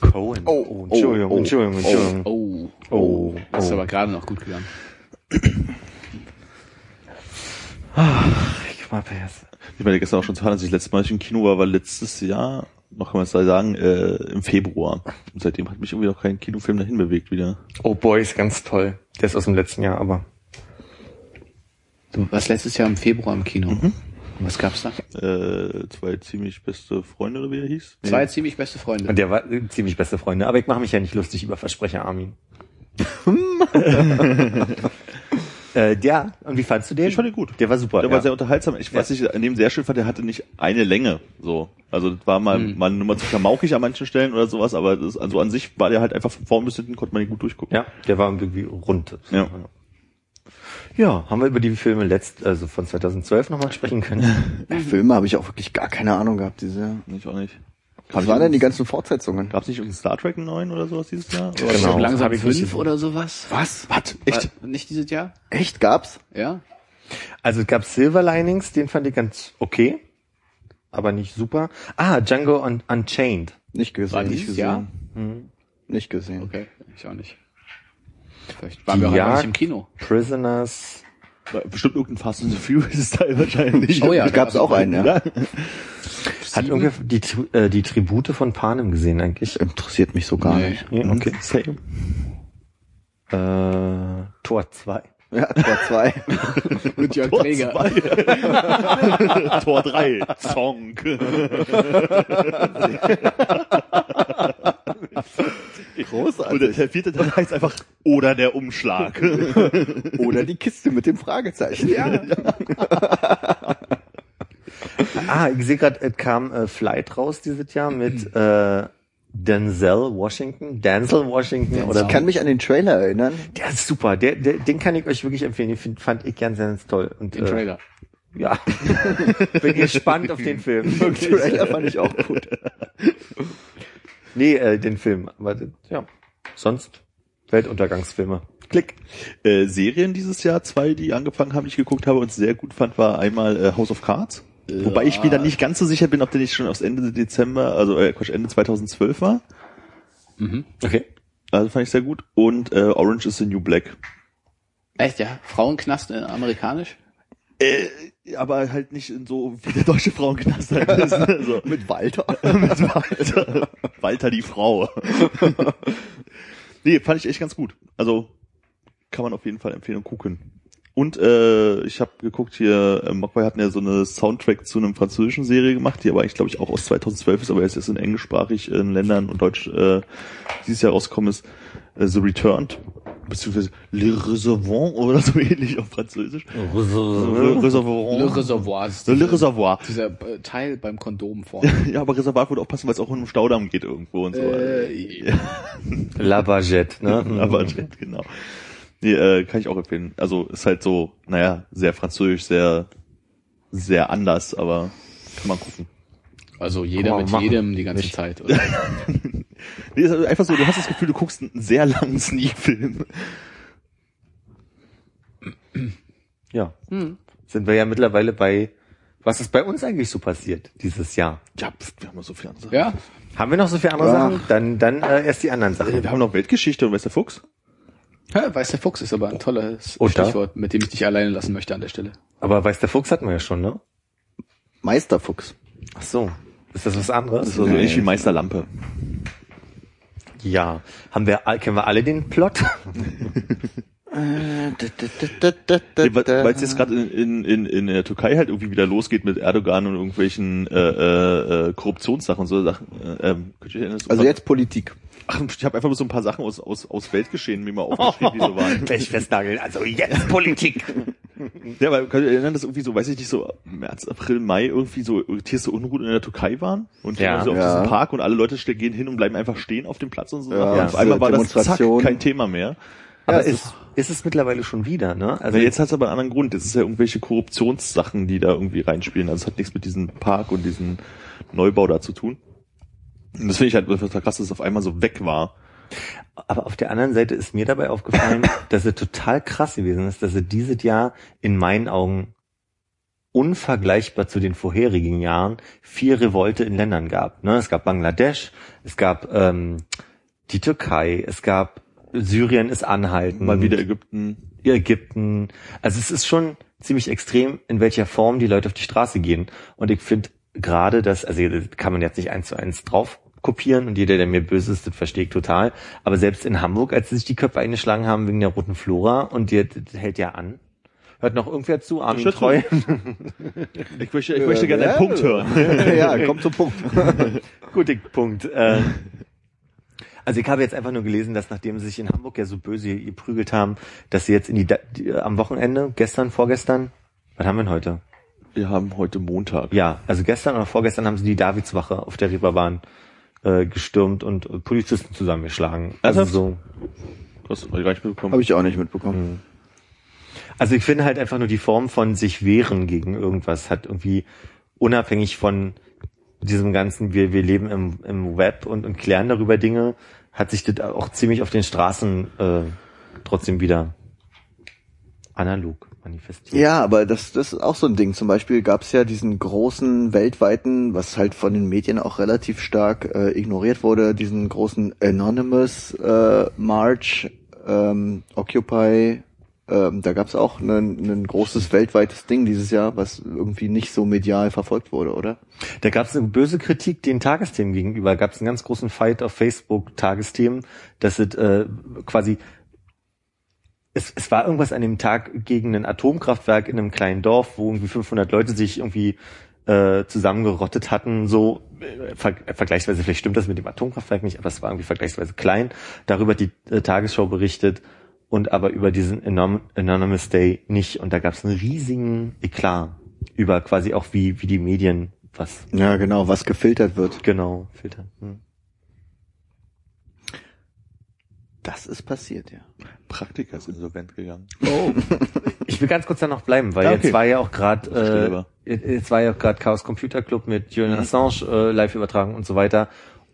Speaker 4: Cohen. Oh, oh, Entschuldigung,
Speaker 5: oh,
Speaker 4: Entschuldigung, Entschuldigung.
Speaker 3: Oh.
Speaker 4: Oh,
Speaker 3: Das ist
Speaker 4: oh.
Speaker 3: aber gerade noch gut gegangen.
Speaker 4: Ich mach das.
Speaker 2: Ich meine, gestern auch schon zu als ich letztes Mal im Kino war, war letztes Jahr, noch kann man es da sagen, äh, im Februar. Und seitdem hat mich irgendwie noch kein Kinofilm dahin bewegt wieder.
Speaker 4: Oh boy, ist ganz toll. Der ist aus dem letzten Jahr, aber...
Speaker 3: Du warst letztes Jahr im Februar im Kino. Was gab's da?
Speaker 2: Äh, zwei ziemlich beste Freunde, oder wie er hieß.
Speaker 3: Zwei ziemlich beste Freunde.
Speaker 4: Und der war äh, ziemlich beste Freunde. Aber ich mache mich ja nicht lustig über Versprecher Armin. äh, ja, und wie fandst du den?
Speaker 2: Ich fand ihn gut.
Speaker 4: Der war super.
Speaker 2: Der
Speaker 4: ja.
Speaker 2: war sehr unterhaltsam. Ich, was ich an dem sehr schön fand, der hatte nicht eine Länge. So, also das war mal, mal eine Nummer zu klamaukig an manchen Stellen oder sowas, aber das, also an sich war der halt einfach von vorn bis hinten, konnte man ihn gut durchgucken.
Speaker 4: ja, der war irgendwie rund.
Speaker 2: Ja.
Speaker 4: Ja, haben wir über die Filme letzt, also von 2012 nochmal sprechen können.
Speaker 3: Mhm.
Speaker 5: Filme habe ich auch wirklich gar keine Ahnung gehabt. Diese.
Speaker 2: Ich auch nicht.
Speaker 5: Was waren denn die ganzen Fortsetzungen?
Speaker 2: Gab's nicht irgendeinen Star Trek einen neuen oder sowas dieses Jahr? Oder
Speaker 3: Genau. Ich glaub, langsam
Speaker 4: Hab ich nicht
Speaker 3: fünf oder sowas.
Speaker 5: Was? Was? Echt?
Speaker 3: War Nicht dieses Jahr?
Speaker 5: Echt gab's?
Speaker 3: Ja.
Speaker 4: Also es gab Silver Linings, den fand ich ganz okay, aber nicht super. Ah, Django Un Unchained.
Speaker 5: Nicht gesehen.
Speaker 3: War dieses
Speaker 5: nicht gesehen.
Speaker 3: Jahr? Mhm.
Speaker 5: Nicht gesehen.
Speaker 3: Okay, ich auch nicht. Vielleicht waren wir auch einfach
Speaker 4: Jagd,
Speaker 3: nicht im Kino.
Speaker 4: Prisoners.
Speaker 2: Bestimmt irgendein Fast and the Furious Teil wahrscheinlich.
Speaker 3: Oh ja,
Speaker 5: Da gab's auch einen, ja.
Speaker 4: Hat irgendwer die, Tri- äh, die Tribute von Panem gesehen eigentlich?
Speaker 5: Interessiert mich so gar
Speaker 3: Nee.
Speaker 5: nicht.
Speaker 4: Nee,
Speaker 2: Okay, same.
Speaker 4: Äh, Tor 2.
Speaker 5: Ja, Tor zwei.
Speaker 3: Mit Jörg Träger.
Speaker 2: Tor 3. Song. Und
Speaker 5: Großartig.
Speaker 2: der vierte Teil heißt einfach oder der Umschlag.
Speaker 5: Oder die Kiste mit dem Fragezeichen. Ja.
Speaker 4: Ah, ich sehe gerade, es kam äh, Flight raus dieses Jahr
Speaker 5: Mhm.
Speaker 4: mit äh, Denzel Washington. Denzel Washington oder
Speaker 5: Ich kann mich an den Trailer erinnern.
Speaker 4: Der ist super. Der, der, den kann ich euch wirklich empfehlen. Den find, fand ich ganz, ganz toll. Und,
Speaker 3: Den
Speaker 4: äh,
Speaker 3: Trailer.
Speaker 4: Ja. Bin gespannt auf den Film.
Speaker 5: Den Trailer fand ich auch gut.
Speaker 4: Nee, äh, den Film. Aber äh, ja, sonst Weltuntergangsfilme. Klick.
Speaker 2: äh, Serien dieses Jahr, zwei, die angefangen haben, die ich geguckt habe und sehr gut fand, war einmal äh, House of Cards. Wobei ich mir dann nicht ganz so sicher bin, ob der nicht schon aufs Ende Dezember, also äh, Quatsch, Ende 2012 war.
Speaker 4: Okay.
Speaker 2: Also fand ich sehr gut. Und äh, Orange is the New Black.
Speaker 3: Echt, ja? Frauenknast in amerikanisch?
Speaker 2: Äh, aber halt nicht in so wie der deutsche Frauenknast halt ist. Also,
Speaker 5: Mit Walter.
Speaker 2: mit Walter. Walter die Frau. nee, fand ich echt ganz gut. Also kann man auf jeden Fall empfehlen und gucken. Und äh, ich habe geguckt hier, äh, Mogwai hatten ja so eine Soundtrack zu einem französischen Serie gemacht, die aber eigentlich, glaube ich, auch aus 2012 ist, aber jetzt ist in englischsprachigen Ländern und Deutsch äh, dieses Jahr rausgekommen ist, äh, The Returned, beziehungsweise Le Reservoir oder so ähnlich auf Französisch. Le
Speaker 3: Mhm. Le
Speaker 2: Reservoir.
Speaker 3: Reservoir ist
Speaker 2: Oh. Le Reservoir.
Speaker 3: dieser äh, Teil beim Kondom vorne.
Speaker 2: Ja, aber Reservat würde auch passen, weil es auch um einen Staudamm geht irgendwo und so.
Speaker 3: Äh, Mhm.
Speaker 4: La Bajette, ne?
Speaker 2: aber genau. Nee, äh, kann ich auch empfehlen. Also ist halt so, naja, sehr französisch, sehr, sehr anders, aber kann man gucken.
Speaker 3: Also
Speaker 4: Kann
Speaker 3: jeder
Speaker 4: man
Speaker 3: mit
Speaker 4: machen.
Speaker 3: jedem die ganze Zeit. Oder?
Speaker 2: Nee, ist also einfach so, du hast das Gefühl, du guckst einen sehr langen Sneak-Film.
Speaker 4: Ja. Sind wir ja mittlerweile bei, was ist bei uns eigentlich so passiert dieses Jahr?
Speaker 2: Ja, pf, wir haben noch so viel andere Sachen.
Speaker 3: Ja,
Speaker 4: Haben wir noch so viele andere
Speaker 5: Ach.
Speaker 4: Sachen? Dann, dann äh, erst die anderen
Speaker 2: Äh,
Speaker 4: Sachen.
Speaker 2: Wir haben noch Weltgeschichte und weiß der Fuchs.
Speaker 3: Ja, Weiß der Fuchs ist aber ein tolles
Speaker 4: Und da?
Speaker 3: Stichwort, mit dem ich dich alleine lassen möchte an der Stelle.
Speaker 4: Aber Weiß der Fuchs hatten wir ja schon, ne?
Speaker 5: Meisterfuchs.
Speaker 4: Ach so. Ist das was
Speaker 2: Das
Speaker 4: anderes?
Speaker 2: ist also ähnlich wie Meisterlampe.
Speaker 4: Ja. Haben wir, all- kennen wir alle den Plot?
Speaker 2: Nee, weil weil es jetzt gerade in, in, in, in der Türkei halt irgendwie wieder losgeht mit Erdogan und irgendwelchen äh, äh, äh, Korruptionssachen und so Sachen. Äh, ähm, könnt ihr euch erinnern, dass-
Speaker 5: Also jetzt Politik.
Speaker 2: Ach, ich habe einfach nur so ein paar Sachen aus, aus, aus Weltgeschehen mir mal aufgeschrieben, die so waren.
Speaker 4: Welch festnageln. Also jetzt Politik.
Speaker 2: Ja, weil könnt ihr erinnern, dass irgendwie so, weiß ich nicht, so März, April, Mai irgendwie so tierste Unruhen in der Türkei waren und
Speaker 4: Ja.
Speaker 2: ja, so auf
Speaker 5: Ja.
Speaker 2: diesem Park und alle Leute ste- gehen hin und bleiben einfach stehen auf dem Platz und so.
Speaker 5: Ja,
Speaker 2: Sachen. und auf
Speaker 5: diese
Speaker 2: einmal war das zack,
Speaker 5: Demonstration.
Speaker 2: kein Thema mehr.
Speaker 4: Aber ist, ist es mittlerweile schon wieder, ne? Also
Speaker 2: Also jetzt hat's aber einen anderen Grund. Jetzt ist ja irgendwelche Korruptionssachen, die da irgendwie reinspielen. Also es hat nichts mit diesem Park und diesem Neubau da zu tun. Und das finde ich halt total krass, dass es auf einmal so weg war.
Speaker 4: Aber auf der anderen Seite ist mir dabei aufgefallen, dass es total krass gewesen ist, dass es dieses Jahr in meinen Augen unvergleichbar zu den vorherigen Jahren viel Revolte in Ländern gab. Ne? Es gab Bangladesch, es gab ähm, die Türkei, es gab Syrien ist anhalten,
Speaker 2: Mal wieder Ägypten.
Speaker 4: Ägypten. Also es ist schon ziemlich extrem, in welcher Form die Leute auf die Straße gehen. Und ich finde gerade das, also das kann man jetzt nicht eins zu eins drauf kopieren und jeder, der mir böse ist, das verstehe ich total. Aber selbst in Hamburg, als sie sich die Köpfe eingeschlagen haben wegen der roten Flora und die, das hält ja an. Hört noch irgendwer zu, Armin
Speaker 2: Schüttel.
Speaker 4: Treu.
Speaker 2: Ich möchte, ich möchte gerne einen
Speaker 5: Ja.
Speaker 2: Punkt hören.
Speaker 5: ja, kommt zum Punkt.
Speaker 4: Guter Punkt. Äh, also ich habe jetzt einfach nur gelesen, dass nachdem sie sich in Hamburg ja so böse geprügelt haben, dass sie jetzt in die, Da- die äh, am Wochenende, gestern, vorgestern, was haben wir denn heute?
Speaker 2: Wir haben heute Montag.
Speaker 4: Ja, also gestern oder vorgestern haben sie die Davidswache auf der Reeperbahn äh, gestürmt und äh, Polizisten zusammengeschlagen. Also
Speaker 2: Ernsthaft?
Speaker 4: so.
Speaker 2: Das habe ich gar nicht mitbekommen.
Speaker 5: Habe ich auch nicht mitbekommen.
Speaker 4: Also ich finde halt einfach nur die Form von sich wehren gegen irgendwas hat irgendwie unabhängig von diesem ganzen, wir, wir leben im, im Web und, und klären darüber Dinge, hat sich das auch ziemlich auf den Straßen äh, trotzdem wieder analog manifestiert.
Speaker 5: Ja, aber das, das ist auch so ein Ding. Zum Beispiel gab's ja diesen großen weltweiten, was halt von den Medien auch relativ stark äh, ignoriert wurde, diesen großen Anonymous äh, March, ähm, Occupy. Ähm, da gab's auch ein ein großes weltweites Ding dieses Jahr, was irgendwie nicht so medial verfolgt wurde, oder?
Speaker 4: Da gab es eine böse Kritik den Tagesthemen gegenüber. Gab es einen ganz großen Fight auf Facebook Tagesthemen, dass es äh, quasi es, es war irgendwas an dem Tag gegen ein Atomkraftwerk in einem kleinen Dorf, wo irgendwie 500 Leute sich irgendwie äh, zusammengerottet hatten. So äh, ver vergleichsweise vielleicht stimmt das mit dem Atomkraftwerk nicht, aber es war irgendwie vergleichsweise klein. Darüber hat die äh, Tagesschau berichtet und aber über diesen Anom Anonymous Day nicht. Und da gab es einen riesigen Eklat über quasi auch wie wie die Medien was
Speaker 5: Ja, genau, was gefiltert wird.
Speaker 4: Genau, filtern. Hm.
Speaker 5: Das ist passiert, ja.
Speaker 2: Praktiker ist insolvent gegangen.
Speaker 4: Ich will ganz kurz da noch bleiben, weil
Speaker 2: Ah, okay.
Speaker 4: jetzt war ja auch
Speaker 2: Das ist
Speaker 4: gerade
Speaker 2: clever.
Speaker 4: äh, jetzt war ja auch gerade Chaos Computer Club mit Julian Assange äh, live übertragen und so weiter.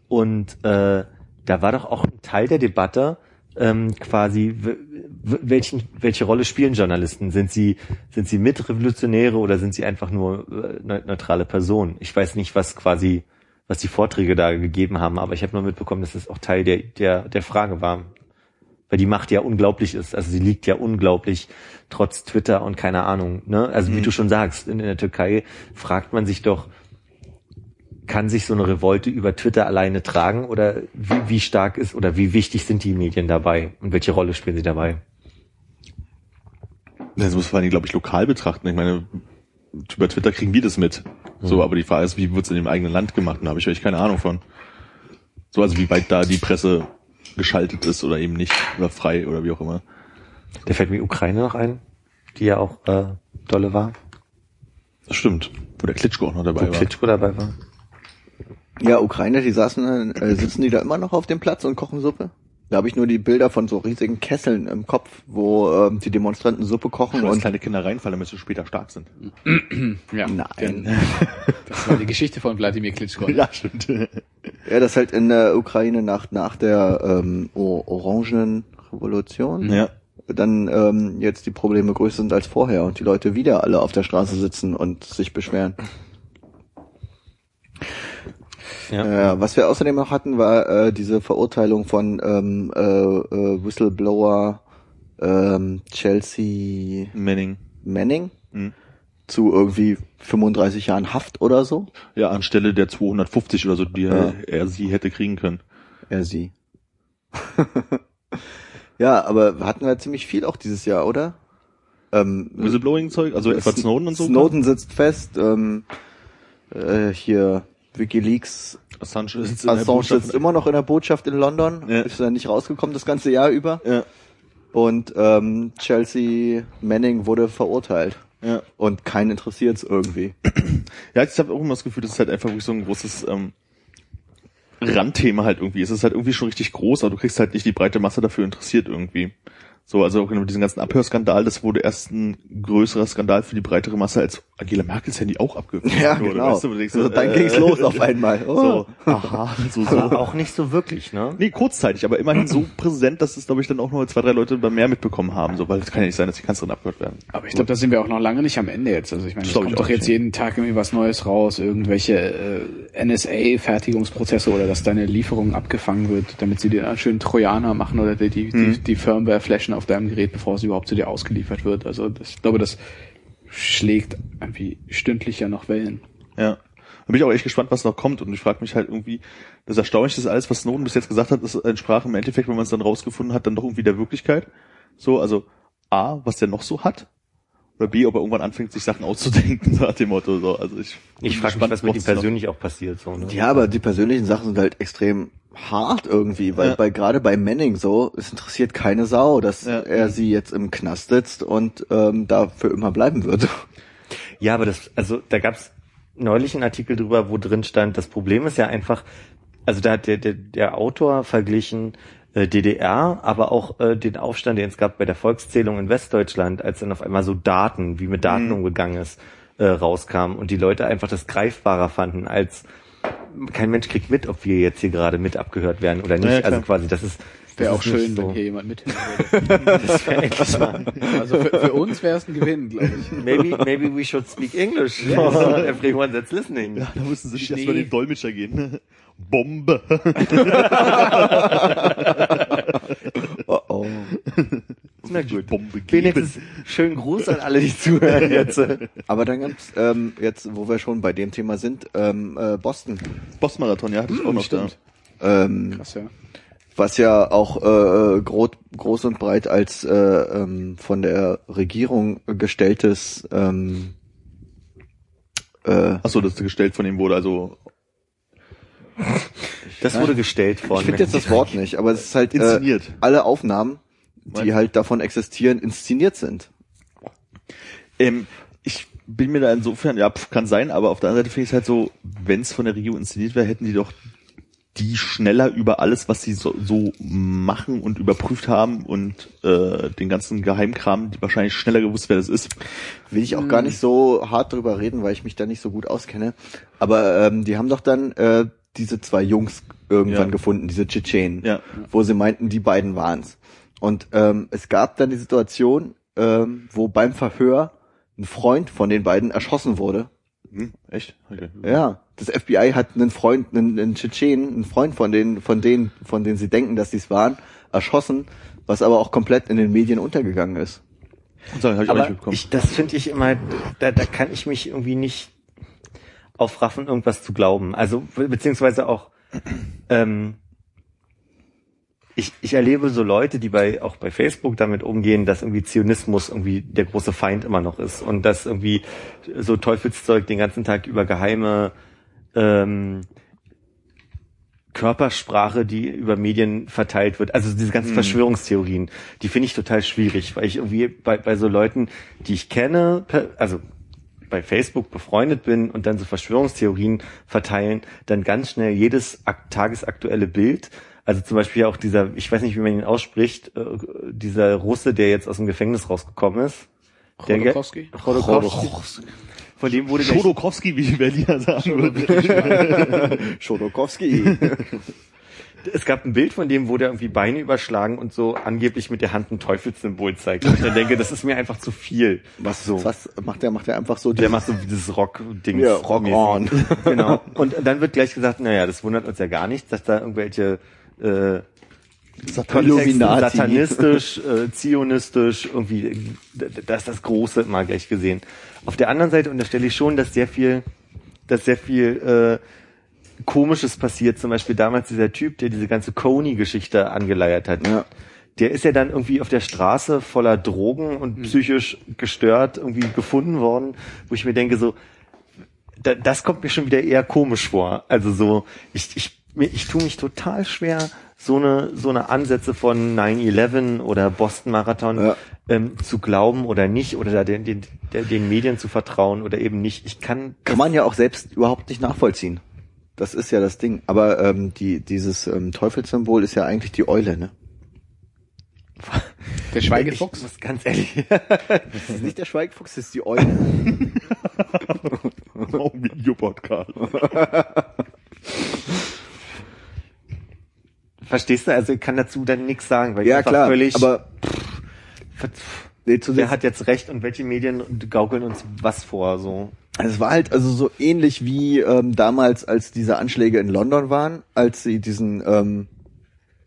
Speaker 4: Und äh, da war doch auch ein Teil der Debatte ähm, quasi w- w- welchen welche Rolle spielen Journalisten? Sind sie sind sie Mitrevolutionäre oder sind sie einfach nur äh, neu- neutrale Personen? Ich weiß nicht, was quasi was die Vorträge da gegeben haben, aber ich habe nur mitbekommen, dass das auch Teil der der der Frage war. weil die Macht ja unglaublich ist. Also sie liegt ja unglaublich, trotz Twitter und keine Ahnung. Ne? Also wie du schon sagst, in, in der Türkei fragt man sich doch, kann sich so eine Revolte über Twitter alleine tragen oder wie, wie stark ist oder wie wichtig sind die Medien dabei und welche Rolle spielen sie dabei?
Speaker 2: Das muss man, glaube ich, lokal betrachten. Ich meine, über Twitter kriegen wir das mit. So, aber die Frage ist, wie wird's in dem eigenen Land gemacht? Und da habe ich wirklich keine Ahnung von. So, also wie weit da die Presse geschaltet ist oder eben nicht oder frei oder wie auch immer.
Speaker 4: Da fällt mir Ukraine noch ein, die ja auch äh, dolle war,
Speaker 2: Das stimmt. Wo der Klitschko auch noch
Speaker 4: wo
Speaker 2: dabei war.
Speaker 4: Klitschko dabei war.
Speaker 5: Ja, Ukrainer, die saßen, äh, sitzen die da immer noch auf dem Platz und kochen Suppe? Da habe ich nur die Bilder von so riesigen Kesseln im Kopf, wo ähm, die Demonstranten Suppe kochen
Speaker 2: Schon als
Speaker 5: und
Speaker 2: kleine Kinder reinfallen, damit sie später stark sind.
Speaker 3: Ja,
Speaker 5: nein.
Speaker 3: Genau. das war die Geschichte von Wladimir Klitschko.
Speaker 2: stimmt.
Speaker 5: Ja, das halt in der Ukraine nach nach der ähm, o- orangenen Revolution.
Speaker 2: Ja.
Speaker 5: Dann ähm, jetzt die Probleme größer sind als vorher und die Leute wieder alle auf der Straße sitzen und sich beschweren.
Speaker 4: Ja.
Speaker 5: Ja, Äh, was wir außerdem noch hatten, war äh, diese Verurteilung von ähm, äh, äh, Whistleblower ähm, Chelsea
Speaker 2: Manning.
Speaker 5: Manning
Speaker 2: Mhm.
Speaker 5: zu irgendwie 35 Jahren Haft oder so.
Speaker 2: Ja, anstelle der 250 oder so, die
Speaker 5: Ja.
Speaker 2: er sie hätte kriegen können.
Speaker 5: Er sie. ja, aber hatten wir ziemlich viel auch dieses Jahr, oder? Ähm,
Speaker 2: Whistleblowing-Zeug, also Edward
Speaker 5: Sn-
Speaker 2: Snowden und so.
Speaker 5: Snowden sitzt fest. Ähm, äh, hier Wikileaks.
Speaker 2: Assange ist, in der
Speaker 5: Assange
Speaker 2: Botschaft-
Speaker 5: sitzt immer noch in der Botschaft in London.
Speaker 2: Ja.
Speaker 5: Ist ja nicht rausgekommen das ganze Jahr über.
Speaker 2: Ja,
Speaker 5: Und ähm, Chelsea Manning wurde verurteilt.
Speaker 2: ja.
Speaker 5: Und keinen interessiert es irgendwie.
Speaker 2: Ja, ich habe auch immer das Gefühl, das ist halt einfach wirklich so ein großes ähm, Randthema halt irgendwie. Es ist halt irgendwie schon richtig groß, aber du kriegst halt nicht die breite Masse dafür interessiert irgendwie. So, also auch mit diesem ganzen Abhörskandal, das wurde erst ein größerer Skandal für die breitere Masse, als Angela Merkels Handy auch abgehört
Speaker 5: Ja,
Speaker 2: wurde.
Speaker 5: genau.
Speaker 2: Weißt du, wo du denkst,
Speaker 5: also, dann
Speaker 2: äh,
Speaker 5: ging's los auf einmal. Oh.
Speaker 2: So, aha, so, so.
Speaker 4: Also Auch nicht so wirklich, ne?
Speaker 2: Nee, kurzzeitig, aber immerhin so präsent, dass es, glaube ich, dann auch nur zwei, drei Leute bei mehr mitbekommen haben, so, weil es kann ja nicht sein, dass die Kanzlerin abgehört werden.
Speaker 3: Aber ich glaube, da sind wir auch noch lange nicht am Ende jetzt. Also ich meine,
Speaker 2: Das
Speaker 3: es
Speaker 2: glaub ich
Speaker 3: kommt
Speaker 2: auch
Speaker 3: doch jetzt
Speaker 2: nicht.
Speaker 3: jeden Tag irgendwie was Neues raus, irgendwelche äh, NSA-Fertigungsprozesse oder dass deine Lieferung abgefangen wird, damit sie dir einen schönen Trojaner machen oder die, die, die,
Speaker 2: Hm.
Speaker 3: die Firmware flashen auf deinem Gerät, bevor es überhaupt zu dir ausgeliefert wird. Also das, ich glaube, das schlägt irgendwie stündlich ja noch Wellen.
Speaker 2: Ja. Da bin ich auch echt gespannt, was noch kommt. Und ich frage mich halt irgendwie, das Erstaunlichste ist alles, was Snowden bis jetzt gesagt hat, das entsprach im Endeffekt, wenn man es dann rausgefunden hat, dann doch irgendwie der Wirklichkeit. So, also A, was der noch so hat. Oder B, ob er irgendwann anfängt, sich Sachen auszudenken, so nach dem Motto. So. Also ich, bin
Speaker 4: Ich frage mich,
Speaker 2: gespannt,
Speaker 4: was mit ihm
Speaker 2: wo's noch-
Speaker 4: persönlich auch passiert. So, ne?
Speaker 5: Ja, aber die persönlichen Sachen sind halt extrem hart irgendwie, weil
Speaker 2: Ja.
Speaker 5: bei gerade bei Manning so, es interessiert keine Sau, dass
Speaker 2: Ja.
Speaker 5: er sie jetzt im Knast sitzt und ähm, dafür immer bleiben wird.
Speaker 4: Ja, aber das, also da gab's neulich einen Artikel drüber, wo drin stand, das Problem ist ja einfach, also da hat der, der, der Autor verglichen äh, DDR, aber auch äh, den Aufstand, den es gab bei der Volkszählung in Westdeutschland, als dann auf einmal so Daten, wie mit Daten umgegangen ist, äh, rauskam und die Leute einfach das greifbarer fanden als kein Mensch kriegt mit, ob wir jetzt hier gerade mit abgehört werden oder nicht.
Speaker 2: Ja, ja, klar.
Speaker 4: also quasi, das ist das
Speaker 3: Wäre
Speaker 4: ist
Speaker 3: auch schön,
Speaker 4: nicht so.
Speaker 3: wenn hier jemand mithören
Speaker 4: Das wär endlich mal.
Speaker 3: würde. Also für, für uns wäre es ein Gewinn, glaube ich.
Speaker 4: Maybe, maybe we should speak English. for Everyone that's listening.
Speaker 2: Ja, da müssen sie sich
Speaker 3: Nee.
Speaker 2: erstmal den Dolmetscher gehen. Bombe.
Speaker 5: Oh, oh.
Speaker 4: Na gut.
Speaker 2: Bombe geben.
Speaker 4: Wenigstens schönen Gruß an alle, die zuhören jetzt.
Speaker 5: Aber dann gab's ähm, jetzt, wo wir schon bei dem Thema sind, ähm, äh, Boston,
Speaker 2: Bossmarathon, ja, hatte ich auch noch
Speaker 3: Mm, Stimmt.
Speaker 5: ähm,
Speaker 3: Krass, ja.
Speaker 5: was ja auch äh, groß, groß und breit als äh, ähm, von der Regierung gestelltes ähm, äh,
Speaker 2: da. Achso, das gestellt von ihm wurde, also
Speaker 4: Das wurde gestellt von.
Speaker 5: Ich finde jetzt das Wort nicht, aber es ist halt äh,
Speaker 2: inszeniert.
Speaker 5: alle Aufnahmen, die
Speaker 2: Mein-
Speaker 5: halt davon existieren, inszeniert sind.
Speaker 2: Ähm, ich bin mir da insofern, ja, pf, kann sein, aber auf der anderen Seite finde ich es halt so, wenn es von der Regierung inszeniert wäre, hätten die doch die schneller über alles, was sie so, so machen und überprüft haben und äh, den ganzen Geheimkram, die wahrscheinlich schneller gewusst, wer das ist.
Speaker 5: Will ich auch
Speaker 2: Hm.
Speaker 5: gar nicht so hart drüber reden, weil ich mich da nicht so gut auskenne. Aber ähm, die haben doch dann äh, diese zwei Jungs irgendwann
Speaker 2: Ja.
Speaker 5: gefunden, diese Tschetschenen,
Speaker 2: Ja.
Speaker 5: wo sie meinten, die beiden waren's. Und ähm, es gab dann die Situation, ähm, wo beim Verhör ein Freund von den beiden erschossen wurde.
Speaker 2: Hm, echt? Okay.
Speaker 5: Ja, das FBI hat einen Freund, einen, einen Tschetschenen, einen Freund von denen, von denen, von denen sie denken, dass die's waren, erschossen, was aber auch komplett in den Medien untergegangen ist.
Speaker 2: Und sagen, hab ich auch nicht
Speaker 4: Aber
Speaker 2: mitbekommen.
Speaker 4: ich, das finde ich immer, da, da kann ich mich irgendwie nicht aufraffen, irgendwas zu glauben. Also, be- beziehungsweise auch, ähm, ich, ich erlebe so Leute, die bei auch bei Facebook damit umgehen, dass irgendwie Zionismus irgendwie der große Feind immer noch ist und dass irgendwie so Teufelszeug den ganzen Tag über geheime ähm, Körpersprache, die über Medien verteilt wird. Also diese ganzen Verschwörungstheorien, die finde ich total schwierig, weil ich irgendwie bei, bei so Leuten, die ich kenne, per- also bei Facebook befreundet bin und dann so Verschwörungstheorien verteilen, dann ganz schnell jedes ak- tagesaktuelle Bild, also zum Beispiel auch dieser, ich weiß nicht, wie man ihn ausspricht, äh, dieser Russe, der jetzt aus dem Gefängnis rausgekommen ist. Der ge-
Speaker 3: Chodorkowski?
Speaker 4: Chodorkowski. Von dem wurde der
Speaker 2: Chodorkowski, wie die Berliner sagen würden.
Speaker 5: Schodokowski.
Speaker 4: Es gab ein Bild von dem, wo der irgendwie Beine überschlagen und so angeblich mit der Hand ein Teufelssymbol zeigt. Und ich dann denke, das ist mir einfach zu viel.
Speaker 5: was so? Was macht der? Macht der einfach so?
Speaker 4: Der macht so dieses Rock-Ding.
Speaker 5: Ja, rock on.
Speaker 4: Genau. Und dann wird gleich gesagt, naja, das wundert uns ja gar nicht, dass da irgendwelche äh, Kontexte
Speaker 5: Illuminati.
Speaker 4: satanistisch, äh, zionistisch, irgendwie, d- d- da ist das Große mal gleich gesehen. Auf der anderen Seite unterstelle ich schon, dass sehr viel, dass sehr viel äh, Komisches passiert. Zum Beispiel damals dieser Typ, der diese ganze Coney-Geschichte angeleiert hat.
Speaker 5: Ja.
Speaker 4: Der ist ja dann irgendwie auf der Straße voller Drogen und
Speaker 5: Hm.
Speaker 4: psychisch gestört irgendwie gefunden worden, wo ich mir denke so, da, das kommt mir schon wieder eher komisch vor. Also so, ich, ich, mir- ich tue mich total schwer, so eine, so eine Ansätze von 9-11 oder Boston Marathon
Speaker 5: Ja.
Speaker 4: ähm, zu glauben oder nicht oder da den, den, der- den Medien zu vertrauen oder eben nicht. Ich kann,
Speaker 5: Kann man ja auch selbst überhaupt nicht nachvollziehen. Das ist ja das Ding. Aber ähm, die, dieses ähm, Teufelssymbol ist ja eigentlich die Eule, ne?
Speaker 3: Der
Speaker 4: ich
Speaker 3: Schweigefuchs?
Speaker 4: muss ganz ehrlich,
Speaker 5: Das ist nicht der Schweigfuchs, das ist die Eule.
Speaker 2: Auch ein Videopodcast.
Speaker 4: verstehst du? Also ich kann dazu dann nichts sagen, weil
Speaker 5: ja
Speaker 4: ich
Speaker 5: klar,
Speaker 4: völlig,
Speaker 5: aber
Speaker 4: ver-
Speaker 5: nee, zu
Speaker 4: wer hat jetzt recht und welche Medien gaukeln uns was vor, so.
Speaker 5: Also Es war halt also so ähnlich wie ähm, damals, als diese Anschläge in London waren, als sie diesen, ähm,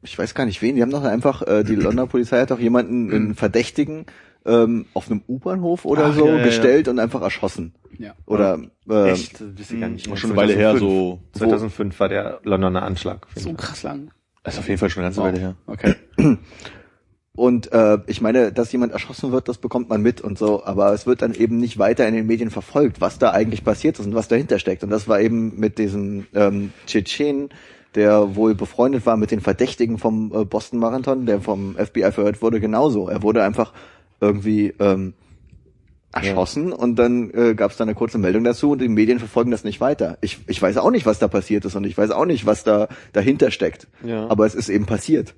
Speaker 5: ich weiß gar nicht wen, die haben doch einfach, äh, die Londoner Polizei hat doch jemanden, einen Verdächtigen, ähm, auf einem U-Bahnhof oder
Speaker 2: Mhm. Ach,
Speaker 5: so
Speaker 2: ja, ja, ja.
Speaker 5: gestellt und einfach erschossen.
Speaker 3: Ja.
Speaker 5: Oder äh,
Speaker 4: Echt? Das ist ja gar nicht mehr.
Speaker 2: Ähm, Schon eine Weile her, so.
Speaker 4: 2005 war der Londoner Anschlag.
Speaker 3: So krass lang. Oh,
Speaker 2: Das ist auf jeden Fall schon eine ganze
Speaker 3: Wow.
Speaker 2: Weile her.
Speaker 3: Okay.
Speaker 5: Und äh, ich meine, dass jemand erschossen wird, das bekommt man mit und so, aber es wird dann eben nicht weiter in den Medien verfolgt, was da eigentlich passiert ist und was dahinter steckt. Und das war eben mit diesem ähm, Tschetschen, der wohl befreundet war mit den Verdächtigen vom äh, Boston Marathon, der vom FBI verhört wurde, genauso. Er wurde einfach irgendwie ähm, erschossen und dann äh, gab es da eine kurze Meldung dazu und die Medien verfolgen das nicht weiter. Ich, ich weiß auch nicht, was da passiert ist und ich weiß auch nicht, was da dahinter steckt.
Speaker 4: Ja.
Speaker 5: Aber es ist eben passiert.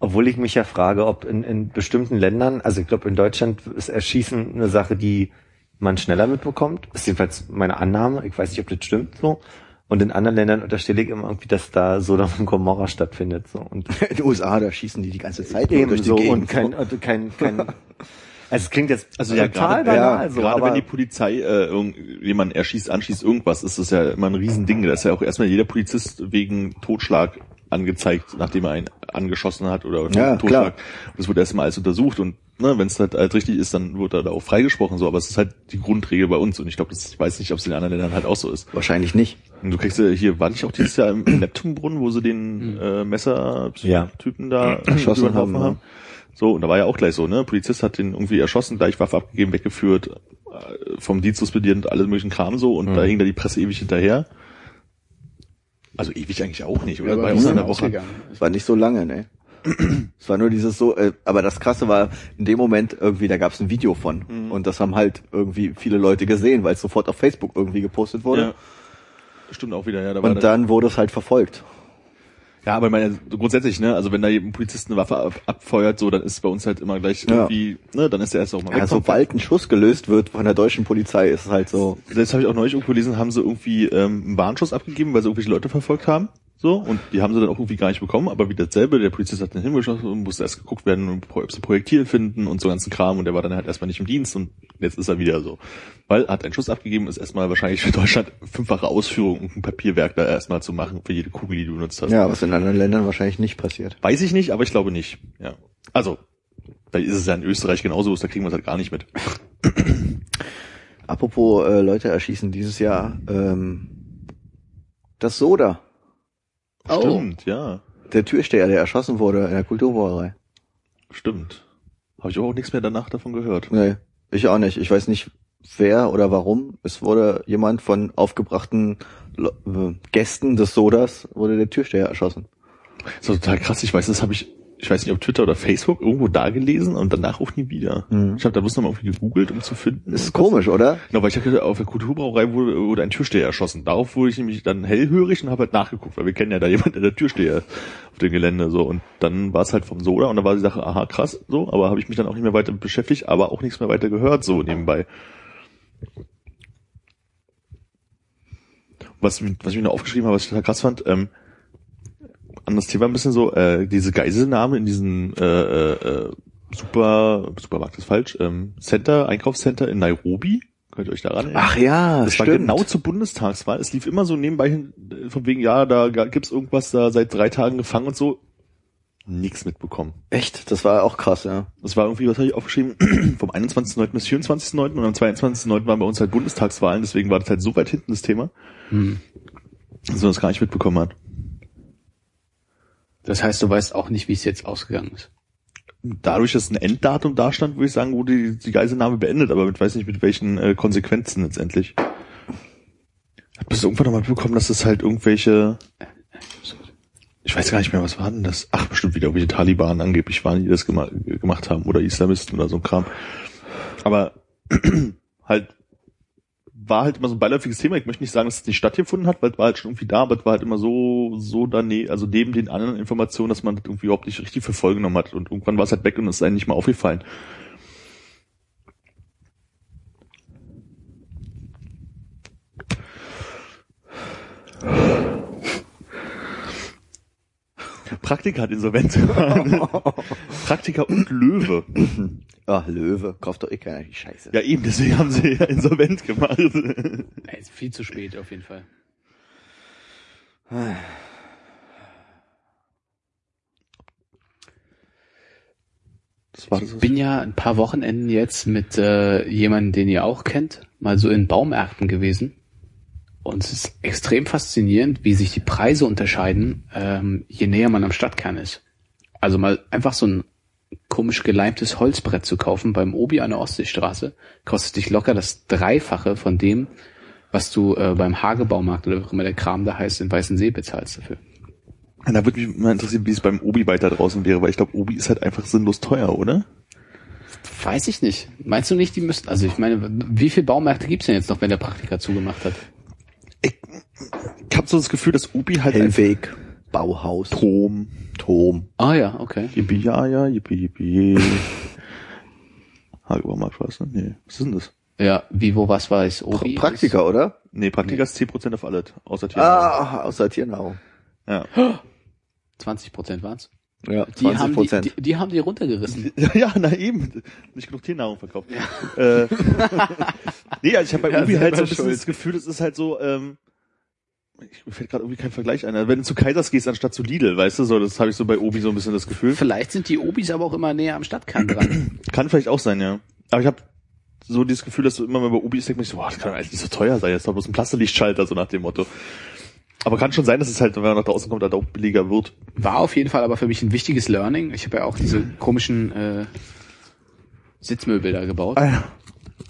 Speaker 4: Obwohl ich mich ja frage, ob in, in bestimmten Ländern, also ich glaube in Deutschland ist Erschießen eine Sache, die man schneller mitbekommt. Ist jedenfalls meine Annahme. Ich weiß nicht, ob das stimmt so. Und in anderen Ländern unterstelle ich immer irgendwie, dass da Sodom und Gomorra stattfindet. So. Und
Speaker 5: In den USA, da schießen die die ganze Zeit nur
Speaker 4: eben
Speaker 5: durch die
Speaker 4: so
Speaker 5: Gegend.
Speaker 4: und kein, und kein, kein also es klingt jetzt
Speaker 2: Also ja,
Speaker 4: total
Speaker 2: gerade-
Speaker 4: banal,
Speaker 5: ja,
Speaker 4: so,
Speaker 2: Gerade
Speaker 4: aber
Speaker 2: wenn die Polizei äh, irgend- jemanden erschießt, anschießt, irgendwas, ist das ja immer ein Riesending. Da ist ja auch erstmal jeder Polizist wegen Totschlag angezeigt, nachdem er einen angeschossen hat oder
Speaker 5: Ja, klar.
Speaker 2: Und das wird erstmal alles untersucht und ne, wenn es halt, halt richtig ist, dann wird er da auch freigesprochen. So, aber es ist halt die Grundregel bei uns und ich glaube, das ich weiß nicht, ob es in anderen Ländern halt auch so ist.
Speaker 5: Wahrscheinlich nicht.
Speaker 2: Und du kriegst ja hier, war nicht auch dieses Jahr im Neptunbrunnen, wo sie den äh,
Speaker 4: Ja.
Speaker 2: Messertypen da
Speaker 5: Erschossen
Speaker 2: über den Haufen
Speaker 5: haben, ne?
Speaker 2: haben? So, und da war ja auch gleich so, ne? Polizist hat den irgendwie erschossen, gleich Waffe abgegeben, weggeführt, äh, vom Dienst suspendiert und alle möglichen Kram so und da
Speaker 5: Mhm.
Speaker 2: hing da die Presse ewig hinterher. Also ewig eigentlich auch nicht, oder?
Speaker 3: aber
Speaker 2: Bei
Speaker 3: wie
Speaker 2: uns
Speaker 3: ist
Speaker 2: in der
Speaker 3: denn
Speaker 2: Woche.
Speaker 3: ausgegangen?
Speaker 5: Es war nicht so lange, ne? Es war nur dieses so, äh, aber das Krasse war, in dem Moment irgendwie, da gab es ein Video von.
Speaker 4: Mhm.
Speaker 5: Und das haben halt irgendwie viele Leute gesehen, weil es sofort auf Facebook irgendwie gepostet wurde.
Speaker 2: Ja. Stimmt auch wieder, ja. Da war
Speaker 5: Und dann wurde es halt verfolgt.
Speaker 2: Ja, aber ich meine, so grundsätzlich, ne, also wenn da ein Polizist eine Waffe ab, abfeuert, so, dann ist bei uns halt immer gleich
Speaker 5: Ja.
Speaker 2: irgendwie, ne, dann ist der erst auch mal
Speaker 5: Ja,
Speaker 2: weg vom
Speaker 5: sobald ein Schuss gelöst wird von der deutschen Polizei, ist es halt so.
Speaker 2: Selbst habe ich auch neulich irgendwo gelesen, haben sie irgendwie ähm, einen Warnschuss abgegeben, weil sie irgendwelche Leute verfolgt haben. So, und die haben sie dann auch irgendwie gar nicht bekommen, aber wie dasselbe, der Polizist hat dann hingeschossen und musste erst geguckt werden, und pro- ob sie Projektil finden und so ganzen Kram und der war dann halt erstmal nicht im Dienst und jetzt ist er wieder so. Weil er hat einen Schuss abgegeben, ist erstmal wahrscheinlich für Deutschland fünffache Ausführung und ein Papierwerk da erstmal zu machen für jede Kugel, die du benutzt hast.
Speaker 5: Ja, was in anderen Ländern wahrscheinlich nicht passiert.
Speaker 2: Weiß ich nicht, aber ich glaube nicht. Ja. Also, da ist es ja in Österreich genauso, da kriegen wir es halt gar nicht mit.
Speaker 5: Apropos äh, Leute erschießen dieses Jahr, ähm, das Soda,
Speaker 3: Oh,
Speaker 2: Stimmt, ja.
Speaker 5: der Türsteher, der erschossen wurde in der Kulturbrauerei.
Speaker 2: Stimmt. Habe ich auch nichts mehr danach davon gehört.
Speaker 5: Nee, ich auch nicht. Ich weiß nicht, wer oder warum. Es wurde jemand von aufgebrachten Lo äh, Gästen des Sodas, wurde der Türsteher erschossen.
Speaker 2: Das war total krass. Ich weiß, das habe ich, ich weiß nicht, ob Twitter oder Facebook irgendwo da gelesen und danach auch nie wieder.
Speaker 5: Mhm.
Speaker 2: Ich habe da bloß nochmal irgendwie gegoogelt, um zu finden.
Speaker 5: Ist komisch, oder?
Speaker 2: Genau, weil ich habe auf der Kulturbrauerei wurde, wurde ein Türsteher erschossen. Darauf wurde ich nämlich dann hellhörig und habe halt nachgeguckt, weil wir kennen ja da jemanden, der der Türsteher ist auf dem Gelände so. Und dann war es halt vom Soda und da war die Sache, aha, krass, so, aber habe ich mich dann auch nicht mehr weiter beschäftigt, aber auch nichts mehr weiter gehört, so nebenbei. Was, mich- was ich mir noch aufgeschrieben habe, was ich total krass fand, ähm, anderes Thema ein bisschen so, äh, diese Geiselnahme in diesem äh, äh, äh, Super, Supermarkt ist falsch, ähm, Center, Einkaufscenter in Nairobi. Könnt ihr euch daran erinnern?
Speaker 5: Ach ja,
Speaker 2: Das war genau zur Bundestagswahl. Es lief immer so nebenbei hin, äh, von wegen, ja, da ga- gibt's irgendwas, da seit drei Tagen gefangen und so. Nichts mitbekommen.
Speaker 5: Echt, das war auch krass, ja.
Speaker 2: Das war irgendwie, was habe ich aufgeschrieben, vom 21.9. bis 24.9. und am 22.9. waren bei uns halt Bundestagswahlen, deswegen war das halt so weit hinten das Thema,
Speaker 3: Hm.
Speaker 2: dass man das gar nicht mitbekommen hat.
Speaker 3: Das heißt, du weißt auch nicht, wie es jetzt ausgegangen ist.
Speaker 2: Dadurch, dass ein Enddatum da stand, würde ich sagen, wurde die, die Geiselnahme beendet, aber ich weiß nicht, mit welchen äh, Konsequenzen letztendlich. Hat bis irgendwann nochmal mitbekommen, dass es halt irgendwelche ich weiß gar nicht mehr, was war denn das? Ach, bestimmt wieder irgendwelche Taliban angeblich waren, die das gema gemacht haben oder Islamisten oder so ein Kram. Aber halt war halt immer so ein beiläufiges Thema. Ich möchte nicht sagen, dass es nicht stattgefunden hat, weil es war halt schon irgendwie da, aber es war halt immer so, so daneben, also neben den anderen Informationen, dass man das irgendwie überhaupt nicht richtig für voll genommen hat. Und irgendwann war es halt weg und es ist einem nicht mal aufgefallen. Praktika hat insolvent. Praktika und Löwe.
Speaker 5: Ach, Löwe, kauft doch eh keiner die Scheiße.
Speaker 2: Ja, eben, deswegen haben sie ja insolvent gemacht.
Speaker 3: Ey, Äh, ist viel zu spät auf jeden Fall.
Speaker 2: Das war
Speaker 3: Ich bin ja ein paar Wochenenden jetzt mit äh, jemandem, den ihr auch kennt, mal so in Baumärkten gewesen. Und es ist extrem faszinierend, wie sich die Preise unterscheiden, ähm, je näher man am Stadtkern ist. Also mal einfach so ein komisch geleimtes Holzbrett zu kaufen beim Obi an der Ostseestraße, kostet dich locker das Dreifache von dem, was du äh, beim Hagebaumarkt oder wie auch immer der Kram da heißt, in Weißensee bezahlst dafür.
Speaker 2: Und da würde mich mal interessieren, wie es beim Obi weiter draußen wäre, weil ich glaube, Obi ist halt einfach sinnlos teuer, oder?
Speaker 3: Weiß ich nicht. Meinst du nicht, die müssten, also ich meine, wie viele Baumärkte gibt's denn jetzt noch, wenn der Praktiker zugemacht hat?
Speaker 2: Ich habe so das Gefühl, dass Obi halt
Speaker 5: Hellweg, Bauhaus,
Speaker 2: einfach Tom, Tom,
Speaker 3: Ah ja, okay.
Speaker 2: Yippie, ja, ja, yippie, yippie. Hagebaumarkt war es, ne? Nee. Was ist denn das?
Speaker 3: Ja, Vivo, was weiß,
Speaker 5: pra
Speaker 3: Obi.
Speaker 5: Praktiker, oder?
Speaker 2: Nee, Praktika ist 10% auf alles, außer Tier.
Speaker 5: Ah, außer Tiernau.
Speaker 2: Ja.
Speaker 3: 20 Prozent waren's.
Speaker 5: Ja,
Speaker 3: Die haben die,
Speaker 5: 20%.
Speaker 3: die, die haben die runtergerissen.
Speaker 2: Ja, na eben. Nicht genug Tiernahrung verkauft. Äh, nee, also ich habe bei
Speaker 3: Ja,
Speaker 2: Ubi halt so ein
Speaker 3: selber
Speaker 2: bisschen
Speaker 3: schuld.
Speaker 2: das Gefühl, es ist halt so, ähm, ich, mir fällt gerade irgendwie kein Vergleich ein. Also Wenn du zu Kaisers gehst anstatt zu Lidl, weißt du, so, das habe ich so bei Obi so ein bisschen das Gefühl.
Speaker 3: Vielleicht sind die Obis aber auch immer näher am Stadtkern dran.
Speaker 2: Kann vielleicht auch sein, ja. Aber ich habe so dieses Gefühl, dass du immer mal bei Ubi ist, denk ich so, boah, das kann eigentlich nicht so teuer sein, das ist doch bloß ein Plastiklichtschalter, so nach dem Motto. Aber kann schon sein, dass es halt, wenn man nach draußen kommt, halt auch billiger wird.
Speaker 3: War auf jeden Fall aber für mich ein wichtiges Learning. Ich habe ja auch diese komischen äh, Sitzmöbel da gebaut.
Speaker 2: ja.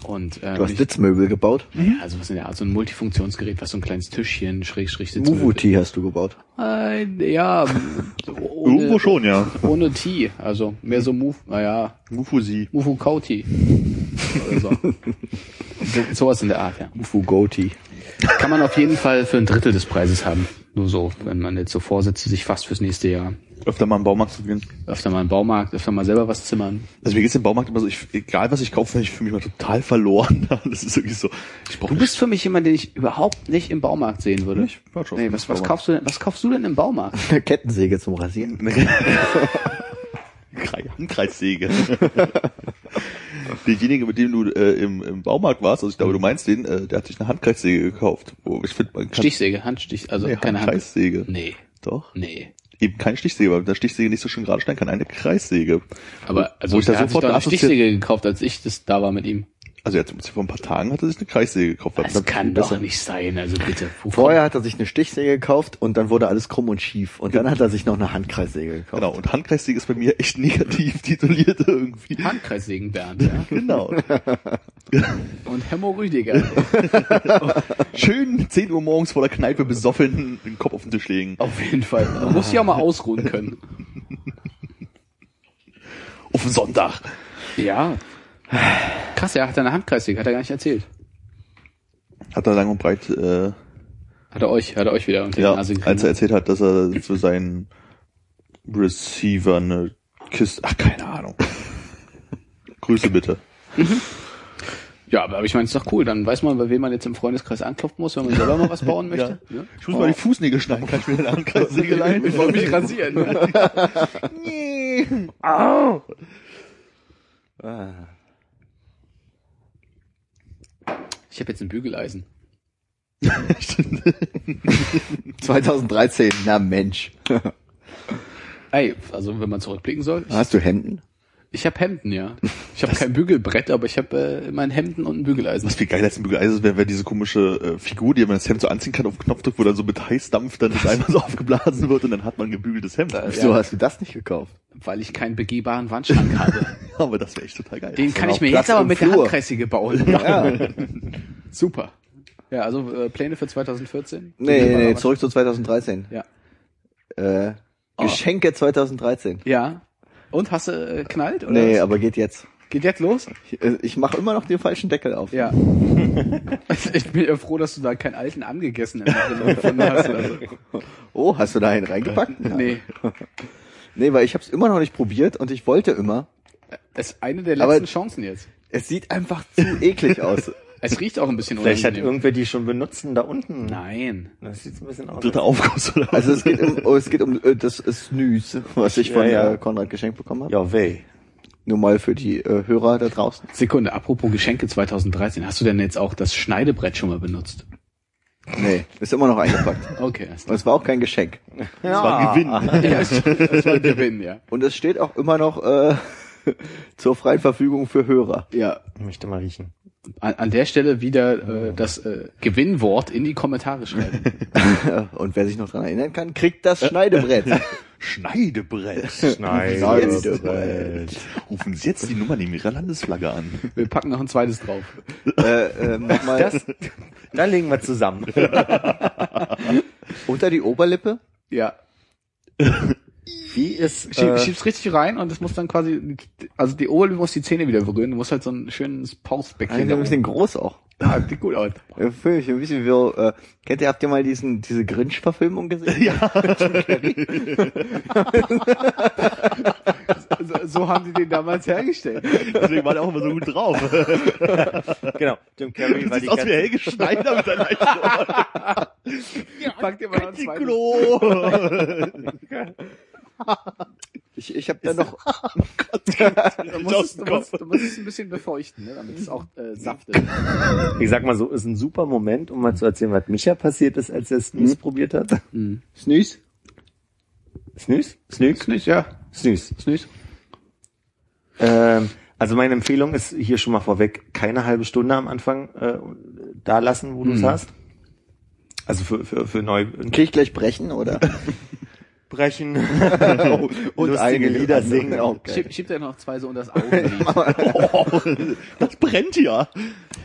Speaker 3: Und ähm,
Speaker 5: Du hast Sitzmöbel gebaut.
Speaker 2: Hm?
Speaker 3: ich, also was in der Art, so ein Multifunktionsgerät, was so ein kleines Tischchen, Schrägstrich Sitzmöbel.
Speaker 5: Muvuti hast du gebaut.
Speaker 3: Äh, ja, so
Speaker 2: Irgendwo
Speaker 3: ohne,
Speaker 2: schon, ja.
Speaker 3: ohne T, also mehr so Move, naja,
Speaker 2: Mufusi.
Speaker 3: Mufu Kauti. Oder so. so. Sowas in der Art, ja.
Speaker 5: Mufugoti.
Speaker 3: Kann man auf jeden Fall für ein Drittel des Preises haben. Nur so, wenn man jetzt so vorsätze, sich fast fürs nächste Jahr
Speaker 2: Öfter mal im Baumarkt zu gehen.
Speaker 3: öfter mal im Baumarkt, öfter mal selber was zimmern.
Speaker 2: Also mir geht's im Baumarkt immer so, ich, egal was ich kaufe, ich fühle mich mal total verloren. Das ist irgendwie so. Ich brauche
Speaker 3: Du bist für mich jemand, den ich überhaupt nicht im Baumarkt sehen würde.
Speaker 2: Nicht? Ja, schon.
Speaker 3: nee, was, was
Speaker 2: Baumarkt.
Speaker 3: kaufst du denn, was kaufst du denn im Baumarkt?
Speaker 5: Kettensäge zum Rasieren.
Speaker 2: Kre- Handkreissäge. Derjenige, mit dem du äh, im, im Baumarkt warst, also ich glaube, du meinst den, äh, der hat sich eine Handkreissäge gekauft. Oh, ich finde, man kann
Speaker 3: Stichsäge, Handstich, also
Speaker 2: nee,
Speaker 3: keine Hand.
Speaker 2: Handkreissäge.
Speaker 3: Nee,
Speaker 2: Doch.
Speaker 3: nee.
Speaker 2: Eben keine Stichsäge, weil mit der Stichsäge nicht so schön gerade schneiden kann. Eine Kreissäge.
Speaker 3: Aber also
Speaker 2: Wo ich da
Speaker 3: der hat sich
Speaker 2: sofort
Speaker 3: doch eine
Speaker 2: assoziiert-
Speaker 3: Stichsäge gekauft, als ich das da war mit ihm.
Speaker 2: Also jetzt vor ein paar Tagen hat er sich eine Kreissäge gekauft.
Speaker 3: Das kann doch nicht sein, also bitte. Wo
Speaker 5: Vorher hat er sich eine Stichsäge gekauft und dann wurde alles krumm und schief. Und dann hat er sich noch eine Handkreissäge gekauft.
Speaker 2: Genau, und Handkreissäge ist bei mir echt negativ tituliert irgendwie.
Speaker 3: kommt Handkreissägen Bernd, ja.
Speaker 2: Genau.
Speaker 3: Und Hemmo Rüdiger.
Speaker 2: Schön 10 Uhr morgens vor der Kneipe besoffen den Kopf auf den Tisch legen.
Speaker 3: Auf jeden Fall. Man muss sich auch mal ausruhen können.
Speaker 2: Auf den Sonntag.
Speaker 3: Ja. Krass, er hat eine Handkreissäge, hat er gar nicht erzählt.
Speaker 2: Hat er lang und breit, äh,
Speaker 3: Hat er euch, hat er euch wieder unter die
Speaker 2: ja,
Speaker 3: Nase gekriegt.
Speaker 2: als er erzählt hat, dass er zu seinen Receiver eine Kiste, ach, keine Ahnung. Grüße bitte.
Speaker 3: Ja, aber ich meine, es ist doch cool. Dann weiß man, bei wem man jetzt im Freundeskreis anklopfen muss, wenn man selber mal was bauen möchte.
Speaker 2: Ja.
Speaker 3: Ne?
Speaker 2: Ich muss mal die Fußnägel schneiden, kann ich mir eine Handkreissäge leihen?
Speaker 3: Ich wollte mich rasieren. Ne?
Speaker 5: Ah.
Speaker 3: Ich habe jetzt ein Bügeleisen.
Speaker 5: 2013, na Mensch.
Speaker 3: Ey, also wenn man zurückblicken soll. Ich,
Speaker 5: Hast du Hemden?
Speaker 3: ich habe Hemden, ja. Ich habe kein Bügelbrett, aber ich habe äh, mein Hemden und ein Bügeleisen.
Speaker 2: Was viel geiler als ein Bügeleisen wäre, wäre diese komische äh, Figur, die man das Hemd so anziehen kann, auf den Knopf drückt, wo dann so mit Heißdampf dann das einmal so aufgeblasen wird und dann hat man ein gebügeltes Hemd.
Speaker 5: Wieso hast du das nicht gekauft?
Speaker 3: Weil ich keinen begehbaren Wandschrank habe.
Speaker 2: Aber das wäre echt total geil.
Speaker 3: Den kann
Speaker 5: noch
Speaker 3: ich mir
Speaker 5: Genau, Platz
Speaker 3: jetzt aber
Speaker 5: im
Speaker 3: mit der
Speaker 5: Flur.
Speaker 3: Handkreissäge bauen.
Speaker 5: Ja.
Speaker 3: Super. Ja, also äh, Pläne für 2014?
Speaker 5: Nee, nee, nee, zurück zu 2013.
Speaker 3: Ja.
Speaker 5: Äh, Geschenke 2013.
Speaker 3: Ja. Und hast du äh, knallt? Oder
Speaker 5: Nee,
Speaker 3: was?
Speaker 5: aber geht jetzt.
Speaker 3: Geht jetzt los?
Speaker 5: Ich, äh, ich mache immer noch den falschen Deckel auf.
Speaker 3: Ja. ich bin ja froh, dass du da keinen alten angegessenen gefunden hast. Also.
Speaker 5: Oh, hast du da einen reingepackt?
Speaker 3: Nee.
Speaker 5: Nee, weil ich habe es immer noch nicht probiert und ich wollte immer.
Speaker 3: Das ist eine der
Speaker 5: Aber-
Speaker 3: letzten Chancen jetzt.
Speaker 5: Es sieht einfach zu eklig aus.
Speaker 3: Es riecht auch ein bisschen
Speaker 4: Vielleicht hat
Speaker 3: unangenehm.
Speaker 4: irgendwer die schon benutzt und da unten.
Speaker 3: Nein.
Speaker 4: Das sieht so ein bisschen aus.
Speaker 2: Dritter Aufguss oder was?
Speaker 5: Also es geht um, oh, es geht um äh, das Snooze, was ich von
Speaker 4: Ja, ja.
Speaker 5: Äh, Konrad geschenkt bekommen habe.
Speaker 4: Ja, weh.
Speaker 5: Nur mal für die äh, Hörer da draußen.
Speaker 3: Sekunde, apropos Geschenke 2013. Hast du denn jetzt auch das Schneidebrett schon mal benutzt?
Speaker 5: Nee, ist immer noch eingepackt.
Speaker 3: Okay. Das
Speaker 5: Und es war auch kein Geschenk.
Speaker 2: Das war ein Gewinn.
Speaker 3: ja, das war ein Gewinn, ja.
Speaker 5: Und es steht auch immer noch äh, zur freien Verfügung für Hörer.
Speaker 3: Ja.
Speaker 4: Ich möchte mal riechen.
Speaker 3: an, an der Stelle wieder äh, das äh, Gewinnwort in die Kommentare schreiben.
Speaker 5: Und wer sich noch dran erinnern kann, kriegt das Schneidebrett.
Speaker 2: Schneidebrett.
Speaker 4: Nein.
Speaker 2: Rufen Sie jetzt die Nummer neben Ihrer Landesflagge an.
Speaker 3: Wir packen noch ein zweites drauf.
Speaker 5: äh, äh, mach mal
Speaker 4: Das, dann legen wir zusammen.
Speaker 5: unter die Oberlippe.
Speaker 3: Ja.
Speaker 4: Wie ist,
Speaker 3: Schieb,
Speaker 4: äh,
Speaker 3: Schieb's richtig rein und es muss dann quasi, also die Oberlippe muss die Zähne wieder berühren. Du musst halt so ein schönes Pausbäckchen.
Speaker 5: Eigentlich ein bisschen groß auch.
Speaker 3: Ja, sieht gut aus.
Speaker 5: Äh, Fühl ich ein bisschen wie, äh, kennt ihr, habt ihr mal diesen, diese Grinch-Verfilmung gesehen? Ja.
Speaker 3: So, Also, so haben sie den damals hergestellt.
Speaker 2: Deswegen war der auch immer so gut drauf.
Speaker 4: genau, Jim Carrey war die
Speaker 2: aus wie
Speaker 4: ganze,
Speaker 2: Helge Schneider mit seiner
Speaker 3: Pack dir mal noch ein zweites.
Speaker 2: Klo.
Speaker 5: Ich, ich habe da noch,
Speaker 3: Du musst, du, musst, du musst es ein bisschen befeuchten, ne, damit es auch äh, saftet.
Speaker 4: ich sag mal so, ist ein super Moment, um mal zu erzählen, was Micha passiert ist, als er Snooze probiert hat.
Speaker 3: Snooze?
Speaker 4: Snooze? Snooze?
Speaker 3: Snooze, ja.
Speaker 4: Snooze.
Speaker 3: Snooze.
Speaker 4: Ähm, also meine Empfehlung ist hier schon mal vorweg, keine halbe Stunde am Anfang äh, da lassen, wo du es hast. Also für, für, für neu
Speaker 5: krieg ich gleich brechen, oder?
Speaker 4: brechen
Speaker 5: und
Speaker 4: lustige
Speaker 5: einige
Speaker 4: Lieder
Speaker 5: andere.
Speaker 4: singen.
Speaker 5: Auch geil.
Speaker 3: Schieb, schieb dir noch zwei so unter das Augenlid.
Speaker 2: Das brennt ja.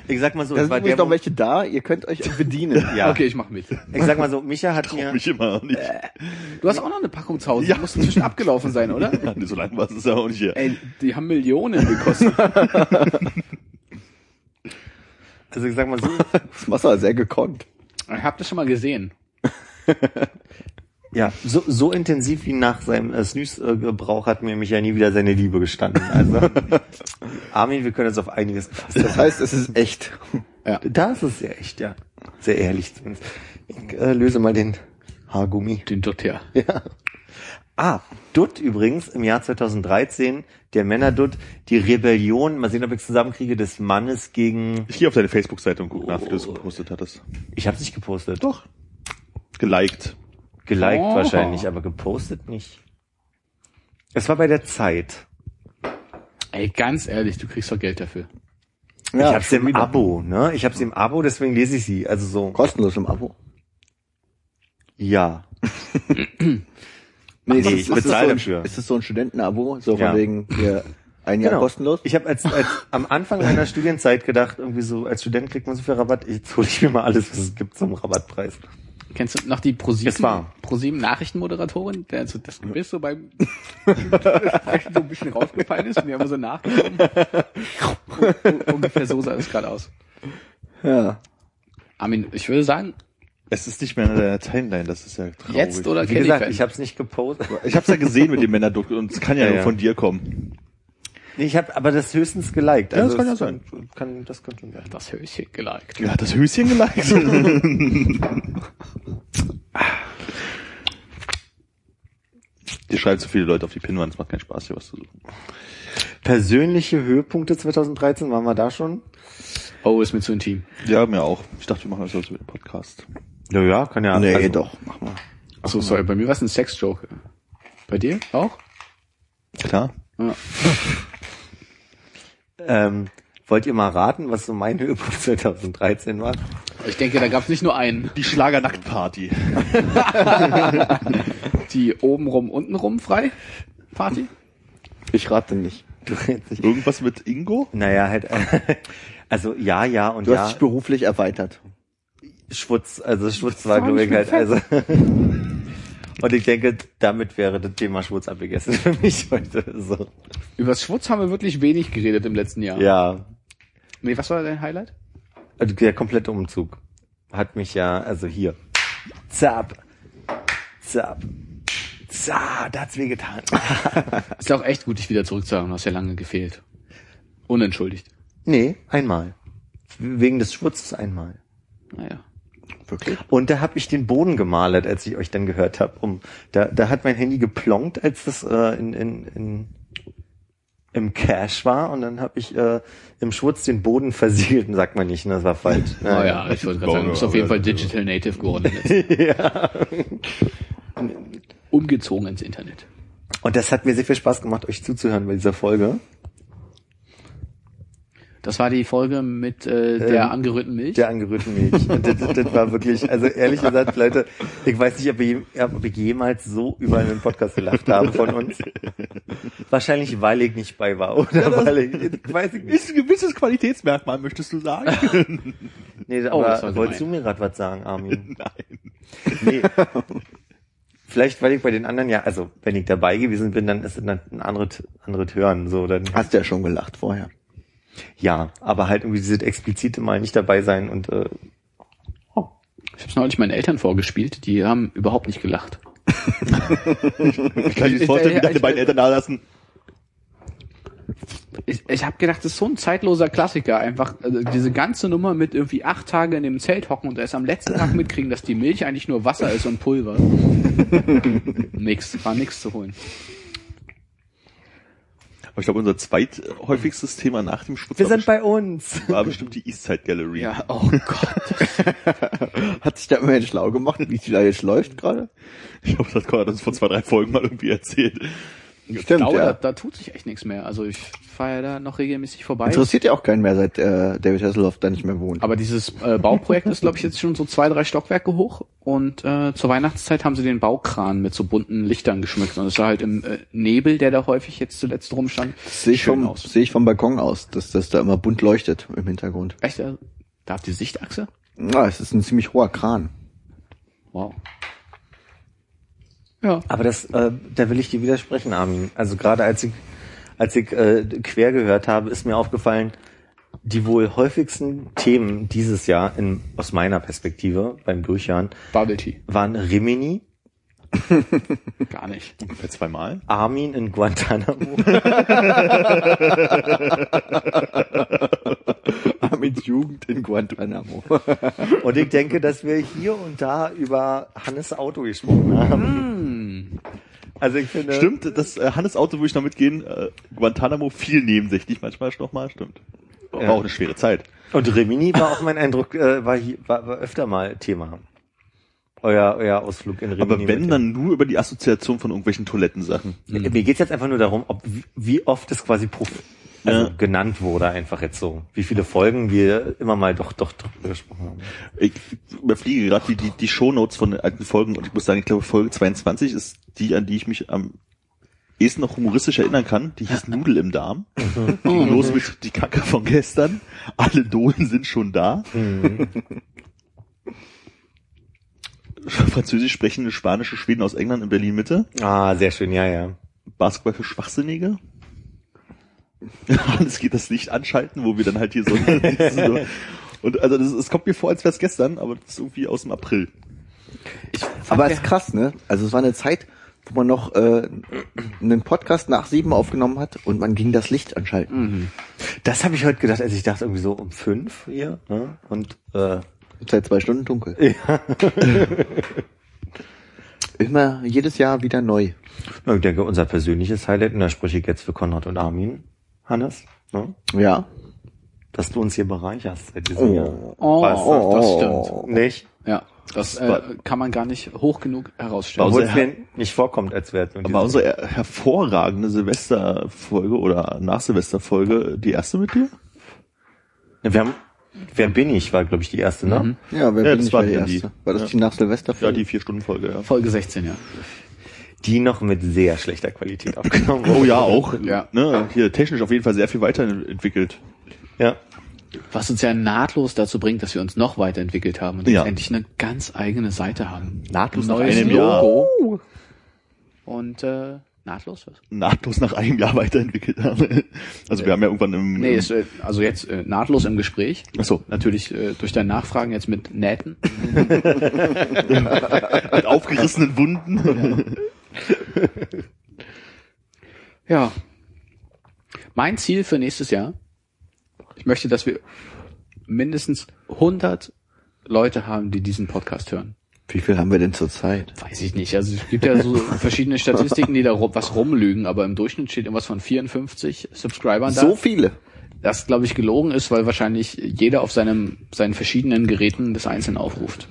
Speaker 4: Ich sag mal so,
Speaker 5: Da
Speaker 4: es
Speaker 5: sind
Speaker 4: war der
Speaker 5: übrigens noch
Speaker 4: Mo-
Speaker 5: welche da, ihr könnt euch bedienen.
Speaker 4: ja.
Speaker 3: Okay, ich mach mit.
Speaker 4: ich sag mal so, Micha hat mir
Speaker 2: Mich immer noch nicht.
Speaker 4: Äh.
Speaker 3: Du hast auch noch eine Packung zu Hause. Die muss inzwischen abgelaufen sein, oder?
Speaker 2: Ja, so lange war es ja auch nicht hier.
Speaker 3: Ey, die haben Millionen gekostet.
Speaker 4: Also ich sag mal so,
Speaker 5: Das Wasser sehr gekonnt.
Speaker 3: Ich hab das schon mal gesehen.
Speaker 4: ja, so, so intensiv wie nach seinem äh, Snooze-Gebrauch hat mir Micha nie wieder seine Liebe gestanden. Also, Armin, wir können jetzt auf einiges
Speaker 5: Das heißt, es ist echt.
Speaker 4: Da ist es sehr echt, ja. Sehr ehrlich zumindest. Ich äh, löse mal den Haargummi.
Speaker 3: Den Dutt her.
Speaker 4: Ah, Dutt übrigens im Jahr 2013, der Männerdutt, die Rebellion, mal sehen, ob ich zusammenkriege, des Mannes gegen...
Speaker 2: Ich gehe auf deine Facebook-Seite und gucke nach, wie du es gepostet hattest.
Speaker 4: Ich hab's nicht gepostet.
Speaker 2: Doch. Geliked.
Speaker 4: Geliked
Speaker 3: Oh.
Speaker 4: wahrscheinlich, aber gepostet nicht. Es war bei der Zeit.
Speaker 3: Ey, ganz ehrlich, du kriegst doch Geld dafür.
Speaker 4: ich hab's im Abo, ne? Ich hab's im Abo, deswegen lese ich sie. Also so,
Speaker 5: Kostenlos im Abo.
Speaker 4: ja. nee, ich
Speaker 5: das
Speaker 4: bezahle
Speaker 5: so ein,
Speaker 4: dafür.
Speaker 5: Ist das so ein Studentenabo? So von
Speaker 4: Ja.
Speaker 5: wegen, hier, ein Jahr
Speaker 4: Genau.
Speaker 5: kostenlos?
Speaker 4: Ich habe als, als am Anfang meiner Studienzeit gedacht, irgendwie so als Student kriegt man so viel Rabatt. Jetzt hole ich mir mal alles, was es gibt zum Rabattpreis.
Speaker 3: Kennst du noch die
Speaker 4: Es
Speaker 3: ProSieben,
Speaker 4: war.
Speaker 3: ProSieben Nachrichtenmoderatorin? Der so das Gebiss so beim Sprechen so ein bisschen raufgefallen ist und wir haben so nachgekommen. Ungefähr so sah es gerade aus.
Speaker 5: Ja.
Speaker 3: Armin, ich würde sagen,
Speaker 2: Es ist nicht mehr in der Timeline, das ist ja traurig.
Speaker 3: jetzt oder
Speaker 4: Wie
Speaker 3: Kelly
Speaker 4: gesagt,
Speaker 3: Fan?
Speaker 4: ich habe es nicht gepostet.
Speaker 2: Ich hab's ja gesehen mit dem Männerduck und es kann ja,
Speaker 4: Ja,
Speaker 2: nur
Speaker 4: ja.
Speaker 2: von dir kommen.
Speaker 4: Nee, ich habe aber das höchstens geliked. Also
Speaker 2: Ja, das kann ja
Speaker 4: es
Speaker 2: sein.
Speaker 4: Kann, das kann schon sein.
Speaker 3: das Höschen geliked.
Speaker 2: Ja, hat das Höschen geliked. Dir schreiben zu viele Leute auf die Pinwand, es macht keinen Spaß, hier was zu suchen.
Speaker 4: Persönliche Höhepunkte 2013, waren wir da schon?
Speaker 3: Oh, ist mir zu intim.
Speaker 2: Ja, mir auch. Ich dachte, wir machen das jetzt mit dem Podcast.
Speaker 4: Ja, ja, kann ja.
Speaker 5: nee,
Speaker 4: also,
Speaker 5: doch, mach mal.
Speaker 3: Achso, sorry, bei mir war es ein Sexjoke. Bei dir auch?
Speaker 2: Klar.
Speaker 3: Ja.
Speaker 4: Ähm, wollt ihr mal raten, was so mein Höhepunkt 2013 war?
Speaker 3: Ich denke, da gab es nicht nur einen,
Speaker 2: Die Schlagernacktparty.
Speaker 3: die obenrum, untenrum frei Party.
Speaker 5: Ich rate nicht.
Speaker 4: Du redest nicht.
Speaker 2: Irgendwas mit Ingo?
Speaker 4: Naja, halt. äh, Also ja, ja und
Speaker 5: Du
Speaker 4: ja.
Speaker 5: hast dich beruflich erweitert.
Speaker 4: Schwutz, also Schwutz war glaube ich halt, also. Und ich denke, damit wäre das Thema Schwutz abgegessen für mich heute, so.
Speaker 3: Übers Schwutz haben wir wirklich wenig geredet im letzten Jahr.
Speaker 4: Ja.
Speaker 3: Nee, was war dein Highlight?
Speaker 4: Also der komplette Umzug hat mich ja, also hier. Zap. Zap. Zap, da hat's wehgetan.
Speaker 3: Ist auch echt gut, dich wieder zurückzuhaben. Du hast ja lange gefehlt. Unentschuldigt.
Speaker 4: Nee, einmal. Wegen des Schwutzes einmal.
Speaker 3: Naja.
Speaker 5: Wirklich?
Speaker 4: Und da habe ich den Boden gemalert, als ich euch dann gehört habe. Um, da, da hat mein Handy geplonkt, als das äh, in, in, in, im Cash war. Und dann habe ich äh, im Schwurz den Boden versiegelt, sagt man nicht, ne? das war falsch.
Speaker 3: Oh ja, ich wollte gerade sagen, du bist auf jeden Fall Digital Native geworden. Jetzt. Umgezogen ins Internet.
Speaker 4: Und das hat mir sehr viel Spaß gemacht, euch zuzuhören bei dieser Folge.
Speaker 3: Das war die Folge mit äh, der
Speaker 4: Ähm,
Speaker 3: angerührten Milch.
Speaker 4: Der angerührten Milch. Und das, das, das war wirklich, also ehrlich gesagt, Leute, ich weiß nicht, ob ich, ob ich jemals so über einen Podcast gelacht habe von uns. Wahrscheinlich, weil ich nicht bei war, oder? weil ich, ich weiß ich nicht.
Speaker 2: Ist ein gewisses Qualitätsmerkmal, möchtest du sagen?
Speaker 4: Nee,
Speaker 3: Oh, das
Speaker 4: aber
Speaker 3: war
Speaker 4: wolltest du
Speaker 3: gemein.
Speaker 4: mir gerade was sagen, Armin? Nee. Vielleicht, weil ich bei den anderen ja, also wenn ich dabei gewesen bin, dann ist es dann ein anderes, anderes Hören. So, dann,
Speaker 5: Hast ja schon gelacht vorher.
Speaker 4: ja, aber halt irgendwie dieses explizite Mal nicht dabei sein und äh,
Speaker 3: Ich habe es neulich meinen Eltern vorgespielt, die haben überhaupt nicht gelacht.
Speaker 2: Ich kann mir
Speaker 3: Ich-
Speaker 2: das vorstellen, wie
Speaker 3: ich-
Speaker 2: deine
Speaker 3: ich-
Speaker 2: beiden Eltern da lassen.
Speaker 3: Ich, ich habe gedacht, das ist so ein zeitloser Klassiker. Einfach also diese ganze Nummer mit irgendwie acht Tage in dem Zelt hocken und erst am letzten Tag mitkriegen, dass die Milch eigentlich nur Wasser ist und Pulver. nix, war nix zu holen.
Speaker 2: Aber ich glaube, unser zweithäufigstes Thema nach dem Schutz
Speaker 4: wir
Speaker 2: war,
Speaker 4: sind
Speaker 2: bestimmt,
Speaker 4: bei uns.
Speaker 2: war bestimmt die Eastside Gallery.
Speaker 3: Ja, oh Gott.
Speaker 5: Hat sich da immerhin schlau gemacht, wie die da jetzt läuft gerade?
Speaker 2: Ich glaube, das hat uns vor zwei, drei Folgen mal irgendwie erzählt.
Speaker 5: Stimmt,
Speaker 3: Dauer, da,
Speaker 5: ja.
Speaker 3: da tut sich echt nichts mehr. Also ich fahre ja da noch regelmäßig vorbei.
Speaker 5: Interessiert ja auch keinen mehr, seit äh, David Hasselhoff da nicht mehr wohnt.
Speaker 3: Aber dieses äh, Bauprojekt ist, glaube ich, jetzt schon so zwei, drei Stockwerke hoch. Und äh, zur Weihnachtszeit haben sie den Baukran mit so bunten Lichtern geschmückt. Und es sah halt im äh, Nebel, der da häufig jetzt zuletzt rumstand,
Speaker 5: Sehe ich,
Speaker 3: schön
Speaker 5: vom-
Speaker 3: aus.
Speaker 5: sehe ich vom Balkon aus, dass das da immer bunt leuchtet im Hintergrund.
Speaker 3: Echt? äh, Da habt ihr Sichtachse?
Speaker 5: Ja, es ist ein ziemlich hoher Kran.
Speaker 3: Wow. Ja.
Speaker 4: Aber das, äh, da will ich dir widersprechen, Armin. Also gerade als ich, als ich äh, quer gehört habe, ist mir aufgefallen, die wohl häufigsten Themen dieses Jahr, in, aus meiner Perspektive beim Durchhören,
Speaker 3: Bubble Tea.
Speaker 4: waren Rimini,
Speaker 3: Gar nicht.
Speaker 2: Ungefähr zweimal.
Speaker 4: Armin in Guantanamo
Speaker 5: Mit Jugend in Guantanamo.
Speaker 4: und ich denke, dass wir hier und da über Hannes Auto gesprochen haben. Also ich finde,
Speaker 2: Mm. Stimmt, das äh, Hannes Auto würde ich noch mitgehen. Äh, Guantanamo viel nebensächlich, manchmal noch mal, stimmt. War
Speaker 4: Ja.
Speaker 2: auch eine schwere Zeit.
Speaker 4: und Rimini war auch mein Eindruck, äh, war, hier, war, war öfter mal Thema. Euer, euer Ausflug in Rimini.
Speaker 2: Aber
Speaker 4: mit
Speaker 2: wenn,
Speaker 4: dem-
Speaker 2: dann nur über die Assoziation von irgendwelchen Toilettensachen.
Speaker 4: Mir geht's jetzt einfach nur darum, ob wie- wie oft es quasi prof also
Speaker 2: Ja.
Speaker 4: genannt wurde, einfach jetzt so. Wie viele Folgen wir immer mal doch doch drüber gesprochen haben.
Speaker 2: Ich überfliege gerade die, die, die Shownotes von den alten Folgen und ich muss sagen, ich glaube, Folge 22 ist die, an die ich mich am ehesten noch humoristisch erinnern kann. Die hieß Nudel im Darm. Ging los mit die Kacke von gestern. Alle Dohlen sind schon da. Französisch sprechende spanische Schweden aus England in Berlin Mitte.
Speaker 4: Ah, sehr schön, ja, ja.
Speaker 2: Basketball für Schwachsinnige. Alles geht das Licht anschalten, wo wir dann halt hier so. so und also das- es kommt mir vor, als wäre es gestern, aber das ist irgendwie aus dem April.
Speaker 5: Aber es ist krass, ne? Also es war eine Zeit, wo man noch äh, einen Podcast nach sieben aufgenommen hat und man ging das Licht anschalten.
Speaker 4: Das habe ich heute gedacht, als ich dachte irgendwie so um fünf hier. Ne? Und äh,
Speaker 5: Seit zwei Stunden dunkel. Immer jedes Jahr wieder neu.
Speaker 4: na, ich denke, unser persönliches Highlight, und da spreche ich jetzt für Konrad und Armin, Hannes, ne?
Speaker 5: Ja.
Speaker 4: dass du uns hier bereicherst seit diesem Jahr.
Speaker 3: Oh,
Speaker 4: Was?
Speaker 3: das stimmt.
Speaker 4: Nicht?
Speaker 3: Ja, das äh,
Speaker 2: war-
Speaker 3: kann man gar nicht hoch genug herausstellen.
Speaker 2: Also,
Speaker 4: Obwohl es
Speaker 2: ja.
Speaker 4: mir nicht vorkommt, als wäre es nur
Speaker 2: War
Speaker 4: dieses-
Speaker 2: unsere her- hervorragende Silvesterfolge oder Nachsilvesterfolge die erste mit dir?
Speaker 4: Ne, wir haben, Wer bin ich, war, glaube ich, die erste, ne?
Speaker 5: Ja, wer
Speaker 2: Ja,
Speaker 5: bin
Speaker 2: das
Speaker 5: ich
Speaker 2: war
Speaker 5: war die
Speaker 2: die-
Speaker 5: erste? War das
Speaker 2: ja.
Speaker 5: die nach Silvester?
Speaker 2: Ja, die vier Stunden Folge. Ja.
Speaker 3: Folge 16, ja.
Speaker 4: Die noch mit sehr schlechter Qualität aufgenommen wurde.
Speaker 2: Oh ja, auch.
Speaker 3: Ja.
Speaker 2: Ne, hier technisch auf jeden Fall sehr viel weiterentwickelt.
Speaker 4: Ja.
Speaker 3: Was uns ja nahtlos dazu bringt, dass wir uns noch weiterentwickelt haben und
Speaker 2: Ja.
Speaker 3: jetzt endlich eine ganz eigene Seite haben.
Speaker 2: Nahtlos nach
Speaker 3: Neues
Speaker 2: einem Jahr.
Speaker 3: Logo. Und äh, nahtlos was?
Speaker 2: Nahtlos nach einem Jahr weiterentwickelt haben. Also wir haben ja irgendwann im.
Speaker 3: Nee, ist, äh, also jetzt äh, nahtlos im Gespräch.
Speaker 2: Ach so.
Speaker 3: Natürlich äh, durch dein Nachfragen jetzt mit Nähten.
Speaker 2: mit aufgerissenen Wunden.
Speaker 3: Ja. Mein Ziel für nächstes Jahr, ich möchte, dass wir mindestens 100 Leute haben, die diesen Podcast hören.
Speaker 5: Wie viel haben wir denn zurzeit?
Speaker 3: Weiß ich nicht. Also es gibt ja so verschiedene Statistiken, die da rum- was rumlügen, aber im Durchschnitt steht irgendwas von 54 Subscribern da.
Speaker 5: So viele.
Speaker 3: das glaube ich gelogen ist, weil wahrscheinlich jeder auf seinem seinen verschiedenen Geräten das einzeln aufruft.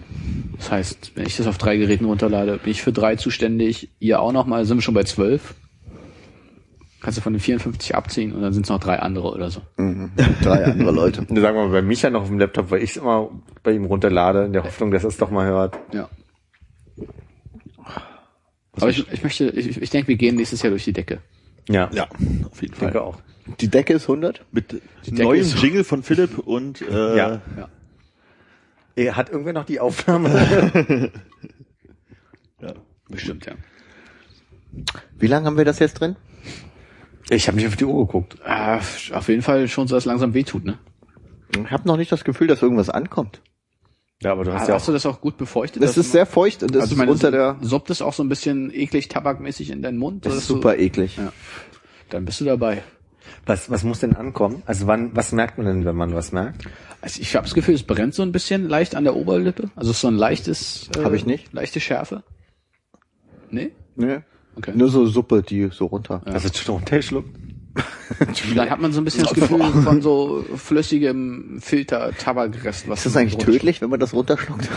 Speaker 3: Das heißt, wenn ich das auf drei Geräten runterlade, bin ich für drei zuständig, ihr auch nochmal, sind wir schon bei zwölf. Kannst du von den 54 abziehen und dann sind es noch drei andere oder so.
Speaker 5: Mhm. Drei andere Leute.
Speaker 4: Und Sagen wir mal, bei Micha noch auf dem Laptop, weil ich es immer bei ihm runterlade, in der Hoffnung, dass er es doch mal hört.
Speaker 3: Ja. Aber ich, ich möchte, ich, ich denke, wir gehen nächstes Jahr durch die Decke.
Speaker 4: Ja,
Speaker 2: Ja, auf jeden
Speaker 4: ich denke
Speaker 2: Fall.
Speaker 4: auch.
Speaker 5: Die Decke ist 100?
Speaker 2: Mit
Speaker 3: Decke
Speaker 2: neuem
Speaker 3: ist-
Speaker 2: Jingle von Philipp und äh,
Speaker 4: Ja.
Speaker 3: Ja.
Speaker 4: Er hat irgendwer noch die Aufnahme.
Speaker 2: ja.
Speaker 3: Bestimmt, ja.
Speaker 5: Wie lange haben wir das jetzt drin?
Speaker 4: ich habe nicht auf die Uhr geguckt.
Speaker 3: Ah, auf jeden Fall schon so, dass es langsam wehtut, ne?
Speaker 5: Ich habe noch nicht das Gefühl, dass irgendwas ankommt.
Speaker 4: Ja, aber du hast
Speaker 3: Hast,
Speaker 4: ja auch.
Speaker 3: hast du das auch gut befeuchtet?
Speaker 5: Es
Speaker 3: dass
Speaker 5: ist
Speaker 3: du-
Speaker 5: sehr feucht und es
Speaker 3: also ich
Speaker 5: ist
Speaker 3: meine,
Speaker 5: unter der...
Speaker 3: Suppt es auch so ein bisschen eklig tabakmäßig in deinen Mund?
Speaker 5: Es
Speaker 3: so
Speaker 5: ist
Speaker 3: dass du-
Speaker 5: super eklig.
Speaker 3: Ja. Dann bist du dabei.
Speaker 4: Was, was muss denn ankommen? Also wann, was merkt man denn, wenn man was merkt?
Speaker 3: Also ich habe das Gefühl, es brennt so ein bisschen leicht an der Oberlippe. Also es ist so ein leichtes. Äh,
Speaker 5: Hab ich nicht.
Speaker 3: Leichte Schärfe. Nee?
Speaker 5: Nee.
Speaker 3: Okay.
Speaker 5: Ne? Nur so Suppe, die so runter.
Speaker 4: Also schon runterschluckt.
Speaker 3: Und dann hat man so ein bisschen das Gefühl von so flüssigem Filter, Tabakrest. Was
Speaker 5: Ist das
Speaker 3: man
Speaker 5: eigentlich
Speaker 3: runterschluckt.
Speaker 5: tödlich, wenn man das runterschluckt?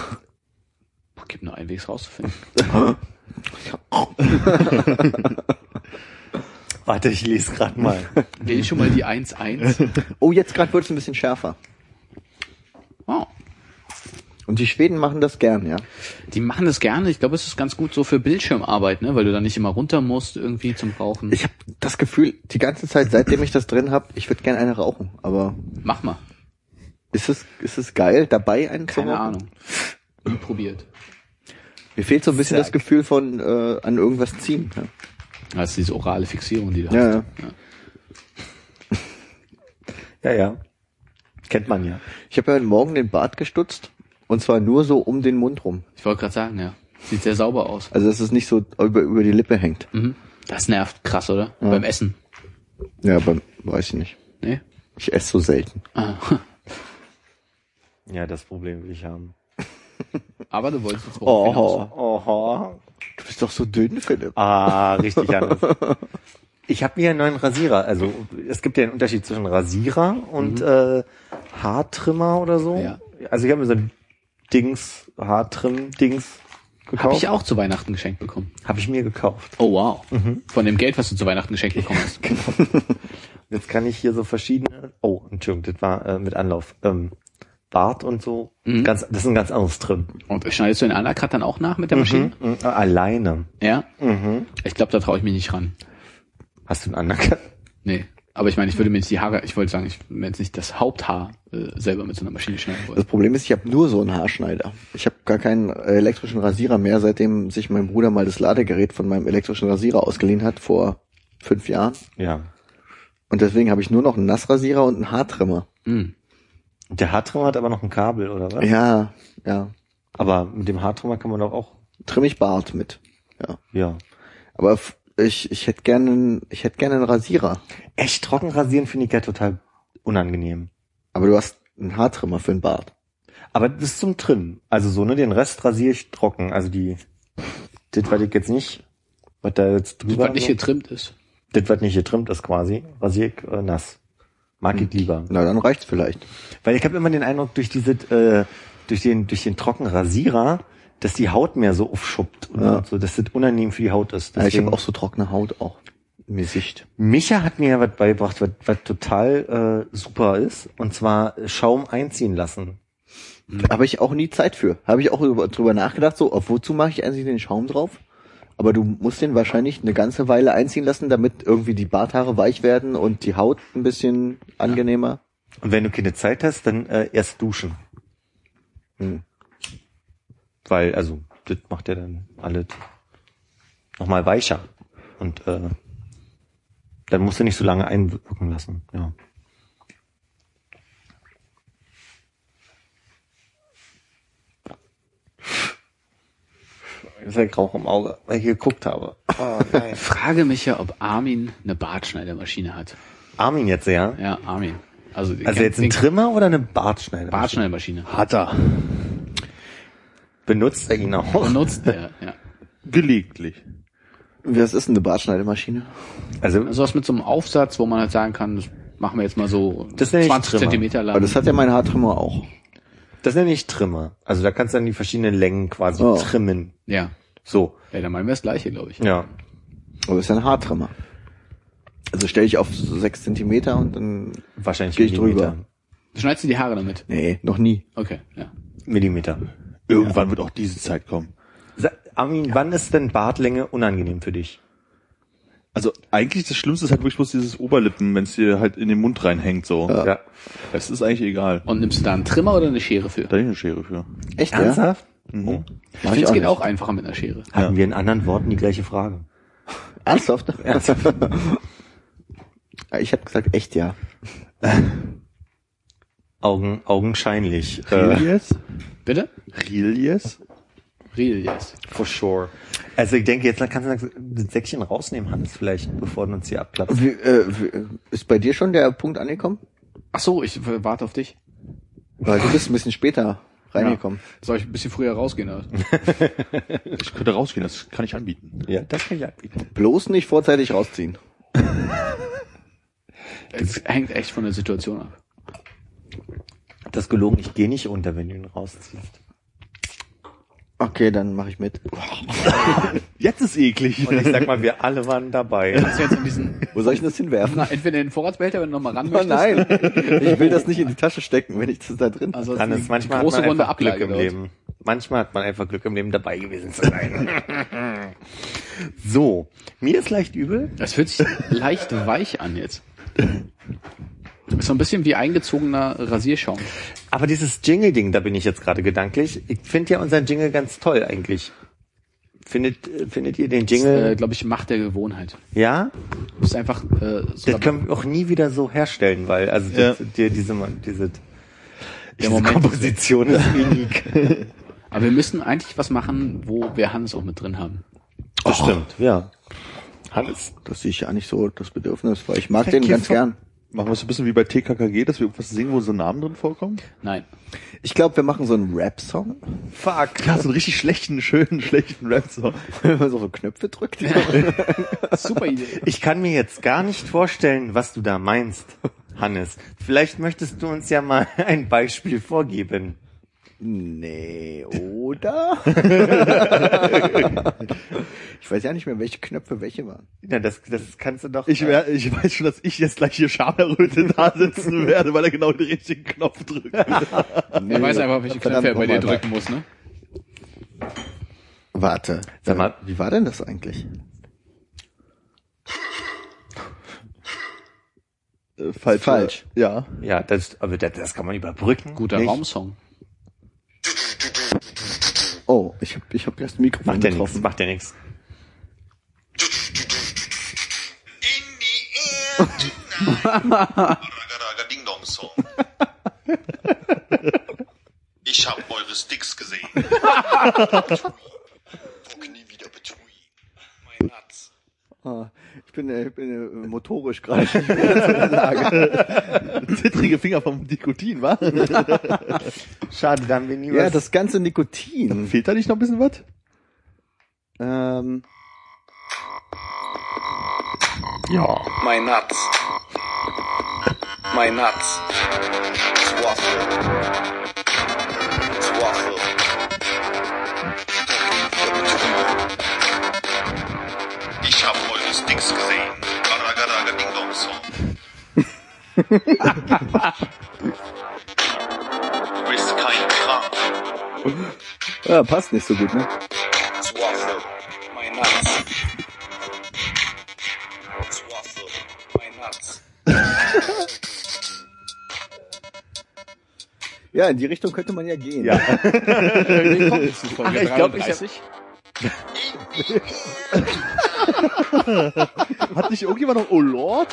Speaker 3: Boah, Gibt nur einen Weg es rauszufinden.
Speaker 4: Warte, ich lese gerade mal.
Speaker 3: Wähle ich schon mal die 1-1.
Speaker 5: Oh, jetzt gerade wird es ein bisschen schärfer.
Speaker 3: Wow.
Speaker 5: Und die Schweden machen das gern, ja.
Speaker 3: Die machen das gerne. Ich glaube, es ist ganz gut so für Bildschirmarbeit, ne? Weil du dann nicht immer runter musst irgendwie zum Rauchen.
Speaker 5: Ich habe das Gefühl, die ganze Zeit, seitdem ich das drin habe, ich würde gern eine rauchen. Aber
Speaker 3: Mach mal.
Speaker 5: ist es, ist es geil, dabei einen zu
Speaker 3: Keine
Speaker 5: rauchen?
Speaker 3: Ahnung. Nie probiert.
Speaker 5: Mir fehlt so ein bisschen
Speaker 4: Zack.
Speaker 5: das Gefühl von äh, an irgendwas ziehen. Ja.
Speaker 3: Ah, Das ist diese orale Fixierung, die du
Speaker 5: Ja,
Speaker 3: hast. Ja.
Speaker 4: Ja, ja. Kennt man ja.
Speaker 5: Ich habe ja heute Morgen den Bart gestutzt und zwar nur so um den Mund rum.
Speaker 3: Ich wollte gerade sagen, ja. Sieht sehr sauber aus.
Speaker 5: Also dass es nicht so über, über die Lippe hängt.
Speaker 3: Mhm. Das nervt krass, oder? Beim Essen.
Speaker 5: Ja, aber weiß ich nicht.
Speaker 3: Nee?
Speaker 5: Ich esse so selten.
Speaker 3: Ah.
Speaker 4: Ja, das Problem will ich haben.
Speaker 3: Aber du wolltest jetzt worauf
Speaker 5: Oh,
Speaker 4: Oha.
Speaker 5: du bist doch so dünn, Philipp.
Speaker 4: Ah, richtig anders. Ich habe mir einen neuen Rasierer. Also es gibt ja einen Unterschied zwischen Rasierer und äh, Haartrimmer oder so.
Speaker 3: Ja.
Speaker 4: Also ich habe mir so ein Dings, Haartrim-Dings gekauft.
Speaker 3: Habe ich auch zu Weihnachten geschenkt bekommen.
Speaker 4: Hab ich mir gekauft.
Speaker 3: Oh wow.
Speaker 5: Mhm.
Speaker 3: Von dem Geld, was du zu Weihnachten geschenkt bekommen hast.
Speaker 5: Genau.
Speaker 4: Jetzt kann ich hier so verschiedene. Oh, Entschuldigung, das war äh, mit Anlauf. Ähm, Bart und so.
Speaker 3: Mhm.
Speaker 4: Ganz, das ist ein ganz anderes Trim.
Speaker 3: Und schneidest du den Undercut dann auch nach mit der Maschine?
Speaker 4: Mhm. Äh, Alleine.
Speaker 3: Ja?
Speaker 4: Mhm.
Speaker 3: Ich glaube, da traue ich mich nicht ran.
Speaker 4: Hast du einen anderen?
Speaker 3: Nee. Aber ich meine, ich würde mir jetzt die Haare, ich wollte sagen, ich würde mir jetzt nicht das Haupthaar äh, selber mit so einer Maschine schneiden
Speaker 5: Das
Speaker 3: wollen.
Speaker 5: Problem ist, ich habe nur so einen Haarschneider. Ich habe gar keinen äh, elektrischen Rasierer mehr, seitdem sich mein Bruder mal das Ladegerät von meinem elektrischen Rasierer ausgeliehen hat vor fünf Jahren.
Speaker 4: Ja.
Speaker 5: Und deswegen habe ich nur noch einen Nassrasierer und einen Haartrimmer.
Speaker 3: Mhm.
Speaker 4: Und Der Haartrimmer hat aber noch ein Kabel, oder was?
Speaker 5: Ja, ja.
Speaker 4: Aber mit dem Haartrimmer kann man doch auch.
Speaker 5: Trimm ich Bart mit. Ja.
Speaker 4: Ja.
Speaker 5: Aber f- ich, ich hätte gerne einen- ich hätte gerne einen Rasierer.
Speaker 4: Echt trocken rasieren finde ich ja total unangenehm.
Speaker 5: Aber du hast einen Haartrimmer für einen Bart.
Speaker 4: Aber bis zum Trimmen. Also so, ne? Den Rest rasiere ich trocken. Also die. Das, was ich jetzt nicht. Was da jetzt
Speaker 3: Das,
Speaker 4: drüber.
Speaker 3: was nicht getrimmt ist.
Speaker 4: das, was nicht getrimmt ist quasi. Rasiere ich äh, nass. Mag ich lieber.
Speaker 5: Na, dann reicht's vielleicht.
Speaker 4: Weil ich habe immer den Eindruck, durch diese, äh, durch den, durch den trockenen Rasierer, dass die Haut mehr so aufschuppt und
Speaker 5: Ja.
Speaker 4: so, dass das unangenehm für die Haut ist.
Speaker 5: Ja, ich
Speaker 4: Deswegen-
Speaker 5: habe auch so trockene Haut auch. Im Gesicht.
Speaker 4: Micha hat mir ja was beigebracht, was, was total äh, super ist, und zwar Schaum einziehen lassen.
Speaker 5: Mhm. Habe ich auch nie Zeit für. Habe ich auch über- drüber nachgedacht, so, auf wozu mache ich eigentlich den Schaum drauf? Aber du musst den wahrscheinlich eine ganze Weile einziehen lassen, damit irgendwie die Barthaare weich werden und die Haut ein bisschen angenehmer.
Speaker 4: Und wenn du keine Zeit hast, dann äh, erst duschen.
Speaker 5: Hm.
Speaker 4: Weil, also, das macht ja dann alles nochmal weicher. Und äh, dann musst du nicht so lange einwirken lassen. Ja. Das ist halt Rauch im Auge, weil ich geguckt habe.
Speaker 3: Ich frage mich ja, ob Armin eine Bartschneidermaschine hat.
Speaker 4: Armin jetzt, ja?
Speaker 3: Ja, Armin. Also, den-
Speaker 4: Also jetzt ein
Speaker 3: den-
Speaker 4: Trimmer oder eine Bartschneider?
Speaker 3: Bartschneidermaschine.
Speaker 2: Hat er.
Speaker 4: Benutzt er ihn auch?
Speaker 3: Benutzt er, ja.
Speaker 2: Gelegentlich.
Speaker 5: Was ist denn eine Bartschneidemaschine?
Speaker 4: Also
Speaker 3: Also was mit so einem Aufsatz, wo man halt sagen kann, das machen wir jetzt mal so
Speaker 4: Das nenne ich
Speaker 3: 20
Speaker 4: Trimmer.
Speaker 3: Zentimeter lang.
Speaker 5: Aber das hat ja mein Haartrimmer auch.
Speaker 4: das nenne ich Trimmer. Also da kannst du dann die verschiedenen Längen quasi
Speaker 5: Oh.
Speaker 4: trimmen.
Speaker 3: ja.
Speaker 4: So,
Speaker 3: ja, dann meinen wir das gleiche, glaube ich.
Speaker 4: ja.
Speaker 5: Aber es ist ja ein Haartrimmer. Also stelle ich auf so sechs Zentimeter und dann
Speaker 4: Wahrscheinlich
Speaker 5: Geh ich
Speaker 4: Millimeter.
Speaker 5: drüber.
Speaker 3: Schneidest du die Haare damit?
Speaker 5: nee, noch nie.
Speaker 3: Okay, ja.
Speaker 4: Millimeter.
Speaker 2: Irgendwann wird auch diese Zeit kommen.
Speaker 4: Sa- Armin, wann ist denn Bartlänge unangenehm für dich?
Speaker 2: Also eigentlich das Schlimmste ist halt wirklich bloß dieses Oberlippen, wenn es dir halt in den Mund reinhängt so.
Speaker 4: Ja.
Speaker 2: Das ist eigentlich egal.
Speaker 3: Und nimmst du da einen Trimmer oder eine Schere für?
Speaker 2: Da ist eine Schere für.
Speaker 5: Echt,
Speaker 4: Ernsthaft?
Speaker 2: Mhm.
Speaker 5: ja?
Speaker 3: Ich
Speaker 5: Mach
Speaker 3: finde, es geht
Speaker 5: nicht.
Speaker 3: auch einfacher mit einer Schere.
Speaker 4: Hatten wir in anderen Worten die gleiche Frage.
Speaker 5: Ernsthaft? ich habe gesagt, echt, ja.
Speaker 4: Augen, augenscheinlich. Äh,
Speaker 2: Real yes?
Speaker 3: Bitte?
Speaker 2: Real yes?
Speaker 3: Real, yes.
Speaker 4: For sure. Also ich denke, jetzt kannst du das Säckchen rausnehmen, Hans, vielleicht, bevor du uns hier abklappst.
Speaker 5: Wie, äh, wie, ist bei dir schon der Punkt angekommen?
Speaker 3: Ach so, ich w- warte auf dich.
Speaker 5: Weil du bist ein bisschen später reingekommen.
Speaker 3: Soll ich ein bisschen früher rausgehen? Oder?
Speaker 2: Ich könnte rausgehen, das kann ich anbieten.
Speaker 4: Ja, das kann ich anbieten.
Speaker 5: Bloß nicht vorzeitig rausziehen.
Speaker 3: Es hängt echt von der Situation ab.
Speaker 4: Das ist gelogen, ich gehe nicht unter, wenn du ihn rausziehst.
Speaker 5: Okay, dann mache ich mit.
Speaker 2: Jetzt ist eklig.
Speaker 4: Und ich sag mal, wir alle waren dabei.
Speaker 3: Kannst du jetzt in diesen,
Speaker 5: Wo soll ich denn das hinwerfen?
Speaker 3: na, entweder in den Vorratsbehälter, wenn du nochmal ran
Speaker 5: Oh
Speaker 3: möchtest.
Speaker 5: nein, ich will das nicht in die Tasche stecken, wenn ich das da drin
Speaker 3: Also
Speaker 4: Hannes,
Speaker 3: die
Speaker 4: manchmal
Speaker 3: große
Speaker 4: hat man
Speaker 3: Runde
Speaker 4: einfach Glück
Speaker 3: Ablage
Speaker 4: im
Speaker 3: dort.
Speaker 4: Leben. Manchmal hat man einfach Glück im Leben dabei gewesen zu sein. so, mir ist leicht übel.
Speaker 3: Das fühlt sich leicht weich an jetzt. Ist so ein bisschen wie eingezogener Rasierschaum.
Speaker 4: Aber dieses Jingle-Ding, da bin ich jetzt gerade gedanklich. Ich finde ja unseren Jingle ganz toll eigentlich. Findet, äh, findet ihr den
Speaker 3: Das,
Speaker 4: Jingle?
Speaker 3: äh, glaube ich, Macht der Gewohnheit.
Speaker 4: ja?
Speaker 3: Das ist einfach äh, so
Speaker 4: Das können wir auch nie wieder so herstellen, weil also
Speaker 2: Ja.
Speaker 4: die, die, diese, diese, diese
Speaker 3: Moment.
Speaker 4: Komposition ist unik.
Speaker 3: Aber wir müssen eigentlich was machen, wo wir Hannes auch mit drin haben.
Speaker 4: Das stimmt, ja. Hannes.
Speaker 5: Das sehe ich ja nicht so das Bedürfnis, weil ich mag den ganz gern.
Speaker 2: Machen wir es ein bisschen wie bei TKKG, dass wir irgendwas singen, wo so Namen drin vorkommen?
Speaker 3: Nein.
Speaker 5: Ich glaube, wir machen so einen Rap-Song,
Speaker 4: Fuck.
Speaker 2: Ja, so einen richtig schlechten, schönen, schlechten Rap. So.
Speaker 5: wenn man so auf Knöpfe drückt.
Speaker 3: Super Idee.
Speaker 4: Ich kann mir jetzt gar nicht vorstellen, was du da meinst, Hannes. Vielleicht möchtest du uns ja mal ein Beispiel vorgeben.
Speaker 5: Nee, oder? ich weiß ja nicht mehr, welche Knöpfe welche waren.
Speaker 4: Na, das, das kannst du doch.
Speaker 2: Ich, wär, ich weiß schon, dass ich jetzt gleich hier schamerröte da sitzen werde, weil er genau den richtigen Knopf drückt.
Speaker 3: Er weiß einfach, welche
Speaker 5: Verdammt,
Speaker 3: Knöpfe er bei dir
Speaker 5: nochmal.
Speaker 3: drücken muss, ne?
Speaker 5: Warte,
Speaker 4: Sag mal.
Speaker 5: wie war denn das eigentlich?
Speaker 2: Äh, falsch.
Speaker 5: Falsch.
Speaker 2: oder? Ja.
Speaker 4: äh, ja, das, aber das, das kann man überbrücken.
Speaker 3: Guter
Speaker 4: nicht?
Speaker 3: Raumsong.
Speaker 5: Oh, ich habe ich hab erst ein Mikrofon
Speaker 4: Macht ja nichts,
Speaker 5: getroffen.
Speaker 4: macht ja nichts.
Speaker 6: In the air tonight. Ding Dong Song. Ich hab eure Sticks gesehen. Guck nie wieder Betui. Mein Herz.
Speaker 5: Ah, ich bin, äh, ich bin äh, motorisch gerade.
Speaker 2: Zittrige Finger vom Nikotin, wa?
Speaker 4: Schade, da haben wir nie
Speaker 5: ja,
Speaker 4: was.
Speaker 5: das ganze Nikotin.
Speaker 2: Mhm. Fehlt da nicht noch ein bisschen was?
Speaker 5: Ähm,
Speaker 6: Mein Herz. Mein Herz. Zwaffel. Zwaffel. Ich hab eure Sticks gesehen. Garagaraga Ding Dong Song. Du bist kein Krank.
Speaker 5: ja, passt nicht so gut, ne?
Speaker 6: Zwaffel. Mein Herz. Zwaffel. Mein Herz.
Speaker 5: Ja, in die Richtung könnte man ja gehen.
Speaker 4: Ja.
Speaker 3: Wie kommt es zu Folge
Speaker 4: Ich glaub, ich hab-
Speaker 3: 33?
Speaker 2: Hat nicht irgendjemand noch Oh Lord?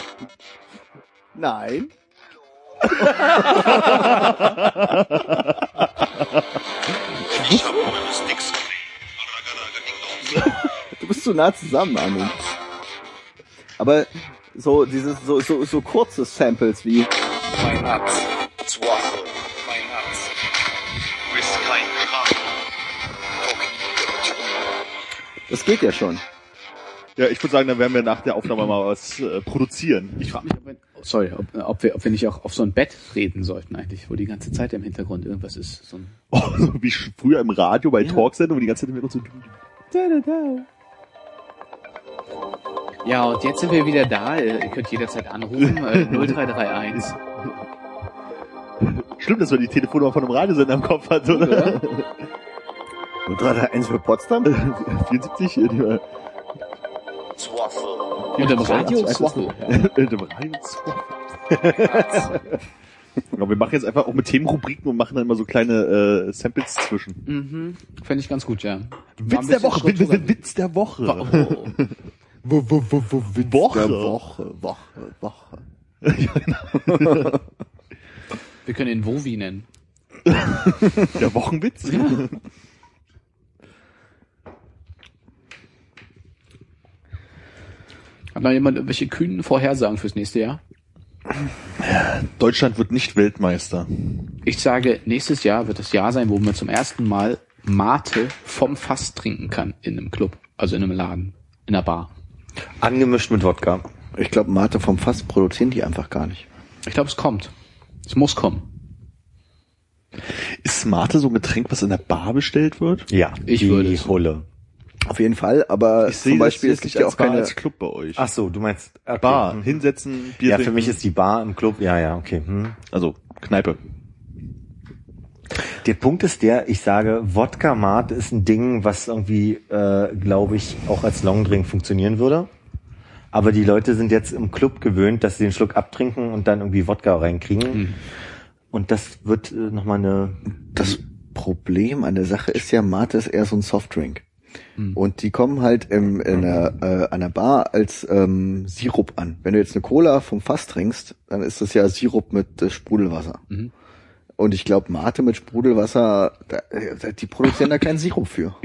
Speaker 5: Nein.
Speaker 6: Ich hab eure Sticks gesehen. Garagaraga Ding Dong Song.
Speaker 5: Du bist zu nah zusammen, Armin. Aber so dieses so, so, so kurze Samples wie
Speaker 6: Mein Herz. Zwaffel. Mein Herz. Du bist kein Krank.
Speaker 5: das geht ja schon.
Speaker 2: Ja, ich würde sagen, dann werden wir nach der Aufnahme mal was äh, produzieren.
Speaker 3: Ich frage mich, ob wir, sorry, ob, ob, wir, ob wir nicht auch auf so ein Bett reden sollten eigentlich, wo die ganze Zeit im Hintergrund irgendwas ist. So ein
Speaker 2: Oh, so wie sch- früher im Radio bei Talksendungen, wo die ganze Zeit mit uns so.
Speaker 3: Ja, und jetzt sind wir wieder da. Äh, Ihr könnt jederzeit anrufen. Äh, 0331.
Speaker 2: Schlimm, dass man die Telefonnummer von einem Radiosender im Kopf hat, oder?
Speaker 3: Oder?
Speaker 5: Und 3-1 für Potsdam?
Speaker 2: 74, äh, die war-
Speaker 6: Zwaffel.
Speaker 3: Und im Radio
Speaker 2: Einfach-
Speaker 3: Zwaffel.
Speaker 2: äh, dem Radio ja, wir machen jetzt einfach auch mit Themenrubriken und machen dann immer so kleine äh, Samples zwischen.
Speaker 3: Mhm. Fände ich ganz gut, ja. War
Speaker 2: Witz
Speaker 3: ein
Speaker 2: der
Speaker 3: bisschen
Speaker 2: Woche, Witz,
Speaker 3: strukturell.
Speaker 2: Witz, Witz der Woche.
Speaker 3: Oh.
Speaker 2: Witz Woche.
Speaker 5: oh, Der Woche, Woche, Woche.
Speaker 3: Wir können ihn Wovi nennen.
Speaker 2: Der Wochenwitz?
Speaker 3: Hat noch jemand irgendwelche kühnen Vorhersagen fürs nächste Jahr?
Speaker 2: Deutschland wird nicht Weltmeister.
Speaker 3: Ich sage, nächstes Jahr wird das Jahr sein, wo man zum ersten Mal Mate vom Fass trinken kann in einem Club, also in einem Laden, in einer Bar.
Speaker 4: Angemischt mit Wodka.
Speaker 5: Ich glaube, Mate vom Fass produzieren die einfach gar nicht.
Speaker 3: Ich glaube, es kommt. Es muss kommen.
Speaker 2: Ist Mate so ein Getränk, was in der Bar bestellt wird?
Speaker 4: Ja,
Speaker 3: Ich
Speaker 4: die
Speaker 3: würde es.
Speaker 4: Hulle.
Speaker 5: Auf jeden Fall, aber
Speaker 2: sehe
Speaker 5: zum Beispiel,
Speaker 2: das
Speaker 5: es
Speaker 2: jetzt
Speaker 5: gibt ja
Speaker 2: als
Speaker 5: auch
Speaker 2: Bar,
Speaker 5: keine...
Speaker 2: als Club bei euch.
Speaker 4: Ach so, du meinst okay.
Speaker 2: Bar,
Speaker 4: Hm.
Speaker 2: hinsetzen, Bier
Speaker 4: Ja, für
Speaker 2: trinken.
Speaker 4: mich ist die Bar im Club. Ja, ja, okay. Hm.
Speaker 2: also Kneipe.
Speaker 4: Der Punkt ist der, ich sage, Wodka Mate ist ein Ding, was irgendwie, äh, glaube ich, auch als Longdrink funktionieren würde. Aber die Leute sind jetzt im Club gewöhnt, dass sie den Schluck abtrinken und dann irgendwie Wodka reinkriegen.
Speaker 2: Hm.
Speaker 4: Und das wird äh, nochmal eine.
Speaker 5: Das Problem an der Sache ist ja, Mate ist eher so ein Softdrink. Und die kommen halt im, in einer, äh, an der Bar als ähm, Sirup an. Wenn du jetzt eine Cola vom Fass trinkst, dann ist das ja Sirup mit äh, Sprudelwasser.
Speaker 3: Mhm.
Speaker 5: Und ich glaube, Mate mit Sprudelwasser, da, äh, die produzieren da keinen Sirup für.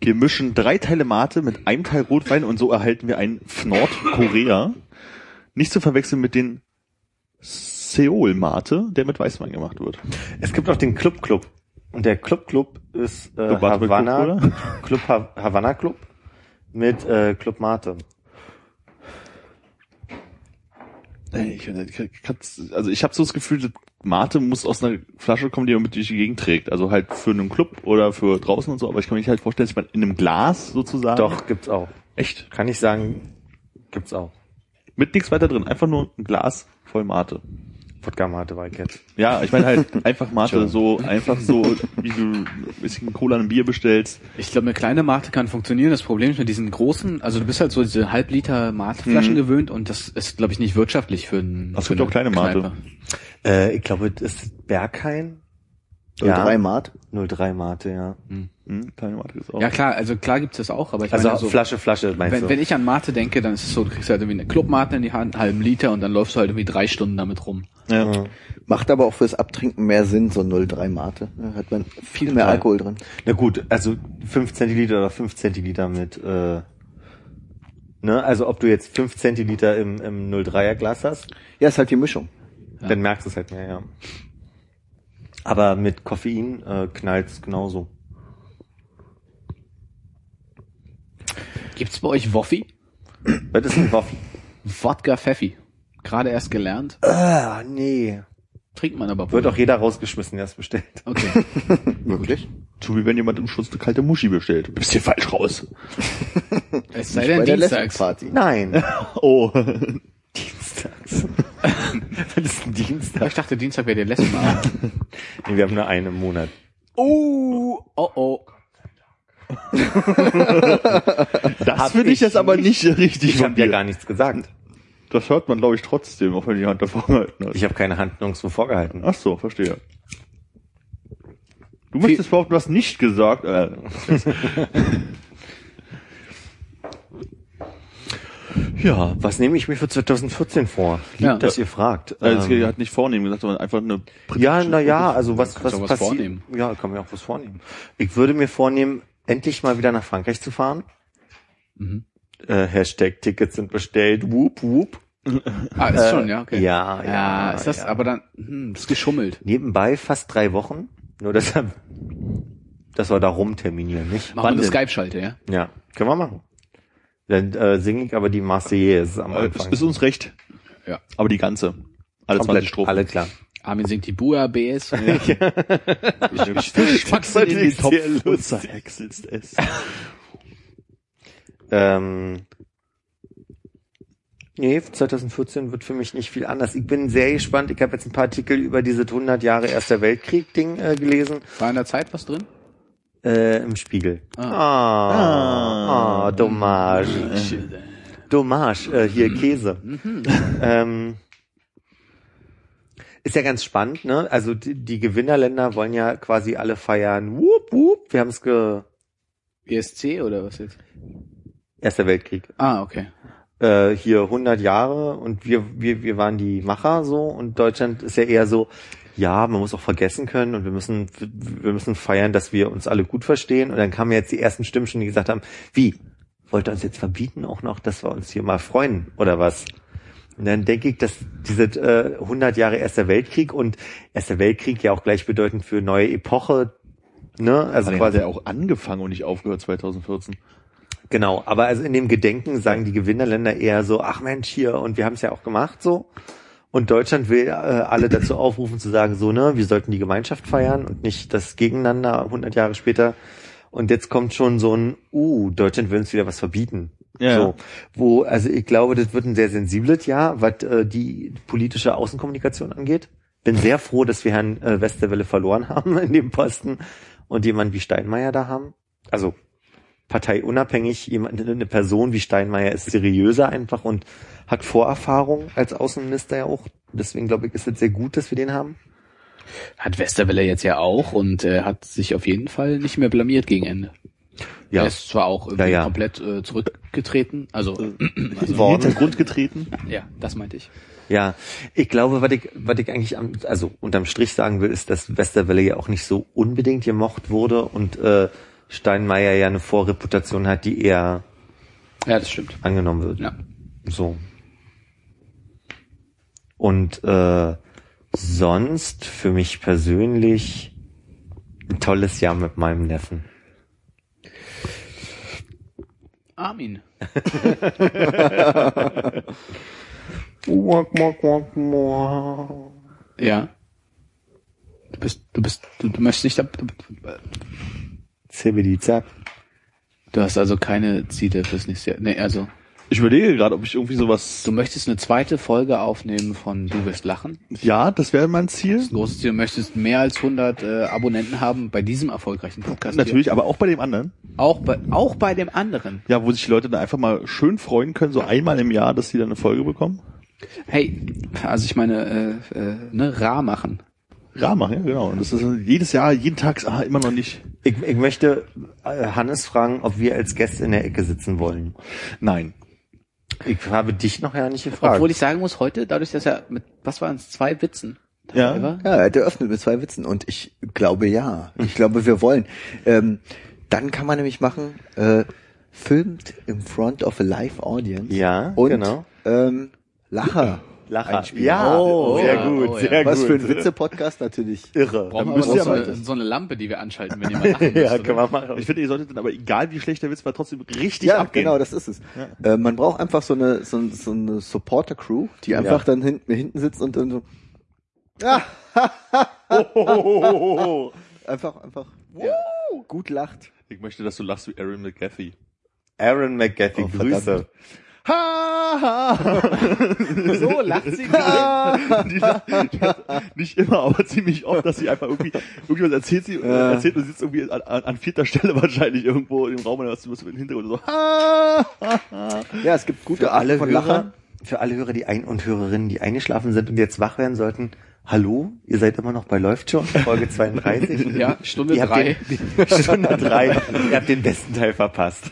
Speaker 2: Wir mischen drei Teile Mate mit einem Teil Rotwein und so erhalten wir ein Fnord Korea. Nicht zu verwechseln mit den Seoul Mate, der mit Weißwein gemacht wird.
Speaker 4: Es gibt auch den Club Club. Und der Club Club ist äh,
Speaker 2: Club Mate mit
Speaker 4: Havana
Speaker 2: Club,
Speaker 4: Club ha Havana Club mit äh, Club Mate.
Speaker 2: Nee, Ich, ich kann's- also ich habe so das Gefühl, das Mate muss aus einer Flasche kommen, die man mit durch die Gegend trägt. Also halt für einen Club oder für draußen und so. Aber ich kann mir nicht halt vorstellen, dass man in einem Glas sozusagen.
Speaker 4: Doch, gibt's auch.
Speaker 2: Echt.
Speaker 4: Kann ich sagen, gibt's auch.
Speaker 2: Mit nichts weiter drin. Einfach nur ein Glas voll Mate.
Speaker 4: Wodka Mate war ich jetzt.
Speaker 2: Ja, ich meine halt einfach Mate, so einfach so, wie du ein bisschen Cola und ein Bier bestellst.
Speaker 3: Ich glaube, eine kleine Mate kann funktionieren. Das Problem ist mit diesen großen, also du bist halt so diese Halbliter Mateflaschen gewöhnt und das ist, glaube ich, nicht wirtschaftlich für einen.
Speaker 2: Es
Speaker 3: für
Speaker 2: gibt auch kleine
Speaker 3: eine
Speaker 2: Mate.
Speaker 3: Kneipe.
Speaker 4: Äh, ich glaube, das ist Berghain.
Speaker 5: Ja. Drei Mate.
Speaker 4: 03 Mate, ja.
Speaker 2: Hm, kleine Mate ist auch.
Speaker 3: Ja klar, also klar gibt's das auch, aber ich
Speaker 4: Also
Speaker 3: meine so,
Speaker 4: Flasche, Flasche meinst
Speaker 3: wenn,
Speaker 4: du?
Speaker 3: wenn ich an Mate denke, dann ist es so, du kriegst halt irgendwie eine Clubmate in die Hand, einen halben Liter und dann läufst du halt irgendwie drei Stunden damit rum.
Speaker 2: Ja.
Speaker 5: Macht aber auch fürs Abtrinken mehr Sinn, so 0,3 Mate. Da hat man viel mehr
Speaker 4: Total.
Speaker 5: Alkohol drin.
Speaker 4: Na gut, also 5 Zentiliter oder 5 Zentiliter mit, äh, ne, also ob du jetzt 5 Zentiliter im, im 03er Glas hast,
Speaker 5: Ja, ist halt die Mischung.
Speaker 4: dann merkst du es halt mehr, ja. Aber mit Koffein äh, knallt's genauso.
Speaker 3: Gibt's bei euch Woffi?
Speaker 4: Was ist ein Waffen?
Speaker 3: Wodka Pfeffi. Gerade erst gelernt.
Speaker 4: Ah, nee.
Speaker 3: Trinkt man aber wohl.
Speaker 4: Wird auch jeder rausgeschmissen, der es bestellt.
Speaker 3: Okay.
Speaker 5: Wirklich?
Speaker 2: So wie wenn jemand im Schutz eine kalte Muschi bestellt. Du bist hier falsch raus.
Speaker 3: Es sei
Speaker 5: Bei
Speaker 3: denn
Speaker 5: der
Speaker 3: Dienstags.
Speaker 5: Lesbenparty.
Speaker 4: Nein.
Speaker 2: Oh.
Speaker 4: Dienstags. Was ist ein Dienstag?
Speaker 3: Ich dachte, Dienstag wäre der letzte Mal.
Speaker 4: Nee, wir haben nur einen im Monat.
Speaker 3: oh, oh, oh.
Speaker 2: Das finde ich
Speaker 4: ich
Speaker 2: jetzt aber nicht richtig
Speaker 4: Ich
Speaker 2: von
Speaker 4: habe ja
Speaker 2: dir.
Speaker 4: gar nichts gesagt.
Speaker 2: Das hört man, glaube ich, trotzdem, auch wenn die Hand davor gehalten hat.
Speaker 4: Ich habe keine Hand nirgendwo vorgehalten.
Speaker 2: Ach so, verstehe. Du möchtest überhaupt was nicht gesagt. Äh,
Speaker 4: Ja, was nehme ich mir für 2014 vor? Lieb,
Speaker 3: Ja.
Speaker 4: dass ihr fragt.
Speaker 2: also,
Speaker 4: Ähm,
Speaker 2: er hat nicht vornehmen gesagt, sondern einfach eine
Speaker 4: ja, na ja, also was, was,
Speaker 3: du was
Speaker 4: passiert?
Speaker 3: vornehmen.
Speaker 4: Ja, kann mir auch was vornehmen. Ich würde mir vornehmen, endlich mal wieder nach Frankreich zu fahren.
Speaker 3: Mhm.
Speaker 4: Äh, Hashtag Tickets sind bestellt. Whoop, whoop.
Speaker 3: Ah, ist schon, ja, okay.
Speaker 4: ja, ja,
Speaker 3: Ah, Ja, ist das,
Speaker 4: ja.
Speaker 3: aber dann, hm, ist geschummelt.
Speaker 4: Nebenbei fast drei Wochen. Nur deshalb, dass wir da rumterminieren,
Speaker 3: Machen
Speaker 4: nicht?
Speaker 3: wir eine
Speaker 4: Wann denn?
Speaker 3: Skype-Schalte, ja?
Speaker 4: Ja, können wir machen. Dann äh, singe ich aber die Marseillaise am
Speaker 2: Äh, es
Speaker 4: Anfang.
Speaker 2: ist uns recht,
Speaker 3: Ja.
Speaker 2: aber die ganze. Alle 20 Strophen.
Speaker 4: Alle klar.
Speaker 3: Armin singt die Bua BS.
Speaker 2: Ich, ich, ich,
Speaker 3: Packst du in den
Speaker 2: den
Speaker 3: Topf
Speaker 2: Topf und zerhäckselst es.
Speaker 4: Ähm, nee, 2014 wird für mich nicht viel anders. Ich bin sehr gespannt. Ich habe jetzt ein paar Artikel über dieses 100 Jahre Erster Weltkrieg-Ding äh, gelesen.
Speaker 3: War in der Zeit was drin?
Speaker 4: Äh, Im Spiegel.
Speaker 3: Ah.
Speaker 4: Ah, ah. dommage. Dommage, äh, hier Käse. ähm, ist ja ganz spannend, ne? Also die, die Gewinnerländer wollen ja quasi alle feiern. Wup, wup, wir haben es ge...
Speaker 3: ESC E oder was jetzt?
Speaker 4: Erster Weltkrieg.
Speaker 3: Ah, okay.
Speaker 4: äh, hier 100 Jahre und wir, wir, wir waren die Macher so und Deutschland ist ja eher so, ja, man muss auch vergessen können und wir müssen, wir müssen feiern, dass wir uns alle gut verstehen und dann kamen jetzt die ersten Stimmchen, die gesagt haben, wie, wollt ihr uns jetzt verbieten auch noch, dass wir uns hier mal freuen oder was? Und dann denke ich, dass diese äh, 100 Jahre Erster Weltkrieg und Erster Weltkrieg ja auch gleichbedeutend für neue Epoche, ne, also
Speaker 2: Also hat
Speaker 4: quasi
Speaker 2: er auch angefangen und nicht aufgehört 2014.
Speaker 4: Genau, aber also in dem Gedenken sagen die Gewinnerländer eher so, ach Mensch, hier, und wir haben es ja auch gemacht so. Und Deutschland will äh, alle dazu aufrufen zu sagen, so, ne, wir sollten die Gemeinschaft feiern und nicht das Gegeneinander 100 Jahre später. Und jetzt kommt schon so ein, uh, Deutschland will uns wieder was verbieten.
Speaker 2: Ja.
Speaker 4: So, wo, also ich glaube, das wird ein sehr sensibles Jahr, was äh, die politische Außenkommunikation angeht. Bin sehr froh, dass wir Herrn äh, Westerwelle verloren haben in dem Posten und jemanden wie Steinmeier da haben. Also parteiunabhängig, jemand, eine Person wie Steinmeier ist seriöser einfach und hat Vorerfahrung als Außenminister ja auch. Deswegen glaube ich, ist es sehr gut, dass wir den haben.
Speaker 3: Hat Westerwelle jetzt ja auch und äh, hat sich auf jeden Fall nicht mehr blamiert gegen Ende.
Speaker 4: Ja.
Speaker 3: Er ist zwar auch irgendwie
Speaker 4: Ja, ja.
Speaker 3: komplett äh, zurückgetreten, also, also
Speaker 2: In den Grund getreten.
Speaker 3: ja, das meinte ich.
Speaker 4: Ja, ich glaube, was ich, was ich eigentlich am, also unterm Strich sagen will, ist, dass Westerwelle ja auch nicht so unbedingt gemocht wurde und äh, Steinmeier ja eine Vorreputation hat, die eher
Speaker 3: Ja, das stimmt.
Speaker 4: angenommen wird.
Speaker 3: Ja.
Speaker 4: So. Und äh, sonst für mich persönlich ein tolles Jahr mit meinem Neffen.
Speaker 3: Armin. Ja. Du bist, du bist, du, du möchtest nicht, ab- du,
Speaker 4: Zibbidi zapp.
Speaker 3: du hast also keine Ziele fürs nächste Jahr. Nee, also,
Speaker 2: Ich überlege gerade, ob ich irgendwie sowas.
Speaker 3: du möchtest eine zweite Folge aufnehmen von Du wirst lachen.
Speaker 2: Ja, das wäre mein Ziel.
Speaker 3: Das große Ziel, du möchtest mehr als 100 äh, Abonnenten haben bei diesem erfolgreichen Podcast.
Speaker 2: Natürlich, aber auch bei dem anderen.
Speaker 3: Hier. Auch bei, auch bei dem anderen.
Speaker 2: Ja, wo sich die Leute dann einfach mal schön freuen können, so einmal im Jahr, dass sie dann eine Folge bekommen.
Speaker 3: Hey, also ich meine, äh, äh, ne, rar machen.
Speaker 2: Ja, machen, ja, genau. Und das ist jedes Jahr, jeden Tag, ah, immer noch nicht.
Speaker 4: Ich, ich möchte äh, Hannes fragen, ob wir als Gäste in der Ecke sitzen wollen.
Speaker 2: Nein.
Speaker 4: Ich habe dich noch ja nicht gefragt.
Speaker 3: Obwohl ich sagen muss, heute, dadurch, dass er mit, was waren es, zwei Witzen
Speaker 2: Ja.
Speaker 3: war?
Speaker 5: Ja, er hat eröffnet mit zwei Witzen und ich glaube ja. Ich glaube, wir wollen. Ähm, dann kann man nämlich machen, äh, filmt in front of a live audience.
Speaker 4: Ja,
Speaker 5: und,
Speaker 4: genau.
Speaker 5: Ähm, Lacher.
Speaker 4: Lacher.
Speaker 5: einspielen.
Speaker 4: Ja,
Speaker 5: Oh,
Speaker 4: sehr
Speaker 3: ja,
Speaker 4: gut,
Speaker 3: oh, ja.
Speaker 4: sehr
Speaker 5: Was
Speaker 4: gut.
Speaker 5: für ein Witze-Podcast natürlich.
Speaker 4: Irre.
Speaker 3: Brauchen wir
Speaker 2: müsst
Speaker 3: aber
Speaker 2: ihr
Speaker 3: so,
Speaker 2: aber-
Speaker 3: eine, so eine Lampe, die wir anschalten, wenn jemand lachen
Speaker 4: Ja,
Speaker 3: müsste,
Speaker 4: können wir machen.
Speaker 2: Ich finde, ihr solltet dann aber, egal wie schlecht der Witz war, trotzdem richtig
Speaker 5: Ja,
Speaker 2: abgehen.
Speaker 5: genau, das ist es. Äh, man braucht einfach so eine, so, ein- so eine Supporter-Crew, die einfach dann hinten, hinten sitzt und dann so ah,
Speaker 4: Oh.
Speaker 2: Ohohohoho.
Speaker 5: einfach, einfach ja, gut lacht.
Speaker 2: Ich möchte, dass du lachst wie Aaron McGathy.
Speaker 4: Aaron McGathy,
Speaker 5: Oh, verdammt.
Speaker 4: Grüße.
Speaker 3: oder? So lacht sie. gerade.
Speaker 2: Die lacht- die lacht nicht immer, aber ziemlich oft, dass sie einfach irgendwie irgendwas erzählt sie
Speaker 5: Ja.
Speaker 2: erzählt und sitzt irgendwie an, an, an vierter Stelle wahrscheinlich irgendwo im Raum und hast du was im Hintergrund so. Ha, ha, ha.
Speaker 5: Ja, es gibt gute
Speaker 4: Für alle
Speaker 5: Arten von
Speaker 4: Hörer,
Speaker 5: Lachern.
Speaker 4: für alle Hörer, die ein und Hörerinnen, die eingeschlafen sind und jetzt wach werden sollten. Hallo, ihr seid immer noch bei Läuft schon, Folge 32.
Speaker 3: Ja, Stunde
Speaker 4: Ihr habt
Speaker 3: drei.
Speaker 4: Den, Stunde drei. Ihr habt den besten Teil verpasst.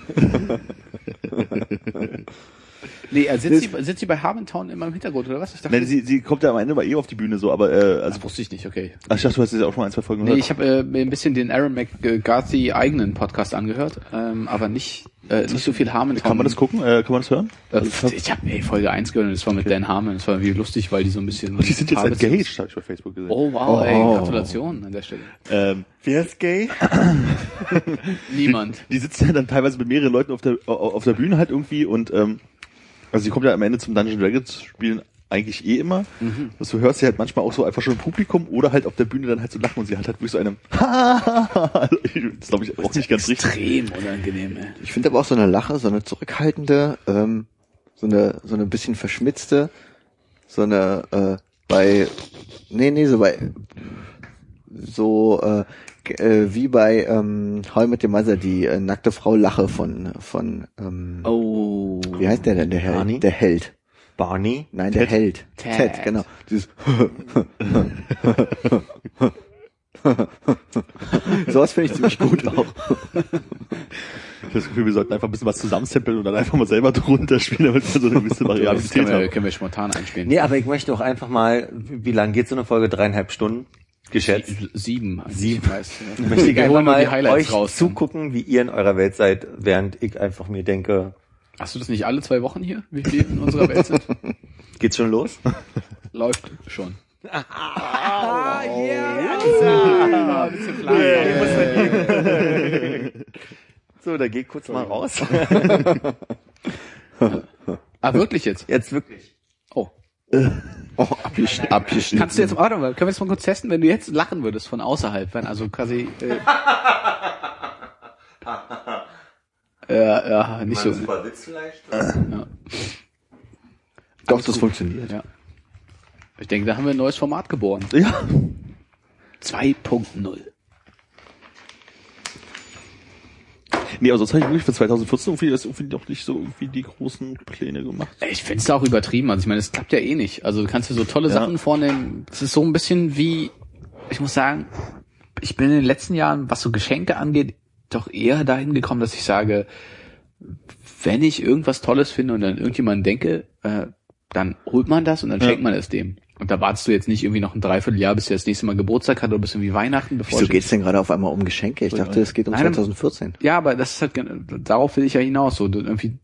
Speaker 3: Nee, also sitzt, sie, sitzt sie bei Harmontown immer im Hintergrund, oder was? Ich dachte,
Speaker 2: Nein, sie, sie kommt ja am Ende mal eh auf die Bühne so, aber äh, also
Speaker 3: das wusste ich nicht, okay.
Speaker 2: ach, ich dachte, du hast jetzt auch schon mal ein, zwei Folgen
Speaker 3: Nee,
Speaker 2: gehört.
Speaker 3: ich habe äh, mir ein bisschen den Aaron McGarthy eigenen Podcast angehört, ähm, aber nicht, äh, nicht so viel Harmon.
Speaker 2: Kann man das gucken? Äh, kann man das hören?
Speaker 3: Äh, pf, ich habe ey, Folge 1 gehört und das war mit Dan Harmon. Das war irgendwie lustig, weil die so ein bisschen.
Speaker 2: Die sind jetzt
Speaker 3: Farbe-
Speaker 2: engaged, habe ich bei Facebook gesehen.
Speaker 3: Oh wow, ey,
Speaker 2: Oh.
Speaker 3: Gratulation an der Stelle.
Speaker 2: Ähm,
Speaker 4: Wer ist gay?
Speaker 3: Niemand.
Speaker 2: die sitzen ja dann teilweise mit mehreren Leuten auf der, au- auf der Bühne halt irgendwie und ähm, also sie kommt ja am Ende zum Dungeon Dragons Spielen eigentlich eh immer. Das du hörst sie halt manchmal auch so einfach schon im Publikum oder halt auf der Bühne dann halt so lachen und sie hat halt wirklich so einem Das ist, glaube ich, auch nicht ganz richtig.
Speaker 3: Extrem unangenehm, ey.
Speaker 5: Ich finde aber auch so eine Lache, so eine zurückhaltende, ähm, so eine so eine bisschen verschmitzte, so eine äh, bei nee nee so bei so äh, g- äh, wie bei ähm, How mit dem Mother die äh, nackte Frau Lache von von ähm,
Speaker 3: Oh.
Speaker 5: wie heißt der denn der Held
Speaker 4: Barney?
Speaker 5: der Held
Speaker 4: Barney?
Speaker 5: nein der Held
Speaker 3: Ted.
Speaker 5: genau dieses sowas finde ich ziemlich gut auch
Speaker 2: Ich hab das Gefühl, wir sollten einfach ein bisschen was zusammensampeln und dann einfach mal selber drunter spielen, damit wir so eine gewisse
Speaker 3: Das
Speaker 2: Variabilität
Speaker 3: können wir,
Speaker 2: haben.
Speaker 3: können wir spontan einspielen.
Speaker 4: Nee, aber ich möchte auch einfach mal, wie wie lang geht so eine Folge? Dreieinhalb Stunden? Geschätzt.
Speaker 3: Sieben. eigentlich,
Speaker 4: Sieben.
Speaker 3: Weißt, du, ne?
Speaker 4: Möchte ich
Speaker 3: Wir
Speaker 4: einfach
Speaker 3: holen nur
Speaker 4: mal
Speaker 3: die Highlights
Speaker 4: euch
Speaker 3: raus.
Speaker 4: zugucken, wie ihr in eurer Welt seid, während ich einfach mir denke,
Speaker 3: Hast du das nicht alle zwei Wochen hier, wie wir in unserer Welt sind?
Speaker 4: geht's schon los?
Speaker 3: Läuft schon.
Speaker 4: So, da geh ich kurz mal raus.
Speaker 3: Ah, wirklich jetzt?
Speaker 4: Jetzt wirklich.
Speaker 3: Oh.
Speaker 5: oh, abgeschn- abgeschnitten
Speaker 3: Kannst du jetzt, warte mal, können wir jetzt mal kurz testen, wenn du jetzt lachen würdest von außerhalb, wenn also quasi, äh, ja, ja, nicht so,
Speaker 4: Super Witz vielleicht?
Speaker 5: doch das funktioniert
Speaker 3: ja. Ich denke, da haben wir ein neues Format geboren.
Speaker 2: Ja,
Speaker 3: 2.0.
Speaker 2: Nee, aber sonst habe ich wirklich für 2014 irgendwie, das irgendwie noch nicht so irgendwie die großen Pläne gemacht.
Speaker 3: Ich finde es auch übertrieben. Also ich meine, es klappt ja eh nicht. Also du kannst dir so tolle
Speaker 2: Ja.
Speaker 3: Sachen vornehmen. Es ist so ein bisschen wie, ich muss sagen, ich bin in den letzten Jahren, was so Geschenke angeht, doch eher dahin gekommen, dass ich sage, wenn ich irgendwas Tolles finde und dann irgendjemand denke, äh, dann holt man das und dann
Speaker 2: Ja.
Speaker 3: schenkt man es dem. Und da wartest du jetzt nicht irgendwie noch ein Dreivierteljahr, bis der das nächste Mal Geburtstag hat oder bis irgendwie Weihnachten. Bevor
Speaker 5: Wieso
Speaker 3: du-
Speaker 5: geht's denn gerade auf einmal um Geschenke? Ich dachte, es geht um
Speaker 3: Nein,
Speaker 5: 2014.
Speaker 3: Ja, aber das ist halt, gen- darauf will ich ja hinaus. So, du, irgendwie,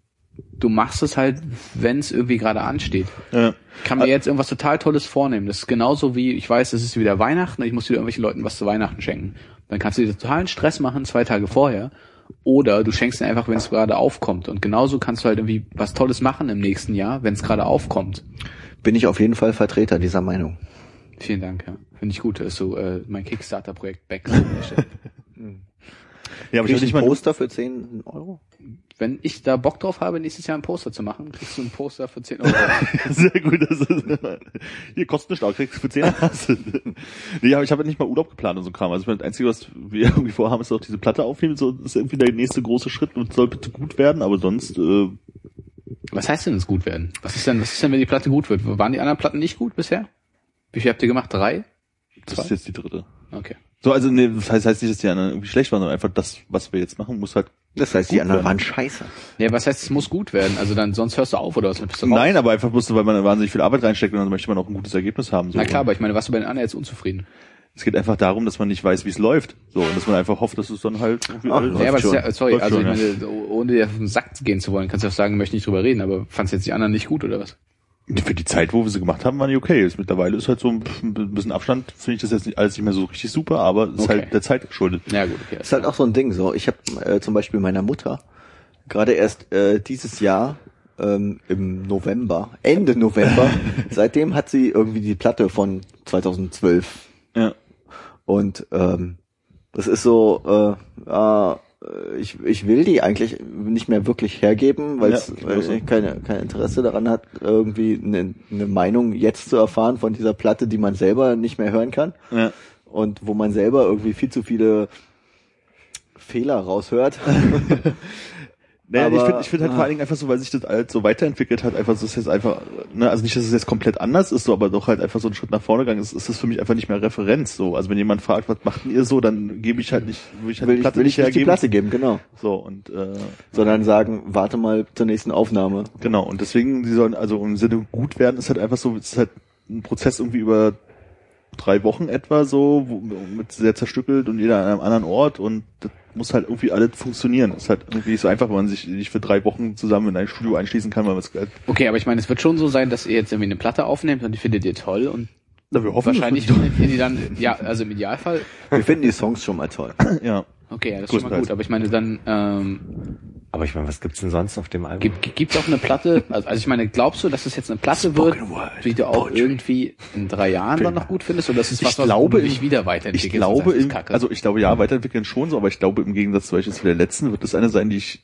Speaker 3: du machst es halt, wenn es irgendwie gerade ansteht.
Speaker 2: Ja.
Speaker 3: Ich kann mir jetzt irgendwas total Tolles vornehmen. Das ist genauso wie, ich weiß, es ist wieder Weihnachten, ich muss wieder irgendwelchen Leuten was zu Weihnachten schenken. Dann kannst du dir totalen Stress machen, zwei Tage vorher. Oder du schenkst ihn einfach, wenn es gerade aufkommt. Und genauso kannst du halt irgendwie was Tolles machen im nächsten Jahr, wenn es gerade aufkommt.
Speaker 5: Bin ich auf jeden Fall Vertreter dieser Meinung.
Speaker 3: Vielen Dank, ja. Finde ich gut. Das ist so äh, mein Kickstarter-Projekt Back.
Speaker 2: Ja, aber ich
Speaker 5: Krieg
Speaker 2: habe
Speaker 5: ich
Speaker 2: nicht
Speaker 5: ein
Speaker 2: mal
Speaker 5: Poster für 10 Euro?
Speaker 3: wenn ich da Bock drauf habe, nächstes Jahr ein Poster zu machen, kriegst du ein Poster für 10 Euro.
Speaker 2: Sehr gut, das ist, hier kostet nicht, aber kriegst für 10 Kasse. Nee, aber ich habe nicht mal Urlaub geplant und so ein Kram. Also ich meine, das Einzige, was wir irgendwie vorhaben, ist auch diese Platte aufnehmen. So das ist irgendwie der nächste große Schritt und soll bitte gut werden, aber sonst, äh,
Speaker 3: Was heißt denn, es gut werden? Was ist denn, was ist denn, wenn die Platte gut wird? Waren die anderen Platten nicht gut bisher? Wie viel habt ihr gemacht? Drei?
Speaker 2: das
Speaker 3: Zwei?
Speaker 2: ist jetzt die dritte.
Speaker 3: Okay.
Speaker 2: So, also nee, das heißt, heißt nicht, dass die anderen irgendwie schlecht waren, sondern einfach das, was wir jetzt machen, muss halt.
Speaker 5: Das heißt, die
Speaker 2: Gut,
Speaker 5: anderen
Speaker 2: ja.
Speaker 5: waren scheiße.
Speaker 3: Ja, was heißt, es muss gut werden? Also dann, sonst hörst du auf oder was? Dann bist du raus.
Speaker 2: Nein, aber einfach bloß, weil man wahnsinnig viel Arbeit reinsteckt und dann möchte man auch ein gutes Ergebnis haben. So.
Speaker 3: Na klar, aber ich meine, warst du bei den anderen jetzt unzufrieden?
Speaker 2: Es geht einfach darum, dass man nicht weiß, wie es läuft. So, und dass man einfach hofft, dass es dann halt. irgendwie
Speaker 5: Ach,
Speaker 2: alles-
Speaker 5: Läuft
Speaker 3: ja, aber das ist
Speaker 5: schon.
Speaker 3: ja, sorry,
Speaker 2: Läuft
Speaker 3: also
Speaker 2: schon,
Speaker 3: ich meine, ohne dir auf den Sack gehen zu wollen, kannst du auch sagen, möchte nicht drüber reden, aber fandst jetzt die anderen nicht gut oder was?
Speaker 2: Für die Zeit, wo wir sie gemacht haben, waren die okay. Ist mittlerweile ist halt so ein bisschen Abstand, finde ich das jetzt nicht, alles nicht mehr so richtig super, aber ist
Speaker 3: Okay.
Speaker 2: halt der Zeit geschuldet.
Speaker 3: Ja gut, okay.
Speaker 5: ist halt auch so ein Ding. So, ich habe äh, zum Beispiel meiner Mutter gerade erst äh, dieses Jahr ähm, im November, Ende November, seitdem hat sie irgendwie die Platte von 2012
Speaker 2: Ja.
Speaker 5: Und ähm, das ist so, äh, ja, äh, ich, ich will die eigentlich nicht mehr wirklich hergeben, weil
Speaker 2: Ja,
Speaker 5: es
Speaker 2: genau
Speaker 5: weil
Speaker 2: so.
Speaker 5: ich keine, kein Interesse daran hat, irgendwie eine eine Meinung jetzt zu erfahren von dieser Platte, die man selber nicht mehr hören kann
Speaker 2: ja.
Speaker 5: und wo man selber irgendwie viel zu viele Fehler raushört.
Speaker 2: Naja,
Speaker 5: Aber- ah.
Speaker 2: ich finde ich find halt vor allen Dingen einfach so, weil sich das halt so weiterentwickelt hat, einfach so ist jetzt einfach, ne, also nicht, dass es jetzt komplett anders ist, so, aber doch halt einfach so einen Schritt nach vorne gegangen ist, ist das für mich einfach nicht mehr Referenz. So, also wenn jemand fragt, was macht denn ihr so, dann gebe ich halt nicht, will ich halt
Speaker 5: will
Speaker 2: die
Speaker 5: ich,
Speaker 2: Platte
Speaker 5: will ich
Speaker 2: nicht
Speaker 5: nicht die
Speaker 2: hergeben.
Speaker 5: Platte geben, genau.
Speaker 2: So und äh,
Speaker 5: Sondern sagen, warte mal zur nächsten Aufnahme.
Speaker 2: genau und deswegen, sie sollen also im Sinne gut werden, ist halt einfach so, es ist halt ein Prozess irgendwie über drei Wochen etwa so, wo, mit sehr zerstückelt und jeder an einem anderen Ort und das muss halt irgendwie alles funktionieren. Ist halt irgendwie nicht so einfach, wenn man sich nicht für drei Wochen zusammen in ein Studio einschließen kann, weil man es halt
Speaker 3: Okay, aber ich meine, es wird schon so sein, dass ihr jetzt irgendwie eine Platte aufnehmt und die findet ihr toll und
Speaker 2: Na, wir hoffen
Speaker 3: wahrscheinlich
Speaker 2: das
Speaker 3: findet ihr die dann, ja, also im Idealfall
Speaker 5: Wir finden die Songs schon mal toll.
Speaker 2: wird- ja.
Speaker 3: Okay, ja, das ist schon mal
Speaker 2: Größtenteils.
Speaker 3: gut. Aber ich meine, dann ähm,
Speaker 4: Aber ich meine, was gibt's denn sonst auf dem Album?
Speaker 3: Gibt gibt's auch eine Platte? Also, also ich meine, glaubst du, dass es jetzt eine Platte wird,
Speaker 2: Word, Genau.
Speaker 3: die du auch irgendwie in drei Jahren dann noch gut findest, oder das ist
Speaker 2: Ich
Speaker 3: was, was
Speaker 2: glaube,
Speaker 3: du nicht
Speaker 2: ich-
Speaker 3: wieder
Speaker 2: Ich
Speaker 3: weiterentwickelst? und
Speaker 2: glaube,
Speaker 3: sagst,
Speaker 2: im,
Speaker 3: ist Kacke.
Speaker 2: also ich glaube ja, weiterentwickeln schon so, aber ich glaube im Gegensatz zum Beispiel zu der letzten wird es eine sein, die ich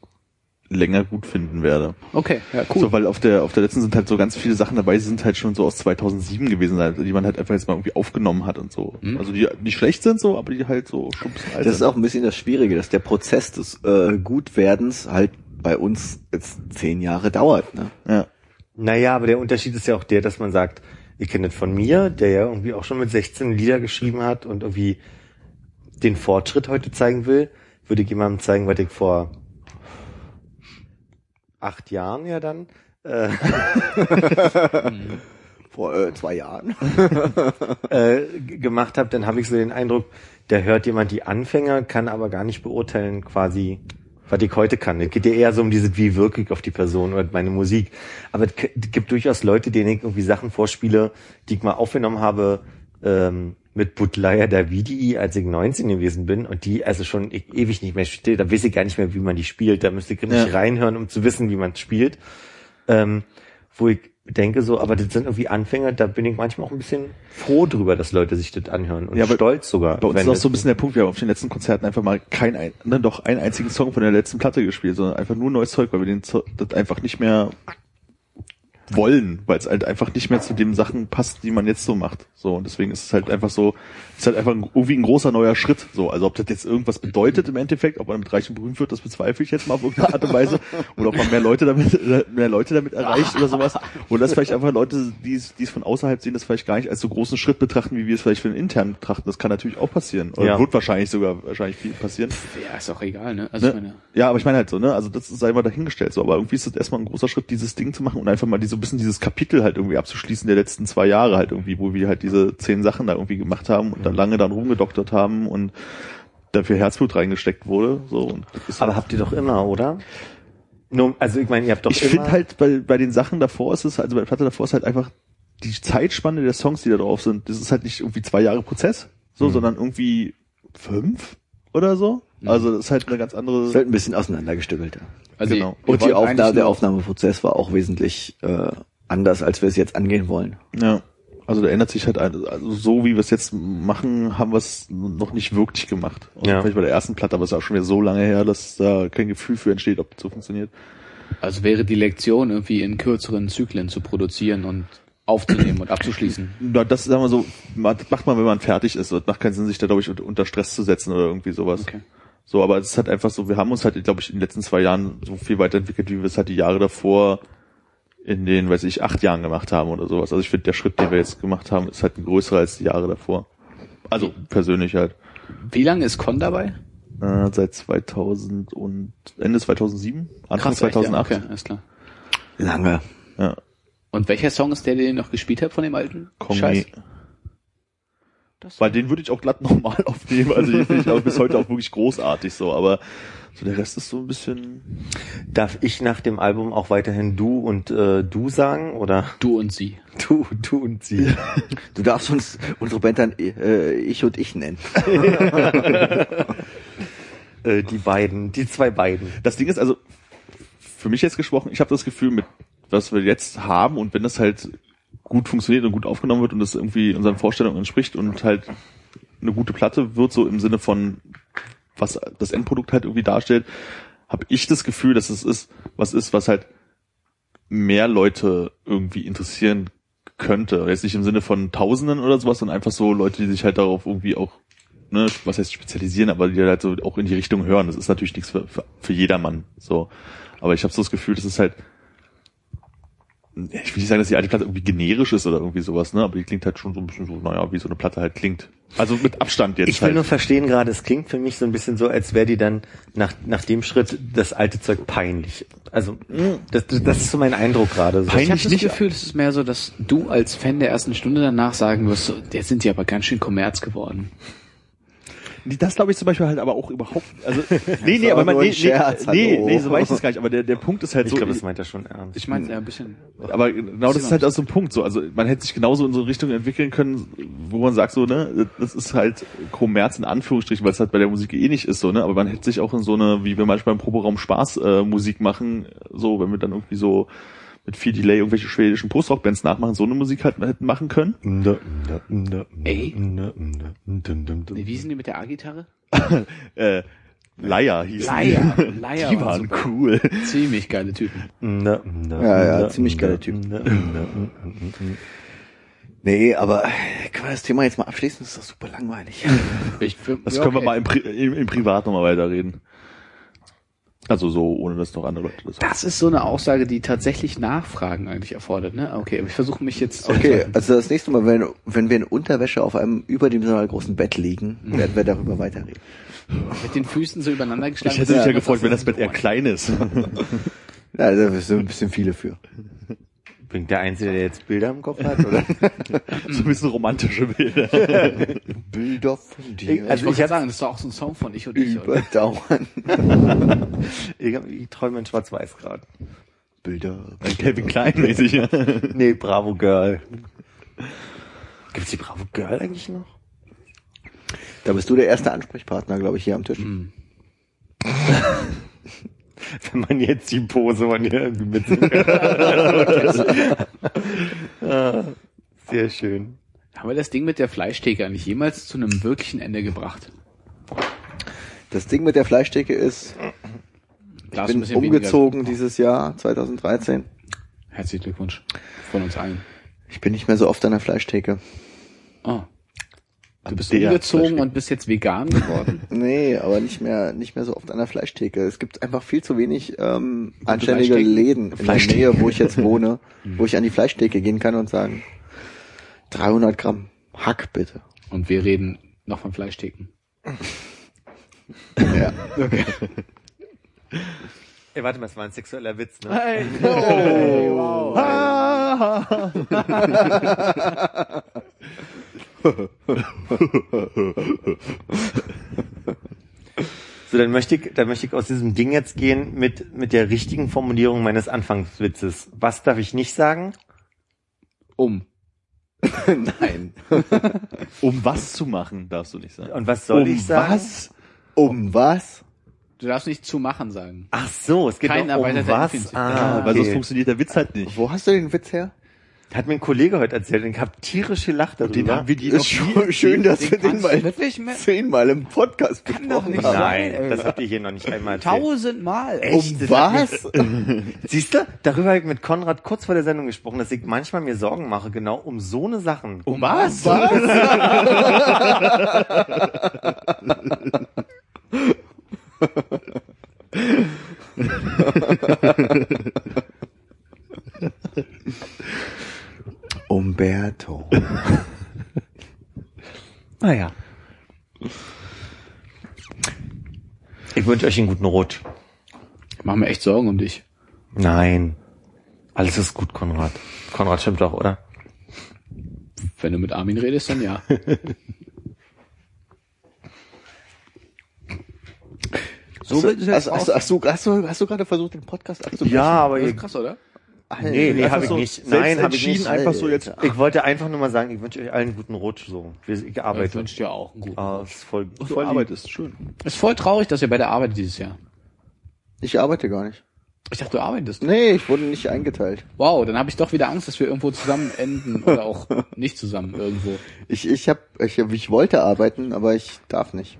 Speaker 2: länger gut finden werde.
Speaker 3: okay, ja, cool.
Speaker 2: So, weil auf der auf der letzten sind halt so ganz viele Sachen dabei, die sind halt schon so aus 2007 gewesen, halt, die man halt einfach jetzt mal irgendwie aufgenommen hat und so.
Speaker 3: Mhm.
Speaker 2: Also die nicht schlecht sind so, aber die halt so schon ein bisschen alt
Speaker 5: Das ist
Speaker 2: sind.
Speaker 5: auch ein bisschen das Schwierige, dass der Prozess des äh, Gutwerdens halt bei uns jetzt zehn Jahre dauert. Ne?
Speaker 2: ja.
Speaker 4: Naja, aber der Unterschied ist ja auch der, dass man sagt, ihr kennt das von mir, der ja irgendwie auch schon mit 16 Lieder geschrieben hat und irgendwie den Fortschritt heute zeigen will, würde ich jemandem zeigen, was ich vor acht Jahren ja dann. Äh,
Speaker 5: Vor äh, zwei Jahren.
Speaker 4: äh, g- gemacht habe, dann habe ich so den Eindruck, da hört jemand die Anfänger, kann aber gar nicht beurteilen, quasi, was ich heute kann. Es geht ja eher so um dieses, wie wirke ich auf die Person oder meine Musik. Aber es k- es gibt durchaus Leute, denen ich irgendwie Sachen vorspiele, die ich mal aufgenommen habe ähm, mit Butlaya Davidi, als ich 19 gewesen bin und die also schon e- ewig nicht mehr steht. Da weiß ich gar nicht mehr, wie man die spielt. Da müsste ich richtig reinhören, um zu wissen, wie man spielt. Ähm, wo ich denke so, aber das sind irgendwie Anfänger, da bin ich manchmal auch ein bisschen froh drüber, dass Leute sich das anhören und
Speaker 2: Ja, aber
Speaker 4: stolz sogar.
Speaker 2: Bei uns
Speaker 4: wenn
Speaker 2: ist auch
Speaker 4: das-
Speaker 2: so ein bisschen der Punkt, wir haben auf den letzten Konzerten einfach mal kein, ein, dann doch einen einzigen Song von der letzten Platte gespielt, sondern einfach nur neues Zeug, weil wir den Zeug, das einfach nicht mehr wollen, weil es halt einfach nicht mehr zu den Sachen passt, die man jetzt so macht. So, und deswegen ist es halt einfach so, ist halt einfach ein, irgendwie ein großer neuer Schritt. So, also ob das jetzt irgendwas bedeutet im Endeffekt, ob man mit Reichen berühmt wird, das bezweifle ich jetzt mal auf irgendeine Art und Weise. Oder ob man mehr Leute damit, mehr Leute damit erreicht oder sowas. Oder dass vielleicht einfach Leute, die es, die es von außerhalb sehen, das vielleicht gar nicht als so großen Schritt betrachten, wie wir es vielleicht für den internen betrachten. Das kann natürlich auch passieren. Oder
Speaker 4: Ja.
Speaker 2: wird wahrscheinlich sogar wahrscheinlich viel passieren.
Speaker 3: ja, ist auch egal, ne? Also ich
Speaker 2: Ne?
Speaker 3: meine,
Speaker 2: Ja, aber ich meine halt so, ne? Also das sei mal dahingestellt so, aber irgendwie ist das erstmal ein großer Schritt, dieses Ding zu machen und einfach mal die, so ein bisschen dieses Kapitel halt irgendwie abzuschließen der letzten zwei Jahre halt irgendwie, wo wir halt diese zehn Sachen da irgendwie gemacht haben und dann lange dann rumgedoktert haben und dafür Herzblut reingesteckt wurde. So und das ist
Speaker 4: aber habt ihr doch immer, oder? Nur, also ich meine, ihr habt doch
Speaker 2: ich
Speaker 4: immer.
Speaker 2: finde halt bei, bei den Sachen davor ist es, also bei der Platte davor ist halt einfach die Zeitspanne der Songs, die da drauf sind, das ist halt nicht irgendwie zwei Jahre Prozess,
Speaker 3: Mhm.
Speaker 2: so, sondern irgendwie fünf oder so. Also das ist halt eine ganz andere.
Speaker 5: Das ist halt ein bisschen auseinandergestümmelt.
Speaker 3: also
Speaker 2: genau.
Speaker 3: wir
Speaker 5: Und die
Speaker 3: wollten eigentlich
Speaker 5: Aufnahme, der
Speaker 3: nur-
Speaker 5: Aufnahmeprozess war auch wesentlich äh, anders, als wir es jetzt angehen wollen.
Speaker 2: Ja. Also da ändert sich halt ein- also so wie wir es jetzt machen, haben wir es noch nicht wirklich gemacht. Also
Speaker 4: Ja.
Speaker 2: Vielleicht bei der ersten Platte, aber es ist auch schon wieder so lange her, dass da kein Gefühl für entsteht, ob das so funktioniert.
Speaker 3: Also wäre die Lektion irgendwie in kürzeren Zyklen zu produzieren und aufzunehmen und abzuschließen.
Speaker 2: Na, das sagen wir so, ma- das macht man, wenn man fertig ist. Das macht keinen Sinn, sich da glaube ich un- unter Stress zu setzen oder irgendwie sowas.
Speaker 3: Okay.
Speaker 2: So, aber es ist halt einfach so, wir haben uns halt, glaube ich, in den letzten zwei Jahren so viel weiterentwickelt, wie wir es halt die Jahre davor in den, weiß ich, acht Jahren gemacht haben oder sowas. Also ich finde, der Schritt, den wir jetzt gemacht haben, ist halt ein größerer als die Jahre davor. Also persönlich halt.
Speaker 3: Wie lange ist Con dabei?
Speaker 2: Äh, seit 2000 und Ende 2007, Anfang
Speaker 3: echt, ja.
Speaker 2: 2008.
Speaker 3: Okay, alles klar.
Speaker 5: Lange.
Speaker 2: Ja,
Speaker 3: Und welcher Song ist der, den ihr noch gespielt habt von dem alten?
Speaker 2: Kongi.
Speaker 3: Scheiß?
Speaker 2: Weil den würde ich auch glatt nochmal aufnehmen. Also den finde ich auch bis heute auch wirklich großartig so, aber so der Rest ist so ein bisschen.
Speaker 4: Darf ich nach dem Album auch weiterhin du und äh, du sagen? Oder
Speaker 3: Du und sie.
Speaker 4: du, du und sie?
Speaker 5: Du darfst uns unsere Band dann äh, ich und ich nennen.
Speaker 4: äh, die beiden, die zwei beiden.
Speaker 2: Das Ding ist also, für mich jetzt gesprochen, ich habe das Gefühl, mit was wir jetzt haben und wenn das halt gut funktioniert und gut aufgenommen wird und das irgendwie unseren Vorstellungen entspricht und halt eine gute Platte wird, so im Sinne von, was das Endprodukt halt irgendwie darstellt, habe ich das Gefühl, dass es ist, was ist, was halt mehr Leute irgendwie interessieren könnte. Jetzt nicht im Sinne von Tausenden oder sowas, sondern einfach so Leute, die sich halt darauf irgendwie auch, ne, was heißt spezialisieren, aber die halt so auch in die Richtung hören. Das ist natürlich nichts für, für, für jedermann. So. Aber ich habe so das Gefühl, das ist halt. Ich will nicht sagen, dass die alte Platte irgendwie generisch ist oder irgendwie sowas, ne? Aber die klingt halt schon so ein bisschen so, naja, wie so eine Platte halt klingt. Also mit Abstand jetzt
Speaker 4: Ich will
Speaker 2: halt.
Speaker 4: nur verstehen gerade, es klingt für mich so ein bisschen so, als wäre die dann nach, nach dem Schritt das alte Zeug peinlich. Also das, das das ist so mein Eindruck gerade. So.
Speaker 3: Also Ich habe
Speaker 2: Mhm. Peinlich
Speaker 3: das
Speaker 2: nicht.
Speaker 3: Gefühl, es ist mehr so, dass du als Fan der ersten Stunde danach sagen wirst, so, jetzt sind die aber ganz schön Kommerz geworden.
Speaker 2: Nee, Das glaube ich zum Beispiel halt aber auch überhaupt. Also, nee, nee,
Speaker 5: war
Speaker 2: aber man,
Speaker 5: nur ein
Speaker 2: nee,
Speaker 5: Scherz,
Speaker 2: nee, nee,
Speaker 5: hallo.
Speaker 2: nee, so weiß ich das gar nicht. Aber der, der Punkt ist halt
Speaker 4: Ich
Speaker 2: so.
Speaker 4: glaube, das meint er schon ernst.
Speaker 3: Ich meine, ja, ein bisschen.
Speaker 2: aber genau das ist halt auch so ein Punkt. So, also man hätte sich genauso in so eine Richtung entwickeln können, wo man sagt so, ne, das ist halt Kommerz in Anführungsstrichen, weil es halt bei der Musik eh nicht ist so, ne. Aber man hätte sich auch in so eine, wie wir manchmal im Proberaum Spaß äh, Musik machen, so, wenn wir dann irgendwie so mit viel Delay irgendwelche schwedischen Post-Rock-Bands nachmachen, so eine Musik halt hätten machen können.
Speaker 3: Ey. Nee, wie hießen die mit der A-Gitarre?
Speaker 2: Äh, Leier hieß
Speaker 3: Leier,
Speaker 2: die.
Speaker 3: Leier
Speaker 2: die
Speaker 3: war
Speaker 2: waren
Speaker 3: super.
Speaker 2: cool.
Speaker 3: Ziemlich geile Typen.
Speaker 5: Ja,
Speaker 4: Ja,
Speaker 5: ja, ziemlich geiler Typ. Nee, aber können wir das Thema jetzt mal abschließen? Das ist doch super langweilig.
Speaker 3: Ich,
Speaker 2: Das können wir mal im, Pri im, im Privat nochmal weiterreden. Also so, ohne dass noch andere Leute das
Speaker 3: Das ist so eine Aussage, die tatsächlich Nachfragen eigentlich erfordert, ne? Okay, aber ich versuche mich jetzt.
Speaker 5: Okay, also das nächste Mal, wenn, wenn wir in Unterwäsche auf einem überdimensional großen Bett liegen, werden wir darüber weiterreden.
Speaker 3: Mit den Füßen so übereinander geschlagen.
Speaker 2: Ich hätte mich ja
Speaker 3: Das
Speaker 2: gefreut,
Speaker 3: ist
Speaker 2: wenn das Bett eher
Speaker 3: Ohren.
Speaker 2: klein ist. Mhm.
Speaker 5: Ja, da sind ein bisschen viele für.
Speaker 4: Bringt der Einzige, der jetzt Bilder im Kopf hat, oder?
Speaker 2: so ein bisschen romantische Bilder.
Speaker 5: Bilder von dir
Speaker 3: Also ich
Speaker 4: Also ich
Speaker 3: wollte
Speaker 4: hab-
Speaker 3: sagen, das war auch ne? so ein Song von Ich und Ich. Oder?
Speaker 5: überdauern.
Speaker 4: Ich, ich träume in Schwarz-Weiß gerade.
Speaker 5: Bilder.
Speaker 2: Calvin Klein mäßig. ja.
Speaker 4: Nee, Bravo Girl. Gibt's die Bravo Girl eigentlich noch?
Speaker 5: Da bist du der erste Ansprechpartner, glaube ich, hier am Tisch.
Speaker 3: Mhm.
Speaker 4: Wenn man jetzt die Pose von ihr mit Ah, Sehr schön.
Speaker 3: Haben wir das Ding mit der Fleischtheke eigentlich jemals zu einem wirklichen Ende gebracht?
Speaker 5: Das Ding mit der Fleischdecke ist,
Speaker 3: Da ist ein
Speaker 5: bin
Speaker 3: bisschen weniger-
Speaker 5: umgezogen dieses Jahr, 2013.
Speaker 3: Herzlichen Glückwunsch von uns allen.
Speaker 5: Ich bin nicht mehr so oft an der Fleischtheke.
Speaker 3: Oh. Du bist
Speaker 2: Der
Speaker 3: umgezogen
Speaker 2: Fleischtheke.
Speaker 3: und bist jetzt vegan geworden.
Speaker 5: Nee, aber nicht mehr, nicht mehr so oft an der Fleischtheke. Es gibt einfach viel zu wenig ähm, anständige
Speaker 3: Fleischtheken? Mhm.
Speaker 5: Läden in der
Speaker 2: Fleischtheken.
Speaker 5: Nähe, wo ich jetzt wohne, wo ich an die Fleischtheke gehen kann und sagen, 300 Gramm Hack bitte.
Speaker 3: und wir reden noch von Fleischtheken.
Speaker 5: Ja.
Speaker 4: Ey, warte mal, es war ein sexueller Witz, ne? So, dann möchte ich, dann möchte ich aus diesem Ding jetzt gehen mit, mit der richtigen Formulierung meines Anfangswitzes. Was darf ich nicht sagen?
Speaker 3: Um.
Speaker 5: Nein.
Speaker 2: Um was zu machen, darfst du nicht sagen.
Speaker 4: Und was soll
Speaker 2: um
Speaker 4: ich sagen?
Speaker 2: was?
Speaker 5: Um was?
Speaker 3: Du darfst nicht zu machen sagen.
Speaker 4: Ach so, es geht
Speaker 3: Kein
Speaker 4: doch um
Speaker 3: erweiterter
Speaker 4: was.
Speaker 3: Empfindlichkeit.
Speaker 4: Ah,
Speaker 2: Weil sonst
Speaker 4: okay.
Speaker 2: funktioniert der Witz halt nicht.
Speaker 5: Wo hast du den Witz her?
Speaker 4: Hat mir ein Kollege heute erzählt und ich habe tierisch gelacht darüber.
Speaker 2: Den haben wir die noch
Speaker 5: Ist schon, schön, dass wir den
Speaker 3: kannst du
Speaker 5: mal
Speaker 3: wirklich mehr?
Speaker 5: zehnmal im Podcast
Speaker 3: Kann doch
Speaker 5: besprochen
Speaker 3: nicht
Speaker 5: haben.
Speaker 4: Nein, das habt ihr hier noch nicht einmal erzählt.
Speaker 3: Tausendmal.
Speaker 4: Echt?
Speaker 5: Um
Speaker 4: Das hat mir-
Speaker 5: was?
Speaker 4: Siehst du, darüber habe ich mit Konrad kurz vor der Sendung gesprochen, dass ich manchmal mir Sorgen mache, genau um so eine Sachen.
Speaker 3: Um was?
Speaker 5: Umberto.
Speaker 4: Naja. Ich wünsche euch einen guten Rutsch.
Speaker 3: Ich mach mir echt Sorgen um dich.
Speaker 4: Nein. Alles ist gut, Konrad. Konrad stimmt doch, oder?
Speaker 3: Wenn du mit Armin redest, dann ja. so wird es jetzt
Speaker 5: Hast, hast,
Speaker 3: auch.
Speaker 5: hast, du, hast, du, hast du gerade versucht, den Podcast abzubrechen?
Speaker 4: Ja, aber
Speaker 3: Das
Speaker 4: ich,
Speaker 3: ist krass, oder?
Speaker 4: nee, nee, habe ich nicht. Nein, habe ich
Speaker 2: entschieden,
Speaker 4: nicht.
Speaker 2: einfach so jetzt.
Speaker 4: Ich wollte einfach nur mal sagen, ich wünsche euch allen einen guten Rutsch. So, Wir- ich
Speaker 3: Aber ich
Speaker 4: arbeite.
Speaker 3: wünsche dir auch einen guten.
Speaker 4: Ah, ist voll,
Speaker 2: Du
Speaker 4: voll lieb.
Speaker 2: arbeitest, schön.
Speaker 3: Ist voll traurig, dass ihr bei der Arbeit dieses Jahr.
Speaker 5: Ich arbeite gar nicht.
Speaker 3: Ich dachte, du arbeitest. ne?
Speaker 5: Nee, ich wurde nicht eingeteilt.
Speaker 3: Wow, dann habe ich doch wieder Angst, dass wir irgendwo zusammen enden oder auch nicht zusammen irgendwo.
Speaker 5: Ich, ich, hab, ich, ich wollte arbeiten, aber ich darf nicht.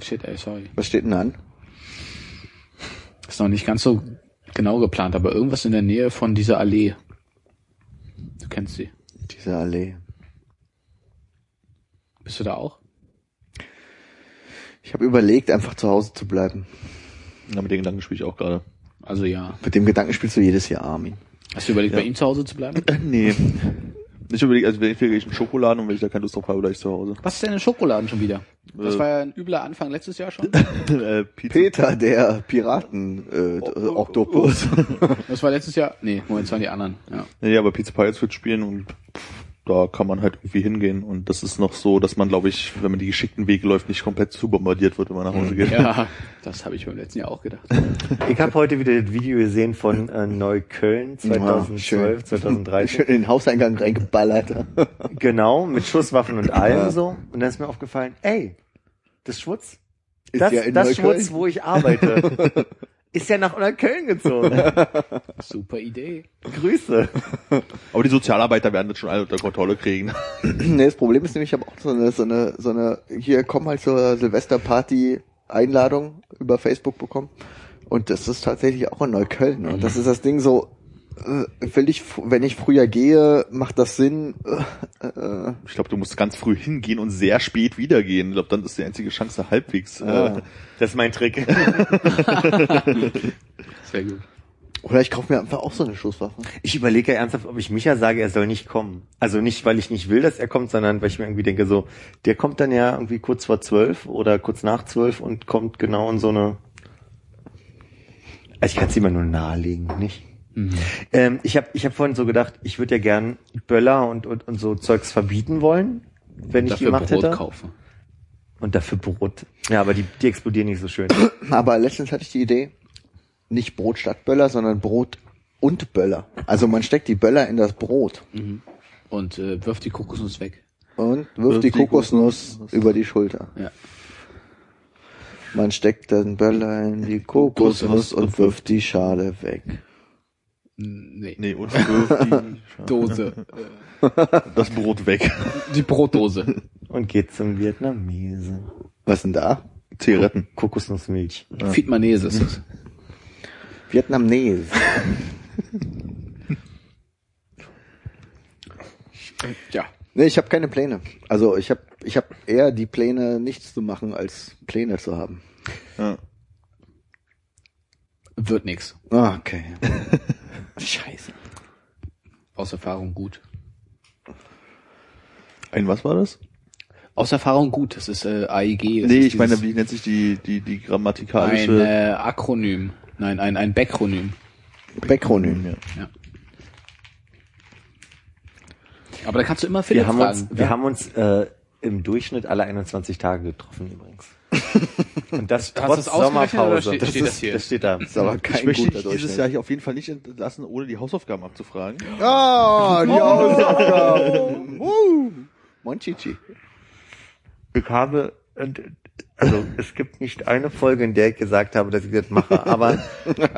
Speaker 3: Shit, ey, sorry.
Speaker 5: Was steht denn an?
Speaker 3: Ist noch nicht ganz so genau geplant, aber irgendwas in der Nähe von dieser Allee. Du kennst sie.
Speaker 5: Diese Allee.
Speaker 3: Bist du da auch?
Speaker 5: Ich habe überlegt, einfach zu Hause zu bleiben.
Speaker 2: Ja, mit den Gedanken spiele ich auch gerade.
Speaker 3: Also ja.
Speaker 5: Mit dem Gedanken spielst du jedes Jahr, Armin.
Speaker 3: Hast du überlegt, bei ihm zu Hause zu bleiben?
Speaker 2: Nee. Ich überlege, also entweder gehe ich in den Schokoladen und wenn ich da keine Lust drauf habe, bleibe ich zu Hause.
Speaker 3: Was ist denn in Schokoladen schon wieder? Das
Speaker 2: Äh.
Speaker 3: war ja ein übler Anfang letztes Jahr schon.
Speaker 2: äh, Pizza.
Speaker 5: Peter, der Piraten äh, d- Oktopus.
Speaker 3: Das war letztes Jahr. Nee, Moment, das waren die anderen. Ja.
Speaker 2: Nee, aber Pizza Pirates wird spielen und da kann man halt irgendwie hingehen und das ist noch so, dass man, glaube ich, wenn man die geschickten Wege läuft, nicht komplett zu bombardiert wird, wenn man nach Hause geht.
Speaker 3: Ja, das habe ich beim letzten Jahr auch gedacht.
Speaker 4: Ich habe heute wieder das Video gesehen von äh, Neukölln 2012,
Speaker 5: schön.
Speaker 4: 2013.
Speaker 5: Schön in den Hauseingang reingeballert.
Speaker 4: Genau, mit Schusswaffen und allem
Speaker 5: Ja.
Speaker 4: so. Und dann ist mir aufgefallen, ey, das Schwutz,
Speaker 5: Ist
Speaker 4: das,
Speaker 5: ja in
Speaker 4: das
Speaker 5: Neukölln.
Speaker 4: Schwutz, wo ich arbeite, ist ja nach Neukölln gezogen.
Speaker 3: Super Idee.
Speaker 4: Grüße.
Speaker 2: Aber die Sozialarbeiter werden das schon alle unter Kontrolle kriegen.
Speaker 5: Nee, das Problem ist nämlich, ich habe auch so eine, so eine, so eine, hier komm halt zur Silvesterparty Einladung über Facebook bekommen. Und das ist tatsächlich auch in Neukölln. Und das ist das Ding so, äh, will ich, fr- wenn ich früher gehe, macht das Sinn? Äh, äh,
Speaker 2: Ich glaube, du musst ganz früh hingehen und sehr spät wieder gehen. Ich glaube, dann ist die einzige Chance halbwegs. Äh,
Speaker 4: Das ist mein Trick.
Speaker 3: Sehr gut.
Speaker 5: oder ich kaufe mir einfach auch so eine Schusswaffe.
Speaker 4: Ich überlege ja ernsthaft, ob ich Micha sage, er soll nicht kommen. Also nicht, weil ich nicht will, dass er kommt, sondern weil ich mir irgendwie denke, so, der kommt dann ja irgendwie kurz vor zwölf oder kurz nach zwölf und kommt genau in so eine. Also ich kann es immer nur nahelegen, nicht?
Speaker 3: Mhm.
Speaker 4: Ähm, ich habe ich hab vorhin so gedacht, ich würde ja gern Böller und, und, und so Zeugs verbieten wollen, wenn ich die
Speaker 3: Dafür
Speaker 4: Macht
Speaker 3: Brot
Speaker 4: hätte.
Speaker 3: kaufen.
Speaker 4: Und dafür Brot. Ja, aber die, die explodieren nicht so schön.
Speaker 5: Aber letztens hatte ich die Idee, nicht Brot statt Böller, sondern Brot und Böller. Also man steckt die Böller in das Brot
Speaker 3: Und äh, wirft die Kokosnuss weg.
Speaker 5: und wirft die,
Speaker 2: die
Speaker 5: Kokosnuss über die Schulter.
Speaker 3: Ja.
Speaker 5: Man steckt den Böller in die Kokosnuss und wirft die Schale weg.
Speaker 3: Nee.
Speaker 2: nee, und wirf
Speaker 3: Dose. Äh,
Speaker 2: die, das Brot weg.
Speaker 3: die Brotdose.
Speaker 4: Und geht zum Vietnamesen.
Speaker 5: Was denn da?
Speaker 2: Zigaretten.
Speaker 4: Kokosnussmilch.
Speaker 3: Vietmanese ist es.
Speaker 5: Vietnamese.
Speaker 3: Ja.
Speaker 5: Nee, ich habe keine Pläne. Also ich habe ich hab eher die Pläne, nichts zu machen, als Pläne zu haben.
Speaker 2: Ja.
Speaker 3: Wird nix.
Speaker 5: Ah, okay. Scheiße.
Speaker 3: Aus Erfahrung gut.
Speaker 2: Ein was war das?
Speaker 3: Aus Erfahrung gut. Das ist äh, AEG. Das
Speaker 2: nee,
Speaker 3: ist
Speaker 2: ich meine,
Speaker 3: dieses-
Speaker 2: wie nennt sich die, die, die
Speaker 3: ein
Speaker 2: grammatikalische...
Speaker 3: äh, Akronym. Nein, ein, ein Backronym.
Speaker 5: Backronym.
Speaker 2: ja.
Speaker 3: Ja. Aber da kannst du immer Philipp
Speaker 4: Wir haben,
Speaker 3: fragen.
Speaker 4: uns, wir haben uns äh, im Durchschnitt alle 21 Tage getroffen übrigens. Und das
Speaker 3: Hast du
Speaker 4: trotz
Speaker 3: das ausgerechnet oder
Speaker 4: Sommerpause.
Speaker 3: steht- steht das hier?
Speaker 4: Das steht da.
Speaker 5: Ist aber kein
Speaker 2: Ich möchte
Speaker 5: guter
Speaker 2: dich dieses Jahr hier auf jeden Fall nicht entlassen, ohne die Hausaufgaben abzufragen.
Speaker 5: Ah, die Hausaufgaben. Uh. Monchichi.
Speaker 4: Ich habe, und, also es gibt nicht eine Folge, in der ich gesagt habe, dass ich das mache, aber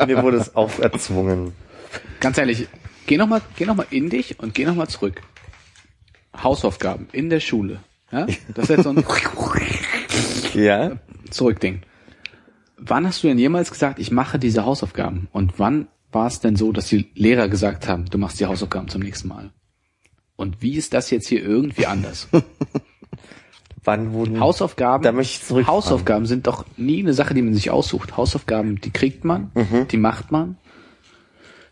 Speaker 4: mir wurde es auch erzwungen.
Speaker 3: Ganz ehrlich, geh nochmal geh noch mal in dich und geh nochmal zurück. Hausaufgaben in der Schule. Ja? Das ist jetzt so ein
Speaker 4: Ja?
Speaker 3: Zurückding. Wann hast du denn jemals gesagt, ich mache diese Hausaufgaben? Und wann war es denn so, dass die Lehrer gesagt haben, du machst die Hausaufgaben zum nächsten Mal? Und wie ist das jetzt hier irgendwie anders?
Speaker 4: Wann wurden
Speaker 3: Hausaufgaben,
Speaker 4: Hm. Da möchte ich zurück.
Speaker 3: Hausaufgaben sind doch nie eine Sache, die man sich aussucht. Hausaufgaben, die kriegt man,
Speaker 4: Mhm.
Speaker 3: die macht man,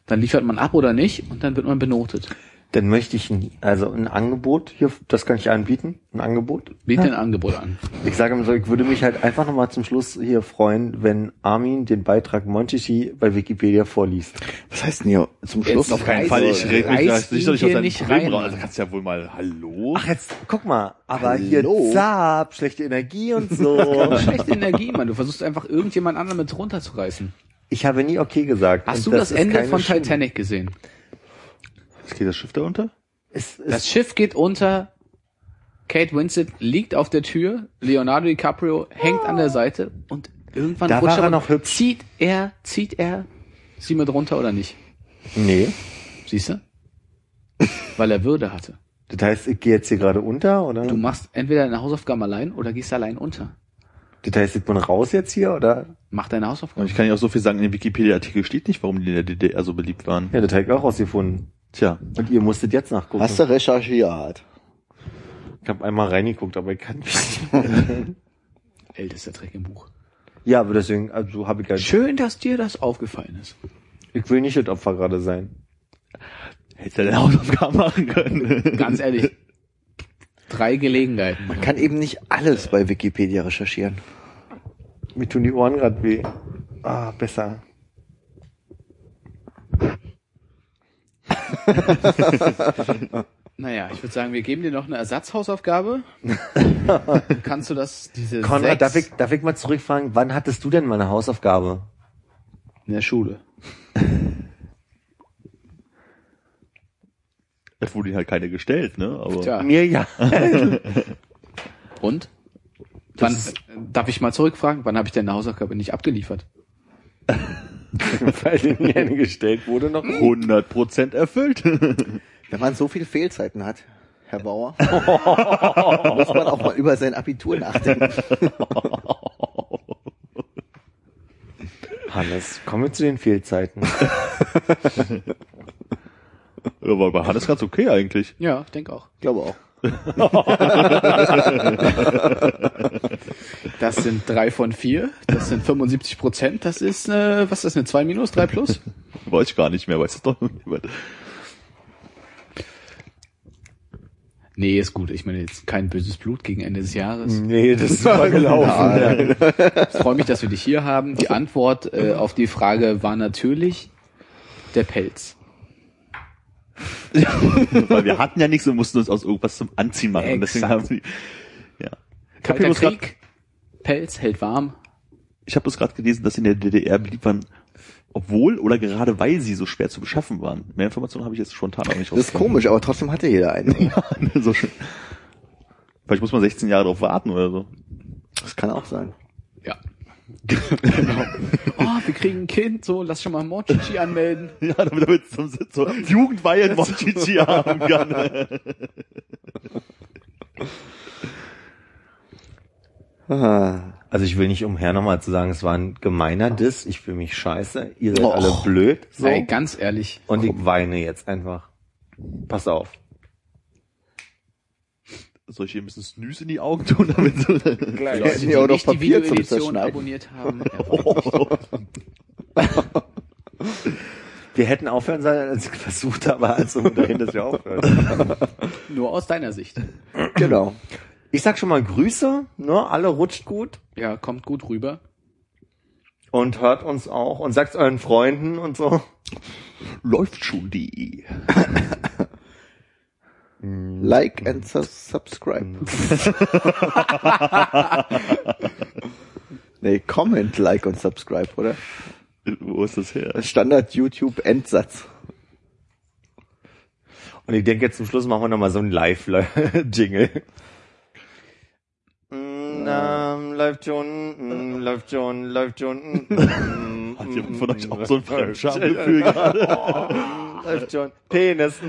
Speaker 3: dann liefert man ab oder nicht und dann wird man benotet.
Speaker 4: Dann möchte ich ein, also ein Angebot hier, das kann ich anbieten, ein Angebot.
Speaker 3: Biete ein Angebot an.
Speaker 4: Ich sage mal so, ich würde mich halt einfach nochmal zum Schluss hier freuen, wenn Armin den Beitrag Monchichi bei Wikipedia vorliest.
Speaker 5: Was heißt denn hier zum Schluss?
Speaker 3: auf
Speaker 2: Kein
Speaker 3: Reiß-
Speaker 2: Fall, ich reg mich da
Speaker 3: reiß ihn
Speaker 2: sicherlich aus
Speaker 3: Also, hier
Speaker 2: deinem
Speaker 3: nicht
Speaker 2: Problem
Speaker 3: rein,
Speaker 2: raus.
Speaker 3: Mann.
Speaker 2: Also kannst du ja wohl mal, hallo?
Speaker 4: Ach, jetzt guck mal, aber
Speaker 5: Hallo? genau.
Speaker 4: hier zap, schlechte Energie und so.
Speaker 3: Schlechte Energie, Mann. Du versuchst einfach irgendjemand anderen mit runterzureißen.
Speaker 4: ich habe nie okay gesagt.
Speaker 3: Hast
Speaker 4: Und
Speaker 3: du das,
Speaker 4: ist
Speaker 3: Ende
Speaker 4: keine
Speaker 3: von
Speaker 4: Schuld.
Speaker 3: Titanic gesehen?
Speaker 2: Jetzt geht das Schiff da unter?
Speaker 4: Es, es,
Speaker 3: Das Schiff geht unter. Kate Winslet liegt auf der Tür. Leonardo DiCaprio hängt an der Seite und irgendwann
Speaker 4: Da war er
Speaker 3: man-
Speaker 4: noch hübsch.
Speaker 3: Zieht er, zieht er sie mit runter oder nicht?
Speaker 4: nee.
Speaker 3: Siehst du? Weil er Würde hatte.
Speaker 4: Das heißt, ich gehe jetzt hier gerade unter, oder?
Speaker 3: Du machst entweder deine Hausaufgaben allein oder gehst allein unter.
Speaker 4: das heißt, ich bin raus jetzt hier, oder?
Speaker 3: Mach deine
Speaker 2: Und
Speaker 3: Hausaufgaben.
Speaker 2: ich kann ja auch so viel sagen, in dem Wikipedia-Artikel steht nicht, warum die in der DDR so beliebt waren.
Speaker 4: Ja, das habe ich auch rausgefunden.
Speaker 2: Tja,
Speaker 4: Und ihr musstet jetzt nachgucken.
Speaker 5: Hast du recherchiert?
Speaker 4: Ich habe einmal reingeguckt, aber ich kann nicht.
Speaker 3: Ältester Trick im Buch.
Speaker 4: ja, aber deswegen, also habe ich ja.
Speaker 3: Schön, dass dir das aufgefallen ist.
Speaker 4: Ich will nicht das Opfer gerade sein.
Speaker 2: hättest du ja deine Hausaufgaben machen können.
Speaker 3: Ganz ehrlich. Drei Gelegenheiten.
Speaker 5: Man kann eben nicht alles bei Wikipedia recherchieren.
Speaker 4: Mir tun die Ohren gerade weh. Ah, besser.
Speaker 3: Naja, ich würde sagen, wir geben dir noch eine Ersatzhausaufgabe. Kannst du das, diese
Speaker 4: Konrad, darf
Speaker 3: sechs
Speaker 4: ich, darf ich mal zurückfragen, wann hattest du denn mal eine Hausaufgabe?
Speaker 3: in der Schule?
Speaker 2: Es wurde ihnen halt keine gestellt, ne? Aber
Speaker 3: Tja,
Speaker 4: Mir ja.
Speaker 3: und? Wann, darf ich mal zurückfragen, wann habe ich denn eine Hausaufgabe nicht abgeliefert?
Speaker 4: Weil dir nie eine gestellt wurde noch.
Speaker 2: 100% erfüllt.
Speaker 5: Wenn man so viele Fehlzeiten hat, Herr Bauer, muss man auch mal über sein Abitur nachdenken.
Speaker 4: Hannes, kommen wir zu den Fehlzeiten.
Speaker 2: Aber bei Hannes ganz okay eigentlich.
Speaker 3: Ja, ich denke auch.
Speaker 5: Ich glaube auch.
Speaker 3: Das sind drei von vier. Das sind 75 Prozent. Das ist, äh, was ist das, eine 2 minus, 3 plus?
Speaker 2: Weiß ich gar nicht mehr, weiß es doch niemand.
Speaker 3: Nee, ist gut. Ich meine, jetzt kein böses Blut gegen Ende des Jahres.
Speaker 5: Mhm.
Speaker 4: Nee, das ist mal gelaufen.
Speaker 3: Ich freue mich, dass wir dich hier haben. Die Antwort
Speaker 5: Mhm.
Speaker 3: äh, auf die Frage war natürlich der Pelz.
Speaker 2: Weil wir hatten ja nichts und mussten uns aus irgendwas zum Anziehen machen. Und Deswegen
Speaker 3: Exakt.
Speaker 2: haben sie, ja. Ich hab
Speaker 3: Kalter
Speaker 2: übrigens grad-
Speaker 3: Krieg, Pelz hält warm.
Speaker 2: ich hab bloß gerade gelesen, dass sie in der DDR beliebt waren, obwohl oder gerade weil sie so schwer zu beschaffen waren. Mehr Informationen habe ich jetzt spontan auch nicht
Speaker 5: Das ist
Speaker 2: rausgefunden.
Speaker 5: komisch, aber trotzdem hatte jeder einen.
Speaker 2: so schön. Vielleicht muss man 16 Jahre drauf warten oder so.
Speaker 5: Das kann auch sein.
Speaker 3: Ja. genau. Oh, wir kriegen ein Kind, so, lass schon mal Mochichi anmelden.
Speaker 2: Ja, damit damit zum so Jugendweihe in Monchichi haben kann.
Speaker 4: Also ich will nicht umher nochmal zu sagen, es war ein gemeiner Diss, ich fühle mich scheiße, ihr seid
Speaker 5: Och.
Speaker 4: alle blöd. So.
Speaker 3: Ey, ganz ehrlich,
Speaker 4: Und ich weine jetzt einfach. Pass auf.
Speaker 2: Soll ich ihr ein bisschen Snooze in die Augen tun, damit so
Speaker 5: Wir hätten ja auch noch
Speaker 3: nicht die
Speaker 5: Papier zum
Speaker 3: Videoedition
Speaker 5: Zerschneiden.
Speaker 3: abonniert haben.
Speaker 4: Wir hätten aufhören sollen, als ich versucht habe, also dahin, dass wir aufhören.
Speaker 3: Nur aus deiner Sicht.
Speaker 5: Genau.
Speaker 4: Ich sag schon mal Grüße, ne? Alle rutscht gut
Speaker 3: Ja, kommt gut rüber.
Speaker 4: und hört uns auch und sagt's euren Freunden und so.
Speaker 2: läuft schon die.
Speaker 5: Like and su- subscribe. nee, comment, like und subscribe, oder?
Speaker 2: Wo ist das her?
Speaker 5: Standard YouTube Endsatz.
Speaker 4: Und ich denke, jetzt zum Schluss machen wir nochmal so einen Live-Jingle. Mm, ähm, Läuft schon, mm, läuft schon, läuft schon. mm,
Speaker 2: Hat
Speaker 4: mm,
Speaker 2: jemand von euch
Speaker 4: mm,
Speaker 2: auch so ein
Speaker 4: läuft
Speaker 2: Fremdschamgefühl gehabt?
Speaker 4: schon, Läuft schon. Penis.